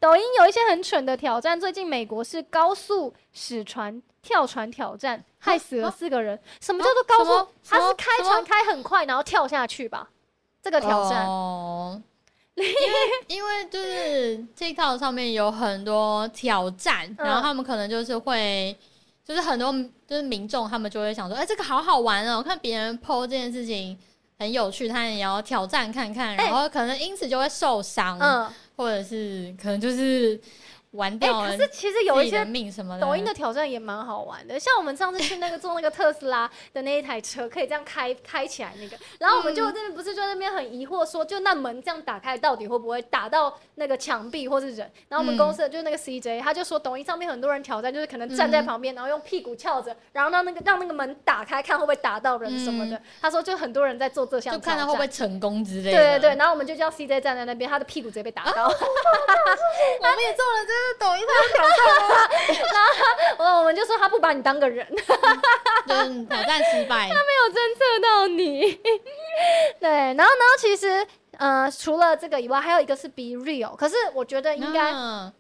Speaker 1: 抖音有一些很蠢的挑战，最近美国是高速驶船跳船挑战，害死了四个人。什么叫做高
Speaker 2: 什
Speaker 1: 速
Speaker 2: 么？
Speaker 1: 他
Speaker 2: 啊什
Speaker 1: 是
Speaker 2: 么
Speaker 1: 开船开很快，然后跳下去吧？这个 <laughs> 挑战，
Speaker 2: 哦，因为因为就是 TikTok 上面有很多挑战，
Speaker 1: 嗯
Speaker 2: 然后他们可能就是会，就是很多就是民众他们就会想说，哎、这个好好玩哦，看别人 PO 这件事情很有趣，他也要挑战看看，
Speaker 1: 哎
Speaker 2: 然后可能因此就会受伤，
Speaker 1: 嗯，
Speaker 2: 或者是可能就是玩
Speaker 1: 哎、
Speaker 2: 掉了
Speaker 1: 可是其实有
Speaker 2: 自
Speaker 1: 一
Speaker 2: 己
Speaker 1: 些。
Speaker 2: 的命什么的。
Speaker 1: 抖音的挑战也蛮好玩的，像我们上次去那个坐那个特斯拉的那一台车，可以这样开开起来那个，然后我们就这边不是就在那边很疑惑说，就那门这样打开到底会不会打到那个墙壁或是人？然后我们
Speaker 2: 嗯
Speaker 1: 公司的就是那个 CJ，他就说抖音上面很多人挑战，就是可能站在
Speaker 2: 嗯
Speaker 1: 旁边，然后用屁股翘着，然后让那个让那个门打开，看会不会打到人什么的。他说就很多人在做这项
Speaker 2: 嗯就
Speaker 1: 挑
Speaker 2: 看
Speaker 1: 战，
Speaker 2: 他会不会成功之类的。
Speaker 1: 对对对，，然后我们就叫 CJ 站在那边，他的屁股直接被打
Speaker 2: <laughs>
Speaker 1: 到。
Speaker 2: 我们也做了，就是抖音
Speaker 1: 我我们就说他不把你当个人，没 <laughs>
Speaker 2: 上就是挑战失败。
Speaker 1: 有侦测到你。 <laughs> 对，然后然后其实呃，除了这个以外，还有一个是 Be Real，可是我觉得应该
Speaker 2: 嗯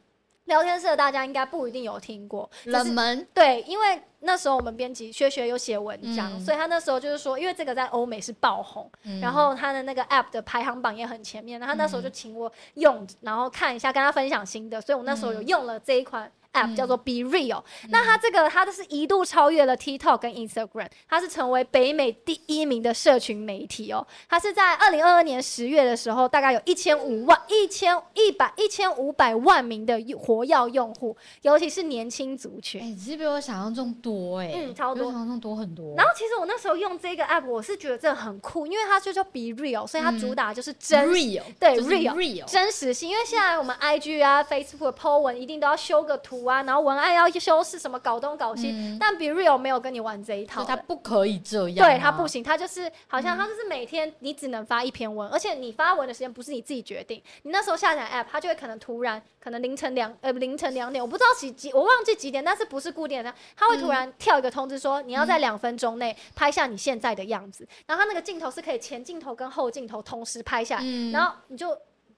Speaker 1: 聊天室的大家应该不一定有听过，只是
Speaker 2: 冷门，
Speaker 1: 对，因为那时候我们编辑薛学有写文章，
Speaker 2: 嗯
Speaker 1: 所以他那时候就是说，因为这个在欧美是爆红，
Speaker 2: 嗯
Speaker 1: 然后他的那个 app 的排行榜也很前面，然后他那时候就请我用，然后看一下，跟他分享心得，所以我那时候有用了这一款。app
Speaker 2: 嗯
Speaker 1: 叫做 Be Real，、那它这个它就是一度超越了 TikTok 跟 Instagram，它是成为北美第一名的社群媒体哦。它是在二零二二年十月的时候，大概有一千五万、一千一百、一千五百万名的活跃用户，尤其是年轻族群。
Speaker 2: 哎，其实比我想象中多哎，
Speaker 1: 嗯超
Speaker 2: 比我
Speaker 1: 多
Speaker 2: 想象中多很多。
Speaker 1: 然后其实我那时候用这个 app，我是觉得这很酷，因为它就叫 Be Real，所以它
Speaker 2: 嗯
Speaker 1: 主打就是真、
Speaker 2: real，
Speaker 1: 对
Speaker 2: 就是
Speaker 1: real
Speaker 2: real，
Speaker 1: 真实性。因为现在我们 IG 啊、Facebook 的 po 文一定都要修个图啊，然后文案要修饰什么搞东搞西，
Speaker 2: 嗯
Speaker 1: 但 Be Real 没有跟你玩这一
Speaker 2: 就
Speaker 1: 套
Speaker 2: 是他
Speaker 1: 的。
Speaker 2: 不可以这样啊，嗯
Speaker 1: 对它不行，它就是好像它就是每天你只能发一篇文，而且你发文的时间不是你自己决定，你那时候下载 app，它就会可能突然可能凌晨两呃凌晨两点，我不知道几几我忘记几点，但是不是固定的，它会突然跳一个通知说你
Speaker 2: 嗯
Speaker 1: 要在两分钟内拍下你现在的样子，然后它那个镜头是可以前镜头跟后镜头同时拍下来，
Speaker 2: 嗯，
Speaker 1: 然后你就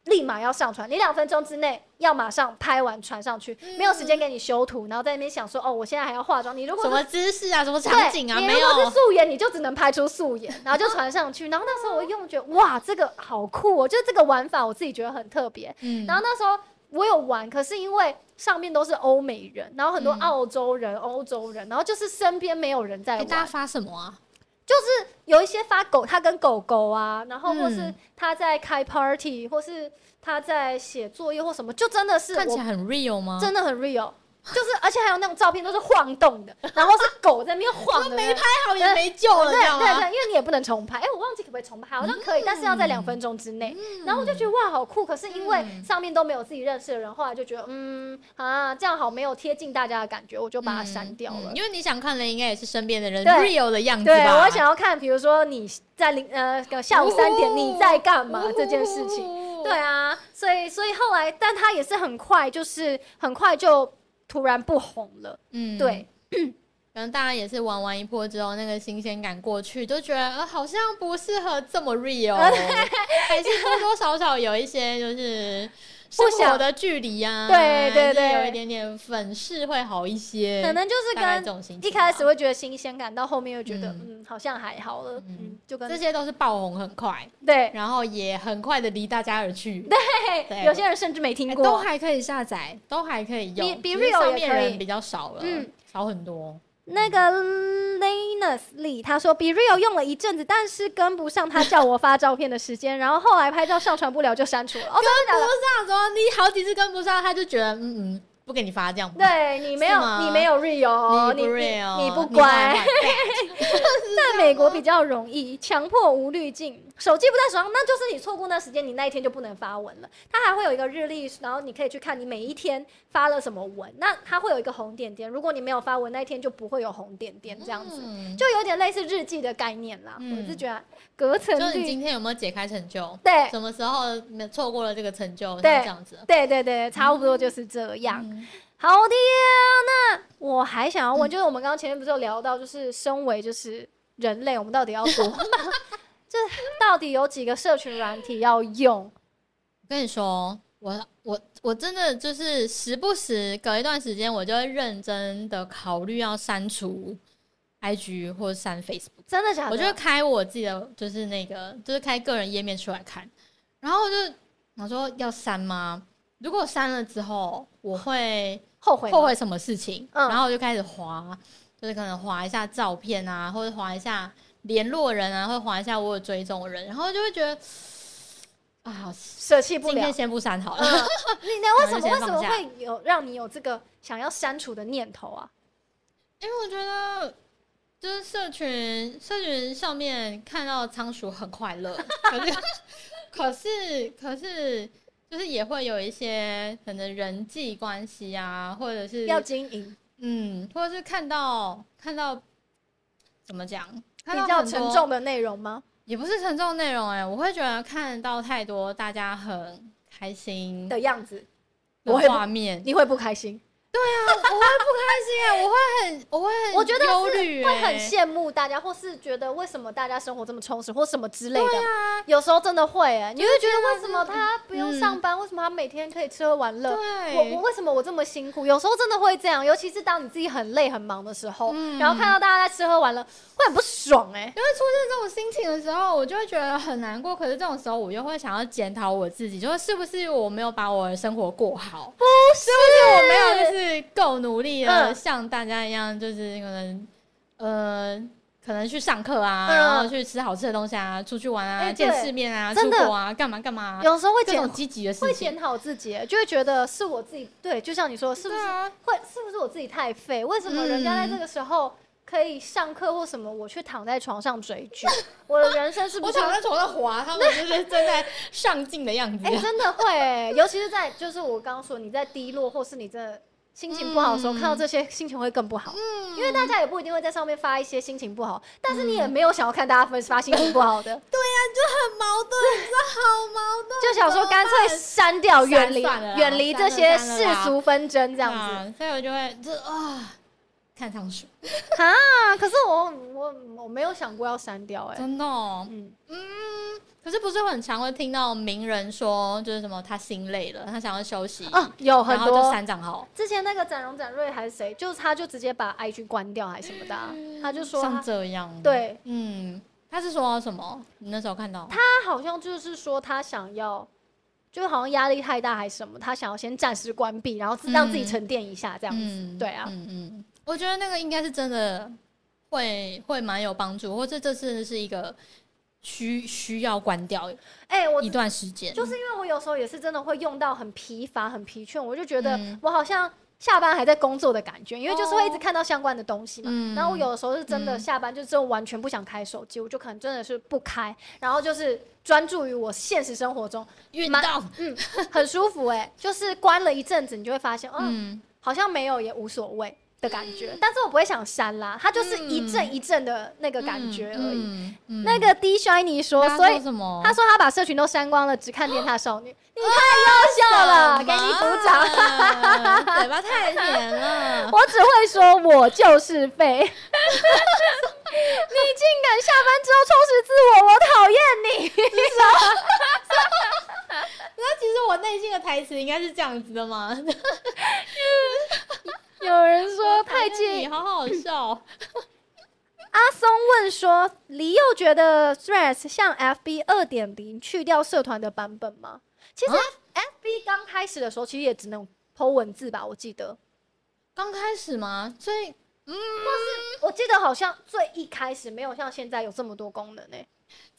Speaker 1: 立马要上传，你两分钟之内要马上拍完传上去，没有时
Speaker 2: 嗯
Speaker 1: 间给你修图，然后在那边想说哦，我现在还要化妆，你如果
Speaker 2: 什
Speaker 1: 是
Speaker 2: 么姿势啊，什么
Speaker 1: 对，
Speaker 2: 场景啊，
Speaker 1: 你
Speaker 2: 没
Speaker 1: 如果是
Speaker 2: 有，
Speaker 1: 素颜，你就只能拍出素颜， <laughs> 然后就传上去。然后那时候我用，觉得哇，这个好酷、哦，就是这个玩法我自己觉得很特别。
Speaker 2: 嗯
Speaker 1: 然后那时候我有玩，可是因为上面都是欧美人，然后很多
Speaker 2: 嗯
Speaker 1: 澳洲人、欧、洲人，然后就是身边没有人在
Speaker 2: 哎，
Speaker 1: 玩，
Speaker 2: 大家发什么啊？
Speaker 1: 就是有一些发狗，他跟狗狗啊，然后或是
Speaker 2: 嗯
Speaker 1: 他在开 party，、或是他在写作业或什么，就真的是
Speaker 2: 看起
Speaker 1: 我
Speaker 2: 来啊很 real 吗？
Speaker 1: 真的很 real。就是，而且还有那种照片都是晃动的， <laughs> 然后是狗在那边晃的那种，
Speaker 2: 没拍好也没救了，
Speaker 1: 对
Speaker 2: 这样啊
Speaker 1: 对
Speaker 2: 吗？
Speaker 1: 对，因为你也不能重拍，哎、我忘记可不可以重拍，好像可以，但是要在两分钟之内。然后我就觉得哇，好酷！可是因为
Speaker 2: 嗯
Speaker 1: 上面都没有自己认识的人，后来就觉得嗯啊，这样好没有贴近大家的感觉，我就把它删掉了。
Speaker 2: 嗯因为你想看的应该也是身边的人
Speaker 1: 对
Speaker 2: real 的样子
Speaker 1: 对，
Speaker 2: 吧？
Speaker 1: 我想要看，比如说你在零呃下午三点你
Speaker 2: 哦
Speaker 1: 在干嘛这件事情。
Speaker 2: 情
Speaker 1: 对啊，所以所以后来，但他也是很快，就是很快就突然不红了。
Speaker 2: 嗯
Speaker 1: 对，
Speaker 2: 可能大家也是玩完一波之后，那个新鲜感过去，就觉得呃好像
Speaker 1: <laughs>
Speaker 2: 不适合这么 real，还是多多少少有一些就是
Speaker 1: 不
Speaker 2: 生活
Speaker 1: 想
Speaker 2: 的距离啊，
Speaker 1: <laughs> 对对
Speaker 2: 一定
Speaker 1: 对
Speaker 2: 有一点点粉饰会好一些，
Speaker 1: 可能就是
Speaker 2: 大概这
Speaker 1: 跟
Speaker 2: 种心情
Speaker 1: 一
Speaker 2: 吧
Speaker 1: 开始会觉得新鲜感，到后面又觉得嗯
Speaker 2: 嗯
Speaker 1: 好像还好了，
Speaker 2: 嗯
Speaker 1: 嗯，就跟
Speaker 2: 这些都是爆红很快，
Speaker 1: 对
Speaker 2: 然后也很快的离大家而去，
Speaker 1: 对，
Speaker 2: 对
Speaker 1: 有些人甚至没听
Speaker 2: 哎都
Speaker 1: 过，
Speaker 2: 还可以下载，都还可以用，
Speaker 1: 比比
Speaker 2: 只是
Speaker 1: Real
Speaker 2: 上
Speaker 1: 也
Speaker 2: 面
Speaker 1: 可以
Speaker 2: 人比较少了，
Speaker 1: 嗯
Speaker 2: 少很多。
Speaker 1: 那个 Linus Lee 他说，Be Real 用了一阵子，但是跟不上他叫我发照片的时间，然后后来拍照上传不了就删除了。哦，真的假
Speaker 2: 跟
Speaker 1: 的？
Speaker 2: 不上，说你好几次跟不上，他就觉得嗯嗯，不给你发这样吧。
Speaker 1: 对你没
Speaker 2: 是
Speaker 1: 有，
Speaker 2: 吗
Speaker 1: 你没有 real，哦
Speaker 2: 你不
Speaker 1: 你
Speaker 2: real，
Speaker 1: 你不
Speaker 2: 坏
Speaker 1: 乖 <laughs>
Speaker 2: 坏。
Speaker 1: 在美国比较容易，强迫无滤镜，手机不在手上，那就是你错过那时间，你那一天就不能发文了。它还会有一个日历，然后你可以去看你每一天发了什么文，那它会有一个红点点，如果你没有发文，那一天就不会有红点点，这样子、
Speaker 2: 嗯
Speaker 1: 就有点类似日记的概念啦。
Speaker 2: 嗯
Speaker 1: 我是觉得隔层
Speaker 2: 就你
Speaker 1: 滤
Speaker 2: 今天有没有解开成就？
Speaker 1: 对
Speaker 2: 什么时候没错过了这个成就？是
Speaker 1: 对
Speaker 2: 这样子。
Speaker 1: 对对对，差不多就是这样。
Speaker 2: 嗯
Speaker 1: 好的呀，那我还想要问，就是我们刚刚前面不是有聊到，就是身为就是人类，我们到底要
Speaker 2: <laughs>
Speaker 1: 多忙？就是到底有几个社群软体要用？
Speaker 2: 我跟你说，哦我我我真的就是时不时隔一段时间，我就会认真的考虑要删除 IG 或删 Facebook。
Speaker 1: 真的假啊的？
Speaker 2: 我就会开我自己的，就是那个，就是开个人页面出来看，然后我就想说要删吗？如果删了之后，我会
Speaker 1: 后悔吗
Speaker 2: 后悔什么事情？
Speaker 1: 嗯
Speaker 2: 然后我就开始划，就是可能划一下照片啊，或者划一下联络人啊，或者划一下我有追踪的人，然后就会觉得啊，好
Speaker 1: 舍弃不
Speaker 2: 今
Speaker 1: 了
Speaker 2: 天。先不删好了。
Speaker 1: 嗯你那为什
Speaker 2: 然后就
Speaker 1: 么
Speaker 2: 先
Speaker 1: 为什么
Speaker 2: 放下
Speaker 1: 会有让你有这个想要删除的念头啊？
Speaker 2: 因为我觉得，就是社群社群上面看到仓鼠很快乐， <laughs> 可是可是可是就是也会有一些可能人际关系啊，或者是
Speaker 1: 要经营
Speaker 2: 嗯，或者是看到看到怎么讲，
Speaker 1: 比
Speaker 2: 看到
Speaker 1: 较
Speaker 2: 很多
Speaker 1: 沉重的内容吗？
Speaker 2: 也不是沉重的内容哎、我会觉得看到太多大家很开心的
Speaker 1: 的样子，我会不
Speaker 2: 画面，
Speaker 1: 你会不开心，
Speaker 2: 对啊，我会很我会很
Speaker 1: 我觉得是
Speaker 2: 忧虑
Speaker 1: 会很
Speaker 2: 欸
Speaker 1: 羡慕大家，或是觉得为什么大家生活这么充实，或什么之类的
Speaker 2: 对。啊，
Speaker 1: 有时候真的会、哎，你会觉得为什么他不用
Speaker 2: 嗯
Speaker 1: 上班，为什么他每天可以吃喝玩乐？
Speaker 2: 对，
Speaker 1: 我我为什么我这么辛苦？有时候真的会这样，尤其是当你自己很累很忙的时候，
Speaker 2: 嗯
Speaker 1: 然后看到大家在吃喝玩乐，会很不爽哎、
Speaker 2: 因为出现这种心情的时候，我就会觉得很难过。可是这种时候，我又会想要检讨我自己，就是是不是我没有把我的生活过好，不
Speaker 1: 是
Speaker 2: 是我没有就是够努力的，
Speaker 1: 嗯
Speaker 2: 像大家一样，就是可能呃，可能去上课啊，
Speaker 1: 嗯
Speaker 2: 然后去吃好吃的东西啊，出去玩啊，
Speaker 1: 哎对
Speaker 2: 见世面啊，
Speaker 1: 真
Speaker 2: 出
Speaker 1: 的
Speaker 2: 国啊，干嘛干嘛、
Speaker 1: 有时候会
Speaker 2: 各种
Speaker 1: 检
Speaker 2: 积极的事
Speaker 1: 会
Speaker 2: 情
Speaker 1: 检。讨自己、哎就会觉得是我自己对，就像你说，是不是、
Speaker 2: 对啊
Speaker 1: 会是不是我自己太废？为什么人家在
Speaker 2: 嗯
Speaker 1: 这个时候？可以上课或什么，我却躺在床上追
Speaker 2: <laughs>
Speaker 1: 剧，我的人生是不
Speaker 2: 我
Speaker 1: 是
Speaker 2: 躺在床上滑，他们就是正在上进的样子。 <laughs>
Speaker 1: 哎、真的会、欸，尤其是在就是我刚刚说你在低落，或是你真的心情不好的时候，看到这些心情会更不好。
Speaker 2: 嗯
Speaker 1: 因为大家也不一定会在上面发一些心情不好，但是你也没有想要看大家分发心情不好
Speaker 2: <laughs>
Speaker 1: 的，
Speaker 2: 啊很矛盾，你知道，好矛盾。
Speaker 1: 就想说干脆删掉，
Speaker 2: 删
Speaker 1: 远离
Speaker 2: 算了啦
Speaker 1: 远离这
Speaker 2: 删了
Speaker 1: 些
Speaker 2: 删了
Speaker 1: 世
Speaker 2: 啦
Speaker 1: 俗纷争这样子
Speaker 2: 啊，所以我就会就啊，看仓鼠，
Speaker 1: 啊。可是我我我没有想过要删掉、欸，哎，
Speaker 2: 真的、哦。
Speaker 1: 嗯，
Speaker 2: 可是不是很常会听到名人说，就是什么他心累了，他想要休息，
Speaker 1: 啊，有很
Speaker 2: 然后就
Speaker 1: 多。
Speaker 2: 删账号，
Speaker 1: 之前那个展荣、展瑞还是谁，就是他就直接把 IG 关掉还是什么的啊、
Speaker 2: 嗯
Speaker 1: 他就说他
Speaker 2: 像这样。，
Speaker 1: 对
Speaker 2: 嗯，他是说什么？你那时候看到他
Speaker 1: 他好像就是说他想要，就好像压力太大还是什么，他想要先暂时关闭，然后自让自己
Speaker 2: 嗯
Speaker 1: 沉淀一下这样子。对啊，
Speaker 2: 嗯嗯，我觉得那个应该是真的会会蛮有帮助，或者这次是一个需需要关掉
Speaker 1: 哎、我
Speaker 2: 一段时间，
Speaker 1: 就是因为我有时候也是真的会用到很疲乏、很疲倦，我就觉得
Speaker 2: 嗯
Speaker 1: 我好像下班还在工作的感觉，因为就是会一直
Speaker 2: 哦
Speaker 1: 看到相关的东西嘛。
Speaker 2: 嗯
Speaker 1: 然后我有的时候是真的
Speaker 2: 嗯
Speaker 1: 下班就真的完全不想开手机，我就可能真的是不开，然后就是专注于我现实生活中，
Speaker 2: 运
Speaker 1: 蛮
Speaker 2: 动，
Speaker 1: 嗯，很舒服哎、就是关了一阵子，你就会发现，嗯，
Speaker 2: 嗯，
Speaker 1: 好像没有也无所谓的感觉，但是我不会想删啦，它就是一阵一阵的那个感觉而已。
Speaker 2: 嗯嗯
Speaker 1: 那个 D Shiny 说，
Speaker 2: 他
Speaker 1: 所以
Speaker 2: 什么？
Speaker 1: 他说他把社群都删光了，只
Speaker 2: <gasps>
Speaker 1: 看《电塔少女》，你太优秀
Speaker 2: <laughs>
Speaker 1: 了，给你鼓掌。
Speaker 2: 掌，嘴巴太
Speaker 1: <laughs>
Speaker 2: 甜了。
Speaker 1: 我只会说我就是
Speaker 2: <laughs>
Speaker 1: 废，你竟敢下班之后充实自我，我讨厌你。
Speaker 2: 那其实我内心的台词应该是这样子的嘛，
Speaker 1: 有人 <laughs> 说太介
Speaker 2: 你
Speaker 1: 意。
Speaker 2: 好好笑。
Speaker 1: 阿松问说：“李佑觉得 Threads 像 FB 二点零去掉社团的版本吗？”其
Speaker 2: 啊
Speaker 1: 实 FB 刚开始的时候，其实也只能 Po 文字吧，我记得，
Speaker 2: 刚开始吗？所以
Speaker 1: 我记得好像最一开始没有像现在有这么多功能呢、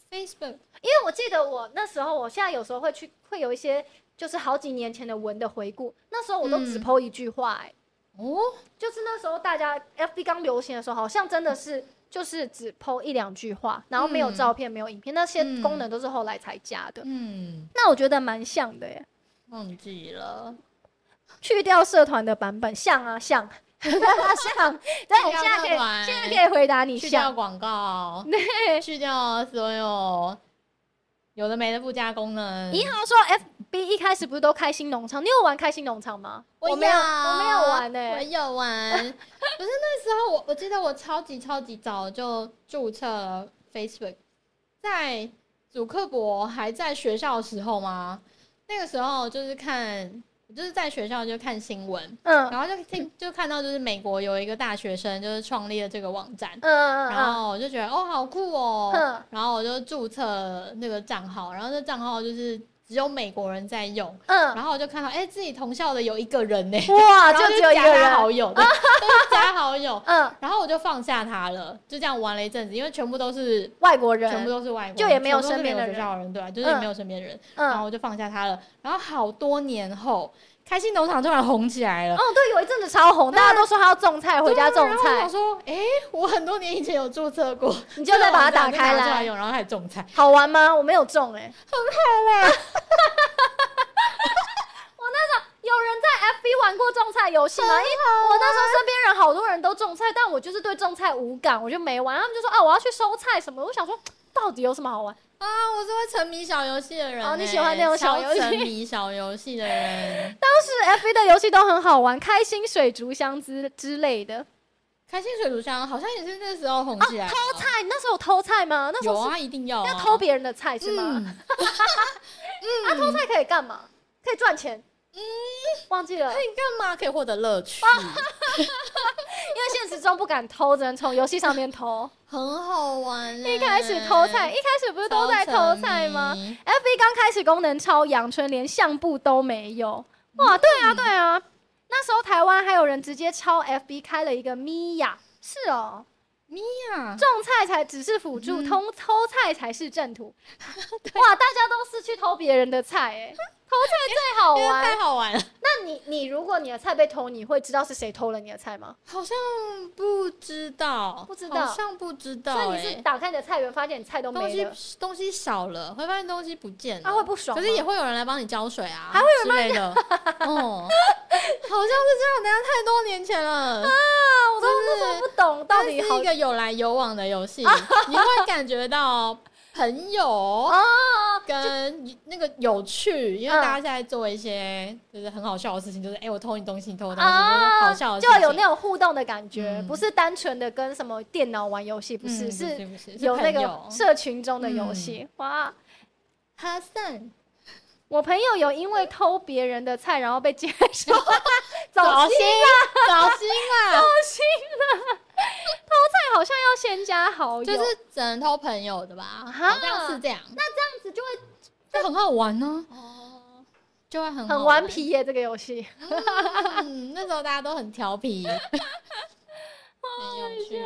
Speaker 2: Facebook
Speaker 1: 因为我记得我那时候，我现在有时候会去，会有一些就是好几年前的文的回顾，那时候我都只
Speaker 2: 嗯
Speaker 1: Po 一句话、欸，
Speaker 2: 哦，
Speaker 1: 就是那时候大家 FB 刚流行的时候，好像真的是就是只 PO 一两句话，然后没有
Speaker 2: 嗯
Speaker 1: 照片，没有影片，那些
Speaker 2: 嗯
Speaker 1: 功能都是后来才加的。
Speaker 2: 嗯，
Speaker 1: 那我觉得蛮像的耶，
Speaker 2: 忘记了。
Speaker 1: 去掉社团的版本，像啊像， <laughs> 啊
Speaker 2: <laughs>
Speaker 1: 像。对，
Speaker 2: 掉
Speaker 1: 现在可以
Speaker 2: 社团
Speaker 1: 现在可以回答你
Speaker 2: 去掉
Speaker 1: 像。<laughs>
Speaker 2: 广告，去掉所有有的没的附加功能。
Speaker 1: 银行说 FB 一开始不是都开心农场？你有玩开心农场吗？没有，我没有玩欸呢、
Speaker 2: 我有玩。不是那时候我，我记得我超级超级早就注册了 Facebook，在祖克伯还在学校的时候吗？那个时候就是看，就是在学校就看新闻，
Speaker 1: 嗯嗯
Speaker 2: 然后就听就看到就是美国有一个大学生就是创立了这个网站，
Speaker 1: 嗯
Speaker 2: 然
Speaker 1: 嗯
Speaker 2: 后我就觉得哦好酷哦，
Speaker 1: 嗯
Speaker 2: 然后我就注册了那个账号，然后这账号就是只有美国人在用，
Speaker 1: 嗯，
Speaker 2: 然后我就看到哎、自己同校的有一个人呢、
Speaker 1: 哇，
Speaker 2: 然后
Speaker 1: 啊就只有一
Speaker 2: 加
Speaker 1: 个
Speaker 2: 他好
Speaker 1: 人。
Speaker 2: 友，对， <laughs> 就是加好友，
Speaker 1: 嗯，
Speaker 2: 然后我就放下他了，就这样玩了一阵子，因为全部都是。
Speaker 1: 外国
Speaker 2: 全
Speaker 1: 人。
Speaker 2: 部都是外国人，
Speaker 1: 就也没有身
Speaker 2: 全部都是
Speaker 1: 边的
Speaker 2: 美国学
Speaker 1: 人
Speaker 2: 校的人，对啊，就是也
Speaker 1: 嗯
Speaker 2: 没有身边人，然后
Speaker 1: 嗯，
Speaker 2: 我就放下他了。然后好多年后，开心农场突然红起来了，
Speaker 1: 哦，对，有一阵子超红，大家都说他要种菜，哦回家
Speaker 2: 嗯对啊
Speaker 1: 种
Speaker 2: 然后我
Speaker 1: 菜
Speaker 2: 想，说，哎、我很多年以前有注册过，
Speaker 1: 你就再把它打开
Speaker 2: 啊这个网站我就拿出来
Speaker 1: 来，
Speaker 2: 用，然后开始种菜。
Speaker 1: 好玩吗？我没有种哎、 <laughs> 很好玩。我那时候有人在 FB 玩过种菜游戏吗？因为我那时候身边人好多人都种菜，但我就是对种菜无感，我就没玩。他们就说啊，我要去收菜什么的，我想说到底有什么好玩？
Speaker 2: 啊，我是会沉迷小游戏的人、欸。
Speaker 1: 哦你喜欢那种小游戏
Speaker 2: 超沉迷小游戏的
Speaker 1: <laughs>
Speaker 2: 人。
Speaker 1: 当时 FB 的游戏都很好玩，开心水族箱之之类的。
Speaker 2: 开心水族箱好像也是那时候红起来、
Speaker 1: 哦，偷菜，你那时候有偷菜吗？那时
Speaker 2: 有
Speaker 1: 候是
Speaker 2: 啊，一定要、啊、
Speaker 1: 要偷别人的菜是吗？
Speaker 2: 嗯
Speaker 1: 啊，偷菜可以干嘛？可以赚钱。忘记了，因
Speaker 2: 可以干嘛？可以获得乐
Speaker 1: <laughs>
Speaker 2: 趣，
Speaker 1: 为现实中不敢偷，只能从游戏上面偷。
Speaker 2: 很好玩、欸。
Speaker 1: 一开始偷菜，一开始不是都在偷菜吗哎
Speaker 2: 超沉迷？
Speaker 1: ？F B 刚开始功能超阳春，连相簿都没有。
Speaker 2: 嗯
Speaker 1: 哇，对啊，对啊，那时候台湾还有人直接抄 F B 开了一个米娅，是哦，
Speaker 2: 呀
Speaker 1: 种菜才只是辅助，
Speaker 2: 嗯
Speaker 1: 偷偷菜才是正
Speaker 2: <laughs>
Speaker 1: 途。哇，大家都是去偷别人的菜、哎，偷菜最好
Speaker 2: 因为太
Speaker 1: 玩。
Speaker 2: 好玩了，
Speaker 1: 那你你如果你的菜被偷，你会知道是谁偷了你的菜吗？
Speaker 2: 好像不知道，
Speaker 1: 不知道
Speaker 2: 好像不知道、欸。
Speaker 1: 所以你是打开你的菜园，发现你菜都
Speaker 2: 东
Speaker 1: 没了，
Speaker 2: 西东西少了，会发现东西不见了，
Speaker 1: 他、会不爽
Speaker 2: 可
Speaker 1: 吗？
Speaker 2: 是也会有人来帮你浇水啊，
Speaker 1: 还
Speaker 2: 会有人之类的，
Speaker 1: <laughs>
Speaker 2: 哦，好像是这样，等一下太多年前了，
Speaker 1: 啊，我都那时候不懂到
Speaker 2: 它
Speaker 1: 底
Speaker 2: 是
Speaker 1: 好啊
Speaker 2: 一个有来有往的游戏，你会感觉到朋友
Speaker 1: <laughs> 哦。
Speaker 2: 跟那个有趣，因为
Speaker 1: 嗯
Speaker 2: 大家现在做一些就是很好笑的事情，就是哎、我偷你东西，你偷我东西，就是
Speaker 1: 啊，
Speaker 2: 好笑的事
Speaker 1: 就
Speaker 2: 情，
Speaker 1: 有那种互动的感觉，
Speaker 2: 嗯
Speaker 1: 不是单纯的跟什么电脑玩游戏，不是，
Speaker 2: 嗯
Speaker 1: 是
Speaker 2: 不是
Speaker 1: 有那
Speaker 2: 是朋
Speaker 1: 个
Speaker 2: 友嗯
Speaker 1: 社群中的游戏。哇，
Speaker 2: 哈散
Speaker 1: 我朋友有因为偷别人的菜，然后被接
Speaker 2: <laughs>
Speaker 1: 受，
Speaker 2: 早
Speaker 1: 早
Speaker 2: 心
Speaker 1: 心
Speaker 2: 早心啊，
Speaker 1: 菜好像要先加好友，
Speaker 2: 就是只能偷朋友的吧，
Speaker 1: 哈
Speaker 2: 好像是这样，
Speaker 1: 这样子就会
Speaker 2: 就很好玩呢、
Speaker 1: 哦，
Speaker 2: 就会很好
Speaker 1: 很顽。
Speaker 2: <laughs>
Speaker 1: 皮耶，这个游戏。
Speaker 2: 嗯，那时候大家都很调 <laughs> 皮，很有趣。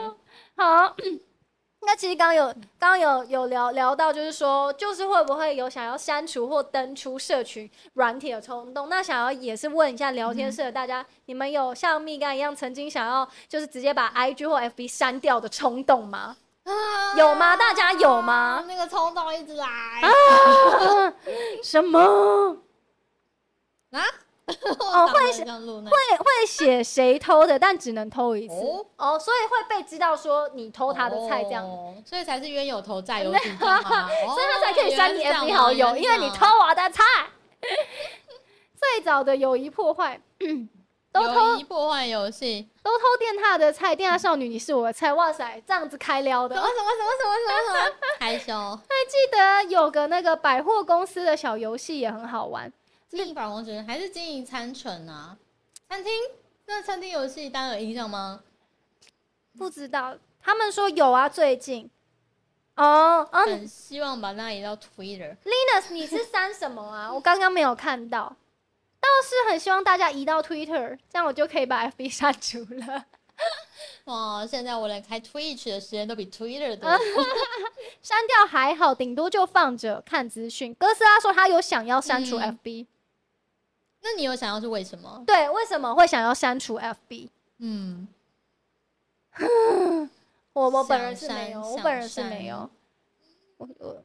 Speaker 1: 好， <clears throat> 那其实刚有刚有有聊聊到，就是说，就是会不会有想要删除或登出社群软体的冲动？那想要也是问一下聊天室的大家，你们有像蜜柑一样曾经想要就是直接把 IG 或 FB 删掉的冲动吗？
Speaker 2: 啊
Speaker 1: 有吗？大家有
Speaker 2: 啊
Speaker 1: 吗？
Speaker 2: 那个冲动一直来啊！
Speaker 1: 什么？
Speaker 2: <laughs> 哦
Speaker 1: 会
Speaker 2: 这样录那
Speaker 1: 会会写谁偷的，但只能偷一次
Speaker 2: 哦
Speaker 1: 哦，所以会被知道说你偷他的菜这样。
Speaker 2: 哦所以才是冤有头
Speaker 1: <laughs>
Speaker 2: 债有主张啊哦嘛，所
Speaker 1: 所以他才可以删你
Speaker 2: 啊
Speaker 1: FB 好友，因为你。
Speaker 2: 原来是这样
Speaker 1: <coughs> 偷我的菜。最早的友谊破坏，都偷
Speaker 2: 友谊破坏游戏，
Speaker 1: 都偷电踏的菜，电踏少女你是我的菜，哇塞，这样子开撩
Speaker 2: 什
Speaker 1: 的
Speaker 2: 哦
Speaker 1: 哦
Speaker 2: 么什。么什么什
Speaker 1: <laughs>
Speaker 2: 么什么什么，害羞。
Speaker 1: 还记得有个那个百货公司的小游戏也很好玩，
Speaker 2: 经营百公司还是经营餐城啊？餐厅那餐厅游戏大家有印象吗？
Speaker 1: 不知道他们说有啊，最近。哦哦
Speaker 2: 很希望把那移到 Twitter。
Speaker 1: ，Linus，你是删什么 <laughs> 啊？我刚刚没有看到，倒是很希望大家移到 Twitter，这样我就可以把 FB 删除了。
Speaker 2: 哇，现在我连开 Twitch 的时间都比 Twitter 多。
Speaker 1: 删掉还好，顶多就放着看资讯。哥斯拉说他有想要删除
Speaker 2: 嗯
Speaker 1: FB，、
Speaker 2: 那你有想要是为什么？
Speaker 1: 对，为什么会想要删除 FB？
Speaker 2: 嗯，
Speaker 1: 我我本
Speaker 2: 想
Speaker 1: 人是没有，
Speaker 2: 删
Speaker 1: 我
Speaker 2: 想
Speaker 1: 本人是
Speaker 2: 删
Speaker 1: 没有，我我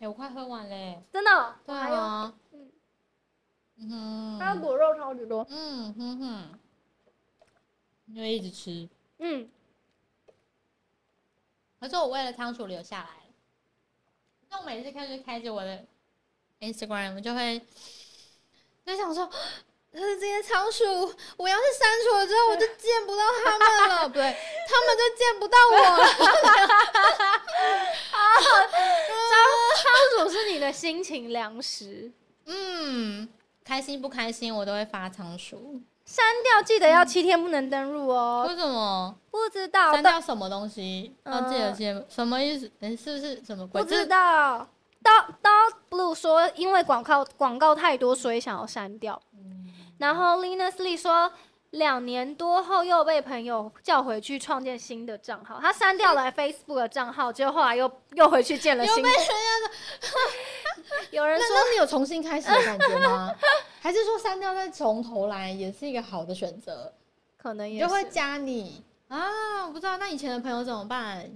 Speaker 2: 哎、我快喝完嘞。
Speaker 1: 真的哦、
Speaker 2: 对
Speaker 1: 还有
Speaker 2: 啊，
Speaker 1: 嗯
Speaker 2: 嗯哼，
Speaker 1: 还有果肉超级多，
Speaker 2: 嗯哼哼，因为一直吃。
Speaker 1: 嗯，
Speaker 2: 可是我为了仓鼠留下来了。那我每次开始开着我的 Instagram，我就会就想说，就是这些仓鼠，我要是删除了之后，我就见不到它们了，不对，它们就见不到我了。
Speaker 1: 仓鼠是你的心情粮食，
Speaker 2: 嗯，开心不开心，我都会发仓鼠。
Speaker 1: 删掉记得要七天不能登录哦。
Speaker 2: 为什么
Speaker 1: 不知道
Speaker 2: 删，
Speaker 1: 但
Speaker 2: 掉什么东西？要记得见，什么意思？哎、是不是什么鬼？
Speaker 1: 不
Speaker 2: 就
Speaker 1: 知
Speaker 2: 是
Speaker 1: 道。刀刀 blue 说，因为广告广告太多，所以想要删掉。然后 Linus Lee 说，两年多后又被朋友叫回去创建新的账号，他删掉 <laughs> 了 Facebook 的账号，结果后来又又回去建了新的。 <laughs> 有人
Speaker 2: 那
Speaker 1: 说
Speaker 2: 那你有重新开始的感觉吗？还是说删掉再从头来也是一个好的选择？
Speaker 1: 可能
Speaker 2: 你
Speaker 1: 也
Speaker 2: 就会
Speaker 1: 是
Speaker 2: 加你啊？我不知道，那以前的朋友怎么办？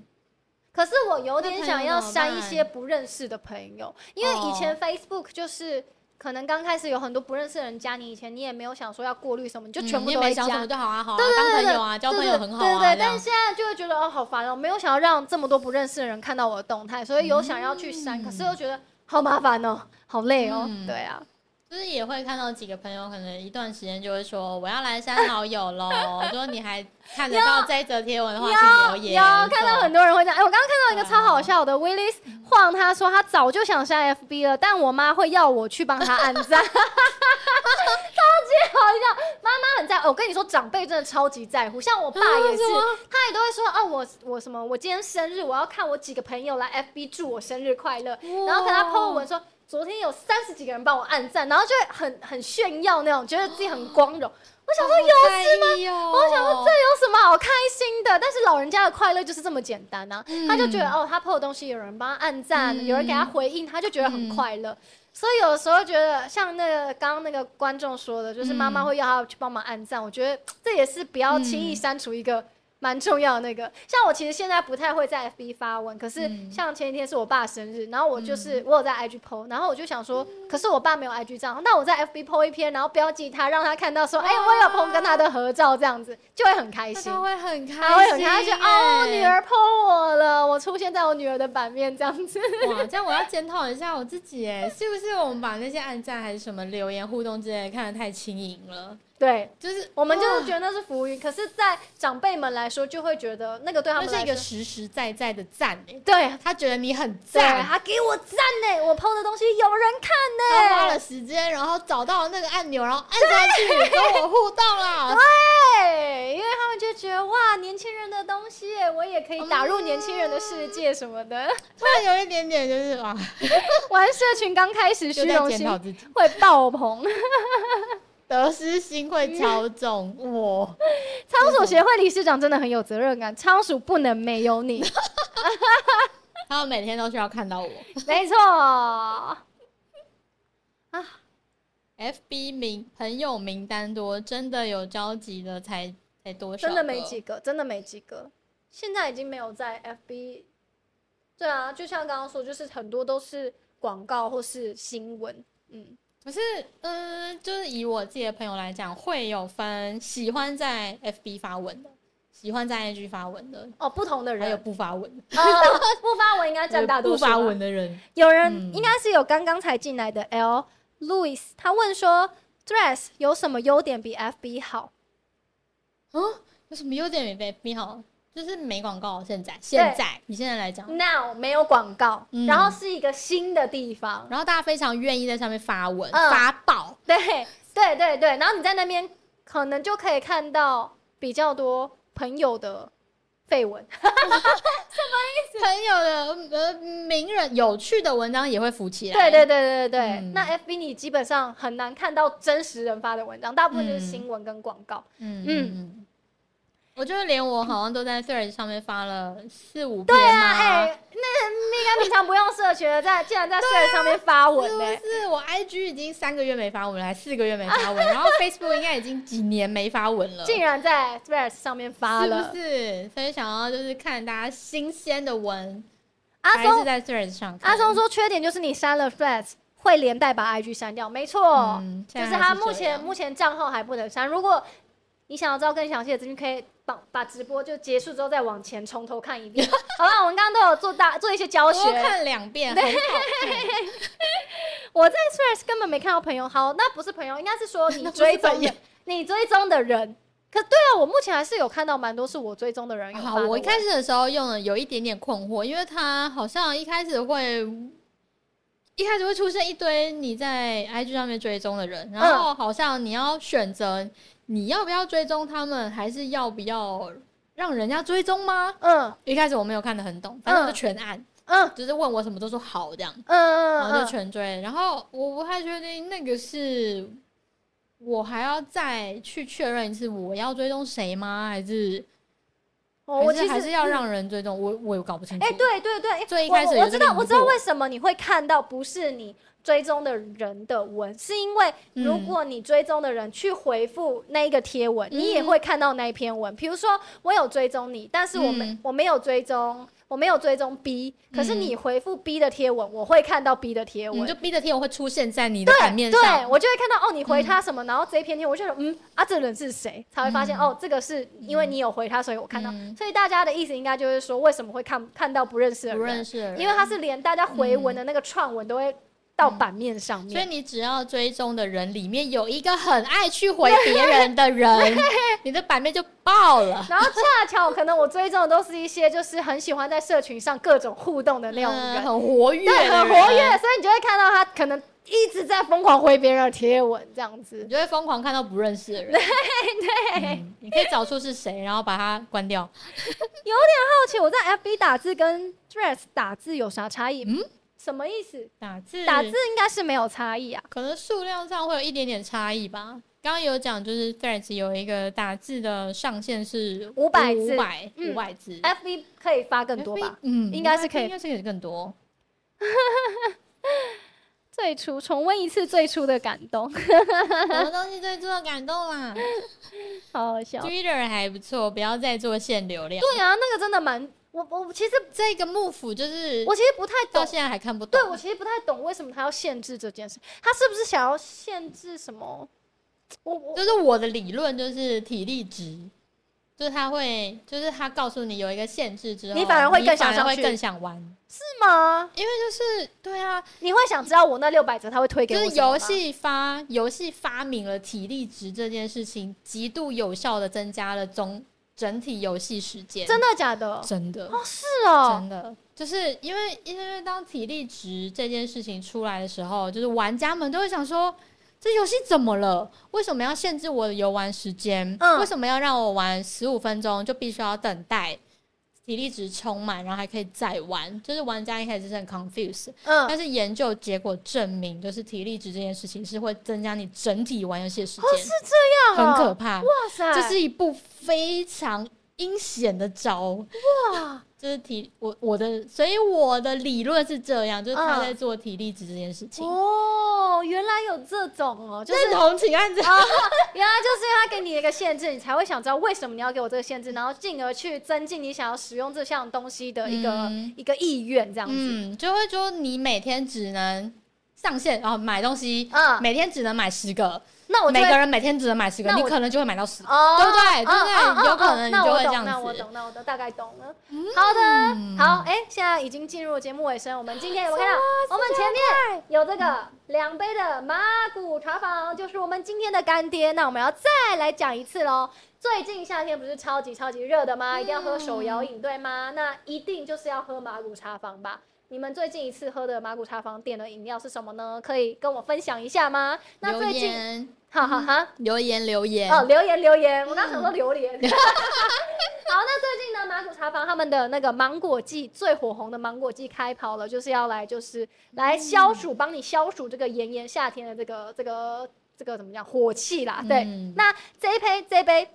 Speaker 1: 可是我有
Speaker 2: 那
Speaker 1: 点
Speaker 2: 朋
Speaker 1: 想
Speaker 2: 友
Speaker 1: 要
Speaker 2: 怎么
Speaker 1: 删一
Speaker 2: 办
Speaker 1: 些不认识的朋友，因为以前
Speaker 2: 哦
Speaker 1: Facebook 就是可能刚开始有很多不认识的人加你，以前你也没有想说要过滤什么，你就
Speaker 2: 嗯
Speaker 1: 全部
Speaker 2: 你也
Speaker 1: 都
Speaker 2: 没
Speaker 1: 会
Speaker 2: 想
Speaker 1: 加。
Speaker 2: 什么就好啊，好啊，
Speaker 1: 对对
Speaker 2: 当
Speaker 1: 对
Speaker 2: 朋友啊，交朋友很好啊，
Speaker 1: 对对对，
Speaker 2: 这
Speaker 1: 但
Speaker 2: 样
Speaker 1: 是现在就会觉得哦，好烦哦，没有想要让这么多不认识的人看到我的动态，所以有想要去删，
Speaker 2: 嗯
Speaker 1: 可是又觉得好麻烦哦，好累哦，
Speaker 2: 嗯
Speaker 1: 对啊，
Speaker 2: 就是也会看到几个朋友，可能一段时间就会说我要来删好友喽。如果你还看得到这一则贴文的话，请留言。
Speaker 1: 有看到很多人会讲，哎，我刚刚看到一个
Speaker 2: 对啊
Speaker 1: 超好笑的，Willis 晃他说他早就想删 FB 了，但我妈会要我去帮他 <laughs> 按赞，超级好笑，妈妈很在乎，我跟你说，长辈真的超级在乎，像我爸也啊是，他也都会说哦，我我什么，我今天生日，我要看我几个朋友来 FB 祝我生日快乐，
Speaker 2: 多
Speaker 1: 然后跟他 po 文说，昨天有三十几个人帮我按赞，然后就会很很炫耀那种，觉得自己很光荣。哦我想说有
Speaker 2: 有事吗？
Speaker 1: 我想说这有什么好开心的？但是老人家的快乐就是这么简单啊，
Speaker 2: 嗯
Speaker 1: 他就觉得哦，他 po 的东西有人帮他按赞，啊
Speaker 2: 嗯
Speaker 1: 有人给他回应，他就觉得很快乐。所以有的时候觉得像那个刚刚那个观众说的，就是妈妈
Speaker 2: 嗯
Speaker 1: 会要他去帮忙按赞，我觉得这也是不要轻易
Speaker 2: 嗯
Speaker 1: 删除一个蛮重要的那个。像我其实现在不太会在 FB 发文，可是
Speaker 2: 嗯
Speaker 1: 像前几天是我爸生日，然后我就是我有在 IG PO，然后我就想说，可是我爸没有 IG 账号，那我在 FB PO 一篇，然后标记他，让他看到说，哎，我有 PO 跟他的合照，这样子就会很开
Speaker 2: 那
Speaker 1: 心
Speaker 2: 他。会很开心，
Speaker 1: 他会很开心，哦，我女
Speaker 2: 哎
Speaker 1: 儿 PO 我了，我出现在我女儿的版面这 <laughs> 样子。
Speaker 2: 哇，这样我要检讨一下我自己，哎，是不是我们把那些暗赞还是什么留言互动之类的看得太轻盈了？
Speaker 1: 对，
Speaker 2: 就是哦
Speaker 1: 我们就是
Speaker 2: 哇
Speaker 1: 觉得那是浮云，可是，在长辈们来说，就会觉得那个对他
Speaker 2: 那
Speaker 1: 们
Speaker 2: 是
Speaker 1: 来
Speaker 2: 一个
Speaker 1: 说，
Speaker 2: 实实在在的赞，哎，
Speaker 1: 对
Speaker 2: 他觉得你很
Speaker 1: 对，
Speaker 2: 赞，
Speaker 1: 他给我赞呢，我 PO 的东西有人看
Speaker 2: 他
Speaker 1: 呢，
Speaker 2: 花了时间，然后找到那个按钮，然后按下去跟我互动了。
Speaker 1: 对，因为他们就觉得哇，年轻人的东西耶，我也可以打入年轻人的世界什么的。
Speaker 2: 突然有一点点就是哇，
Speaker 1: <laughs> 玩社群刚开始，虚
Speaker 2: 就在
Speaker 1: 荣
Speaker 2: 检
Speaker 1: 心
Speaker 2: 讨自己，
Speaker 1: 会爆棚。
Speaker 2: 得失心会超重。哇，
Speaker 1: <laughs> 仓鼠协会理事长真的很有责任感，仓鼠不能没有 <laughs> 你，
Speaker 2: 他们每天都需要看到我。
Speaker 1: 没错。
Speaker 2: FB 名朋友名单多，真的有交集的才才多
Speaker 1: <laughs>
Speaker 2: 少？
Speaker 1: 真的没几。个，真的没几个。现在已经没有在 FB，对啊，就像刚刚说，就是很多都是广告或是新闻，嗯，
Speaker 2: 可是，嗯、就是以我自己的朋友来讲，会有分喜欢在 FB 发文的，喜欢在 IG 发文的，
Speaker 1: 哦，不同的
Speaker 2: 还有
Speaker 1: 人，
Speaker 2: 不发文的，
Speaker 1: 呃，不发文应该占大多
Speaker 2: 不
Speaker 1: 数吧。
Speaker 2: 发文的人。
Speaker 1: 有人
Speaker 2: 嗯
Speaker 1: 应该是有刚刚才进来的 L Louis，他问说。 Threads 有什么优点比 FB 好？
Speaker 2: 哦，有什么优点没被好？就是没广告，现在现在你现在来讲，
Speaker 1: Now 没有广告，
Speaker 2: 嗯
Speaker 1: 然后是一个新的地方，
Speaker 2: 然后大家非常愿意在上面发文、
Speaker 1: 嗯
Speaker 2: 发报，
Speaker 1: <laughs> 对对对对，然后你在那边可能就可以看到比较多朋友的绯闻，
Speaker 2: 朋友的呃名人有趣的文章也会浮起来。
Speaker 1: 对对对对对对。
Speaker 2: 嗯
Speaker 1: 那 FB 你基本上很难看到真实人发的文章，大部分就是新闻跟广告。
Speaker 2: 嗯
Speaker 1: 嗯
Speaker 2: 嗯，我觉得连我好像都在 Threads 上面发了四五篇
Speaker 1: 对啊，
Speaker 2: 嘛
Speaker 1: 哎、那蜜柑平常不用社群的，在竟然在社群上面发文呢、
Speaker 2: 是不是我 IG 已经三个月没发文了，还四个月没发文，然
Speaker 1: <laughs>
Speaker 2: 后 Facebook 应该已经几年没发文了，
Speaker 1: 竟然在 Threads 上面发了。
Speaker 2: 是不是？所以想要就是看大家新鲜的文，
Speaker 1: 阿
Speaker 2: 还是
Speaker 1: 松
Speaker 2: 在 Threads 上看。
Speaker 1: 阿松说，缺点就是你删了 Threads 会连带把 IG 删掉，没错。
Speaker 2: 嗯，
Speaker 1: 就
Speaker 2: 现
Speaker 1: 是
Speaker 2: 在
Speaker 1: 他
Speaker 2: 还
Speaker 1: 目
Speaker 2: 这样
Speaker 1: 前目前账号还不能删。如果你想要知道更详细的资讯，可以把把直播就结束之后再往前从头看一
Speaker 2: <laughs>
Speaker 1: 遍。好了，我们刚刚都有做大做一些教学
Speaker 2: 多。看两遍，很好看。
Speaker 1: 我在 Stress 根本没看到朋友，好，那不是朋友，应该是说你
Speaker 2: 那不是
Speaker 1: 追踪
Speaker 2: 朋友
Speaker 1: 的 <laughs> 你追踪的人。可对啊，我目前还是有看到蛮多是我追踪的人有发
Speaker 2: 好，
Speaker 1: 的
Speaker 2: 我一开
Speaker 1: 始
Speaker 2: 始的时候用的有一点点困惑，因为它好像一开始会。一开始会出现一堆你在 IG 上面追踪的人，然
Speaker 1: 嗯
Speaker 2: 后好像你要选择你要不要追踪他们，还是要不要让人家追踪吗？
Speaker 1: 嗯
Speaker 2: 一开始我没有看得很懂，反正我就
Speaker 1: 嗯
Speaker 2: 全按，
Speaker 1: 嗯
Speaker 2: 就是问我什么都说好这样，
Speaker 1: 嗯
Speaker 2: 然后就
Speaker 1: 嗯嗯
Speaker 2: 全追。然后我不太确定那个是我还要再去确认一次我要追踪谁吗？还是
Speaker 1: 哦，我
Speaker 2: 还
Speaker 1: 其
Speaker 2: 是
Speaker 1: 实
Speaker 2: 还是要
Speaker 1: 嗯
Speaker 2: 让人追踪，我我有搞不清楚。
Speaker 1: 哎、对对对，哎
Speaker 2: 最一
Speaker 1: 我
Speaker 2: 开始
Speaker 1: 我
Speaker 2: 有
Speaker 1: 我知
Speaker 2: 这个
Speaker 1: 道
Speaker 2: 疑
Speaker 1: 我知道
Speaker 2: 惑
Speaker 1: 为什么你会看到不是你追踪的人的文，是因为如
Speaker 2: 嗯
Speaker 1: 果你追踪的人去回复那一个贴文，你也
Speaker 2: 嗯
Speaker 1: 会看到那一篇文。比如说我有追踪你，但是我没、
Speaker 2: 嗯
Speaker 1: 我没有追踪。我没有追踪 B，可是
Speaker 2: 嗯
Speaker 1: 你回复 B 的贴文，我会看到 B 的贴文
Speaker 2: 你，就逼着贴我会出现在你的版面
Speaker 1: 对
Speaker 2: 上。
Speaker 1: 我就会看到哦，你回他什么，然后这一篇贴文我就想，嗯啊，这人是谁？才会发现、
Speaker 2: 嗯
Speaker 1: 哦，这个是因为你有回他，所以我看到。
Speaker 2: 嗯
Speaker 1: 所以大家的意思应该就是说，为什么会看看到不认识的
Speaker 2: 不
Speaker 1: 人？
Speaker 2: 认识的人，
Speaker 1: 因为它是连大家回文的那个串文都会到版面上
Speaker 2: 所以
Speaker 1: 面。
Speaker 2: 你只要追踪的人里面有一个很爱去回别人的人，你的版面就爆了。
Speaker 1: 然后恰巧可能我追踪的都是一些就是很喜欢在社群上各种互动的那种
Speaker 2: 嗯
Speaker 1: 人，
Speaker 2: 很活跃，
Speaker 1: 对，很活跃，，所以你就会看到他可能一直在疯狂回别人的贴文这样子
Speaker 2: 你。就会疯狂看到不认识的人。对你可以找出是谁，然后把它关掉。
Speaker 1: 好奇我在 FB 打字跟 Dress 打字有啥差异？嗯，什么意思？
Speaker 2: 打字
Speaker 1: 打字应该是没有差异啊。
Speaker 2: 可能数量上会有一点点差异吧。刚刚有讲，就是 Threads 有一个打字的上限是
Speaker 1: 500字
Speaker 2: 五百
Speaker 1: 嗯
Speaker 2: 五百字，
Speaker 1: FB 可以发更多吧？
Speaker 2: 嗯，
Speaker 1: 应该是可以
Speaker 2: 应该是可以更多。
Speaker 1: 最初重温一次最初的感动， <laughs>
Speaker 2: 什么东西最做到感动啦
Speaker 1: 好好笑。
Speaker 2: ？Twitter 还不错，不要再做限流量。
Speaker 1: 对啊，那个真的蛮……我我其实
Speaker 2: 这个幕府就是
Speaker 1: 我其实不太懂
Speaker 2: 到现在还看不懂
Speaker 1: 对，我其实不太懂为什么他要限制这件事，他是不是想要限制什么？我我
Speaker 2: 就是我的理论就是体力值，就是他会，就是他告诉你有一个限制之后，
Speaker 1: 你反而会更想
Speaker 2: 你反而
Speaker 1: 上
Speaker 2: 会
Speaker 1: 去
Speaker 2: 更想玩，
Speaker 1: 是吗？
Speaker 2: 因为就是对啊，
Speaker 1: 你会想知道我那六百折他会推给
Speaker 2: 就
Speaker 1: 我
Speaker 2: 是
Speaker 1: 什么吗
Speaker 2: 游戏发游戏发明了体力值这件事情，极度有效的增加了总整体游戏时间，
Speaker 1: 真的假的？
Speaker 2: 真的
Speaker 1: 哦，是哦，
Speaker 2: 真的，就是因为因为当体力值这件事情出来的时候，就是玩家们都会想说。这游戏怎么了？为什么要限制我的游玩时间？
Speaker 1: 嗯
Speaker 2: 为什么要让我玩十五分钟就必须要等待体力值充满，然后还可以再玩？就是玩家一开始是很 confused，
Speaker 1: 嗯，
Speaker 2: 但是研究结果证明，就是体力值这件事情是会增加你整体玩游戏的时间，
Speaker 1: 哦是这样
Speaker 2: 很
Speaker 1: 哦，
Speaker 2: 可怕。
Speaker 1: 哇塞，
Speaker 2: 这是一部非常阴险的招，
Speaker 1: 哇，
Speaker 2: 就是体我我的，所以我的理论是这样，就是
Speaker 1: 嗯
Speaker 2: 他在做体力值这件事情。
Speaker 1: 哦，原来有这种哦，就是
Speaker 2: 认同请按赞。
Speaker 1: 原来就是因为他给你一个限制，你才会想知道为什么你要给我这个限制，然后进而去增进你想要使用这项东西的一个、
Speaker 2: 嗯
Speaker 1: 一个意愿，这样子。
Speaker 2: 嗯，就会说你每天只能上线，然、后买东西，
Speaker 1: 嗯
Speaker 2: 每天只能买十个，
Speaker 1: 那我就
Speaker 2: 每
Speaker 1: 会
Speaker 2: 个人每天只能买十个，
Speaker 1: 那
Speaker 2: 你
Speaker 1: 我
Speaker 2: 可能就会买到十个。
Speaker 1: 哦，
Speaker 2: 对不对
Speaker 1: 哦
Speaker 2: 对不对
Speaker 1: 哦哦
Speaker 2: 哎有可能
Speaker 1: 哦
Speaker 2: 你
Speaker 1: 那
Speaker 2: 就
Speaker 1: 我
Speaker 2: 会这
Speaker 1: 懂，
Speaker 2: 样
Speaker 1: 那我
Speaker 2: 子嗯
Speaker 1: 懂，那我都大概懂了。好的，好，哎，现在已经进入节目尾声，我们今天有没有看到？我们前面有这
Speaker 2: 嗯
Speaker 1: 个两杯的马古茶坊，就是我们今天的干爹。那我们要再来讲一次喽。最近夏天不是超级超级热的
Speaker 2: 嗯
Speaker 1: 吗？一定要喝手摇饮，对吗？那一定就是要喝马古茶坊吧。你们最近一次喝的马古茶坊点的饮料是什么呢？可以跟我分享一下吗？那
Speaker 2: 留
Speaker 1: 最近，
Speaker 2: 言
Speaker 1: 哈哈哈，
Speaker 2: 留言留言
Speaker 1: 哦，留言留言，我刚想说榴莲。好，那最近呢，马古茶坊他们的那个芒果季最火红的芒果季开跑了，就是要来就是来消暑，帮你消暑这个炎炎夏天的这个这个这个怎么讲火气啦。对，
Speaker 2: 嗯
Speaker 1: 那这一杯这一杯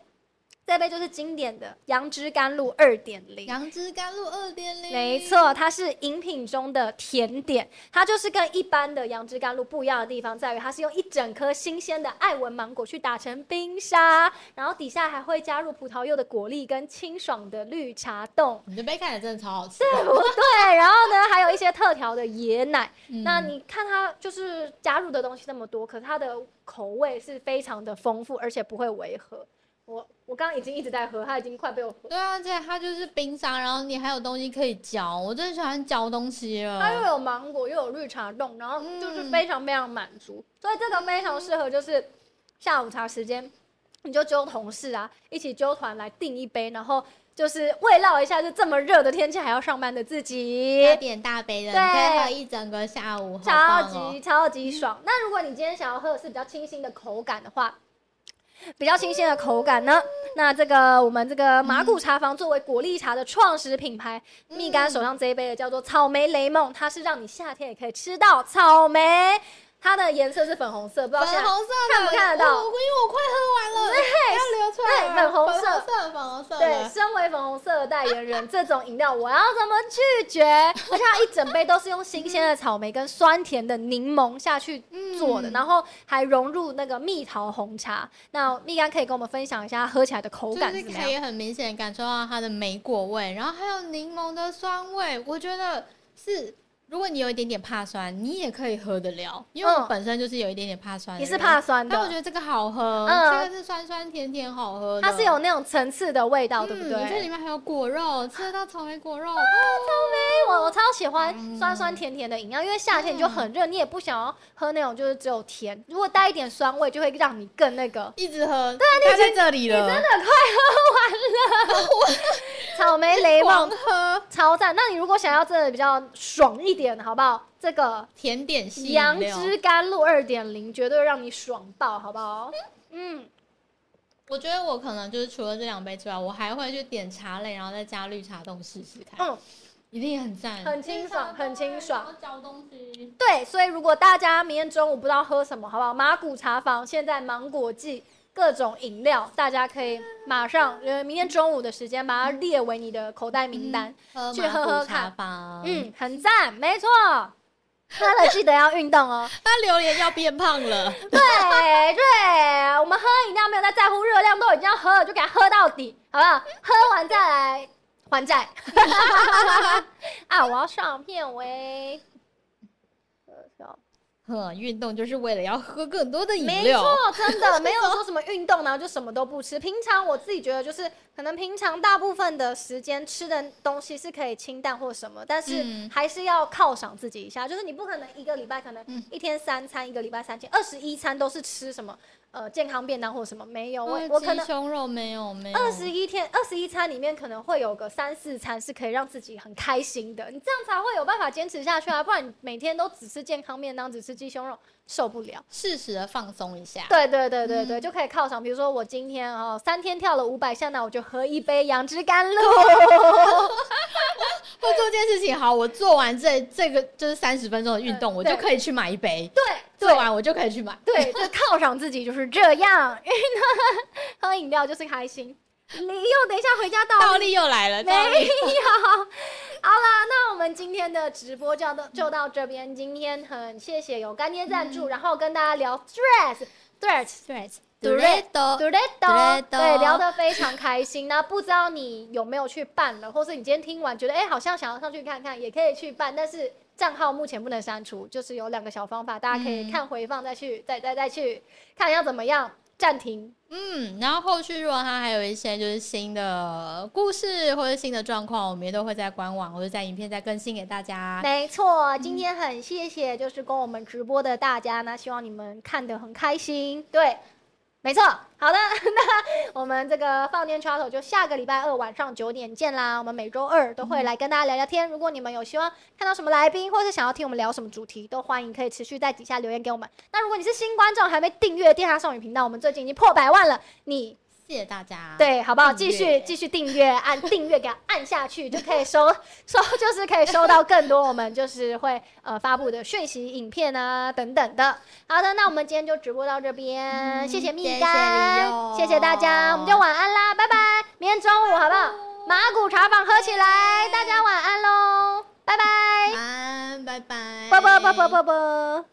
Speaker 1: 这一杯就是经典的杨枝甘露二点零。
Speaker 2: 杨枝甘露二点零，
Speaker 1: 没错，它是饮品中的甜点，它就是跟一般的杨枝甘露不一样的地方在于，它是用一整颗新鲜的爱文芒果去打成冰沙，然后底下还会加入葡萄柚的果粒跟清爽的绿茶冻，
Speaker 2: 你这杯看起来真的超好吃。
Speaker 1: 对不对？然后呢，还有一些特调的椰奶。
Speaker 2: 嗯
Speaker 1: 那你看它就是加入的东西那么多，可是它的口味是非常的丰富，而且不会违和。我我刚刚已经一直在喝，它已经快被我
Speaker 2: 对啊，而且它就是冰沙，然后你还有东西可以嚼，我真的喜欢嚼东西
Speaker 1: 它又
Speaker 2: 了。
Speaker 1: 有芒果，又有绿茶冻，然后就是
Speaker 2: 嗯
Speaker 1: 非常非常满足，所以这个非常适合就是下午茶时间，你就揪同事啊，一起揪团来订一杯，然后就是慰劳一下，就这么热的天气还要上班的自己
Speaker 2: 加，点大杯的，你可以喝一整个下午，好
Speaker 1: 超
Speaker 2: 棒
Speaker 1: 级
Speaker 2: 哦！
Speaker 1: 超级爽。那如果你今天想要喝的是比较清新的口感的话，比较清新的口感呢，那这个我们这个
Speaker 2: 嗯
Speaker 1: 马古茶坊作为果粒茶的创始品牌，蜜
Speaker 2: 嗯
Speaker 1: 柑手上这一杯的叫做草莓雷梦，它是让你夏天也可以吃到草莓，它的颜色是粉红色，不知道现
Speaker 2: 粉
Speaker 1: 在
Speaker 2: 红色的，
Speaker 1: 看不看得到哎
Speaker 2: 我我因为我快喝完了，要流出来
Speaker 1: 对
Speaker 2: 了。
Speaker 1: 粉红色
Speaker 2: 粉红色，粉红色
Speaker 1: 对，
Speaker 2: 的。
Speaker 1: 身为粉红色的代言人，这种饮料我要怎么拒 <laughs> 绝？而且它一整杯都是用新鲜的草莓跟酸甜的柠檬下去做的，
Speaker 2: 嗯
Speaker 1: 然后还融入那个蜜桃红茶。那蜜柑可以跟我们分享一下它喝起来的口感
Speaker 2: 就是
Speaker 1: 怎么
Speaker 2: 可
Speaker 1: 样？
Speaker 2: 以很明显感受到它的莓果味，然后还有柠檬的酸味，我觉得是。如果你有一点点怕酸，你也可以喝得了，因为我
Speaker 1: 嗯
Speaker 2: 本身就是有一点点怕酸的
Speaker 1: 你
Speaker 2: 人。
Speaker 1: 是怕酸
Speaker 2: 但我觉
Speaker 1: 的，
Speaker 2: 得这个好喝，
Speaker 1: 嗯
Speaker 2: 这个是酸酸甜甜好喝的，
Speaker 1: 它是有那种层次的味道，对不对？啊
Speaker 2: 嗯、这里面还有果肉，吃得到草莓果肉，
Speaker 1: 我我超喜欢酸酸甜甜的饮料，因为夏天你就很热，你也不想要喝那种就是只有甜，如果带一点酸味，就会让你更那个。
Speaker 2: 一直喝。对啊，它在这里了，你真的
Speaker 1: 草莓雷梦
Speaker 2: 狂喝
Speaker 1: <laughs> 超赞！那你如果想要真的比较爽一点，好不好？这个
Speaker 2: 甜点系饮哦料
Speaker 1: 杨枝甘露二点零绝对让你爽爆，好不好？嗯，
Speaker 2: 我觉得我可能就是除了这两杯之外，我还会去点茶类，然后再加绿茶冻试试看，
Speaker 1: 嗯，
Speaker 2: 一定很赞，
Speaker 1: 很清爽很清爽。
Speaker 2: 嚼东西，
Speaker 1: 对，所以如果大家明天中午不知道喝什么，好不好？马古茶坊现在芒果季。各种饮料，大家可以马上，呃，明天中午的时间把它列为你的口袋名单。
Speaker 2: 喝
Speaker 1: 去喝喝看
Speaker 2: 吧。嗯，
Speaker 1: 嗯，很赞，没错。喝了记得要运动哦。
Speaker 2: 那榴莲要变胖了，
Speaker 1: <laughs> 对对，我们喝饮料没有在在乎热量，都已经要喝了，就给它喝到底，好不好？喝完再来还债。 <laughs> 啊，我要上片尾。
Speaker 2: 呵，运动就是为了要喝更多的饮
Speaker 1: 没
Speaker 2: 料，
Speaker 1: 错，真的没有说什么运动，然后就什么都不吃。平常我自己觉得就是，可能平常大部分的时间吃的东西是可以清淡或什么，但是
Speaker 2: 嗯
Speaker 1: 还是要犒赏自己一下。就是你不可能一个礼拜可能
Speaker 2: 嗯
Speaker 1: 一天三餐，一个礼拜三餐，二十一餐都是吃什么呃健康便当或什么没有。我
Speaker 2: 那
Speaker 1: 我可能
Speaker 2: 鸡胸肉没有没有，
Speaker 1: 二十一天，二十一餐里面可能会有个三四餐是可以让自己很开心的，你这样才会有办法坚持下去啊！不然你每天都只吃健康面当，只吃鸡胸肉，受不了。
Speaker 2: 适时的放松一下。
Speaker 1: 对对对对
Speaker 2: 嗯
Speaker 1: 对，就可以犒赏。比如说我今天哦，三天跳了五百下，那我就喝一杯杨枝甘露。
Speaker 2: 或做件事情，好，我做完这这个就是三十分钟的运动，
Speaker 1: 嗯
Speaker 2: 我
Speaker 1: 对
Speaker 2: 就可以去买一杯。
Speaker 1: 对
Speaker 2: 做
Speaker 1: 对
Speaker 2: 完我就可以去买。
Speaker 1: 对，就犒赏自己就是这样。 <laughs> 因为呢，喝饮料就是开心。你又等一下回家倒
Speaker 2: <laughs> 倒立又来了，
Speaker 1: 没
Speaker 2: 倒立。
Speaker 1: 有。 <laughs> 好啦，那我们今天的直播就到就到这边。今天很谢谢有干爹赞
Speaker 2: 嗯
Speaker 1: 助，然后跟大家聊 stress stress。
Speaker 2: 对，
Speaker 1: d u r e t o
Speaker 2: Duretto
Speaker 1: 对，聊得非常开心。那不知道你有没有去办了，或是你今天听完觉得哎、好像想要上去看看，也可以去办，但是账号目前不能删除，就是有两个小方法，大家可以
Speaker 2: 嗯
Speaker 1: 看回放再去再再再去看要怎么样暂停。
Speaker 2: 嗯，然后后续如果它还有一些就是新的故事或者新的状况，我们也都会在官网或者在影片再更新给大家。
Speaker 1: 没错，今天很谢谢就是跟我们直播的大家，那希望你们看得很开心。对，没错。好的， <laughs> 那我们这个放电 chat 就下个礼拜二晚上九点见啦。我们每周二都会来跟大家聊聊天。如果你们有希望看到什么来宾，或是想要听我们聊什么主题，都欢迎可以持续在底下留言给我们。那如果你是新观众，还没订阅电商少女频道，我们最近已经破百万了，你
Speaker 2: 谢谢大家。，
Speaker 1: 对，好不好？
Speaker 2: 订
Speaker 1: 继
Speaker 2: 阅
Speaker 1: 续继续订阅，
Speaker 2: <laughs>
Speaker 1: 按订阅给它按下去，就可以收 <laughs> 收，就是可以收到更多我们就是会呃发布的讯息、影片啊等等的。好的，那我们今天就直播到这边，
Speaker 2: 嗯
Speaker 1: 谢谢
Speaker 2: 谢
Speaker 1: 蜜
Speaker 2: 谢
Speaker 1: 柑，
Speaker 2: Leo
Speaker 1: 谢谢大家，我们就晚安啦，拜拜，明天中午好不
Speaker 2: 哦
Speaker 1: 好？马古茶坊喝起来，大家晚安喽，拜拜，
Speaker 2: 晚安，拜拜。
Speaker 1: 啵啵啵啵啵啵。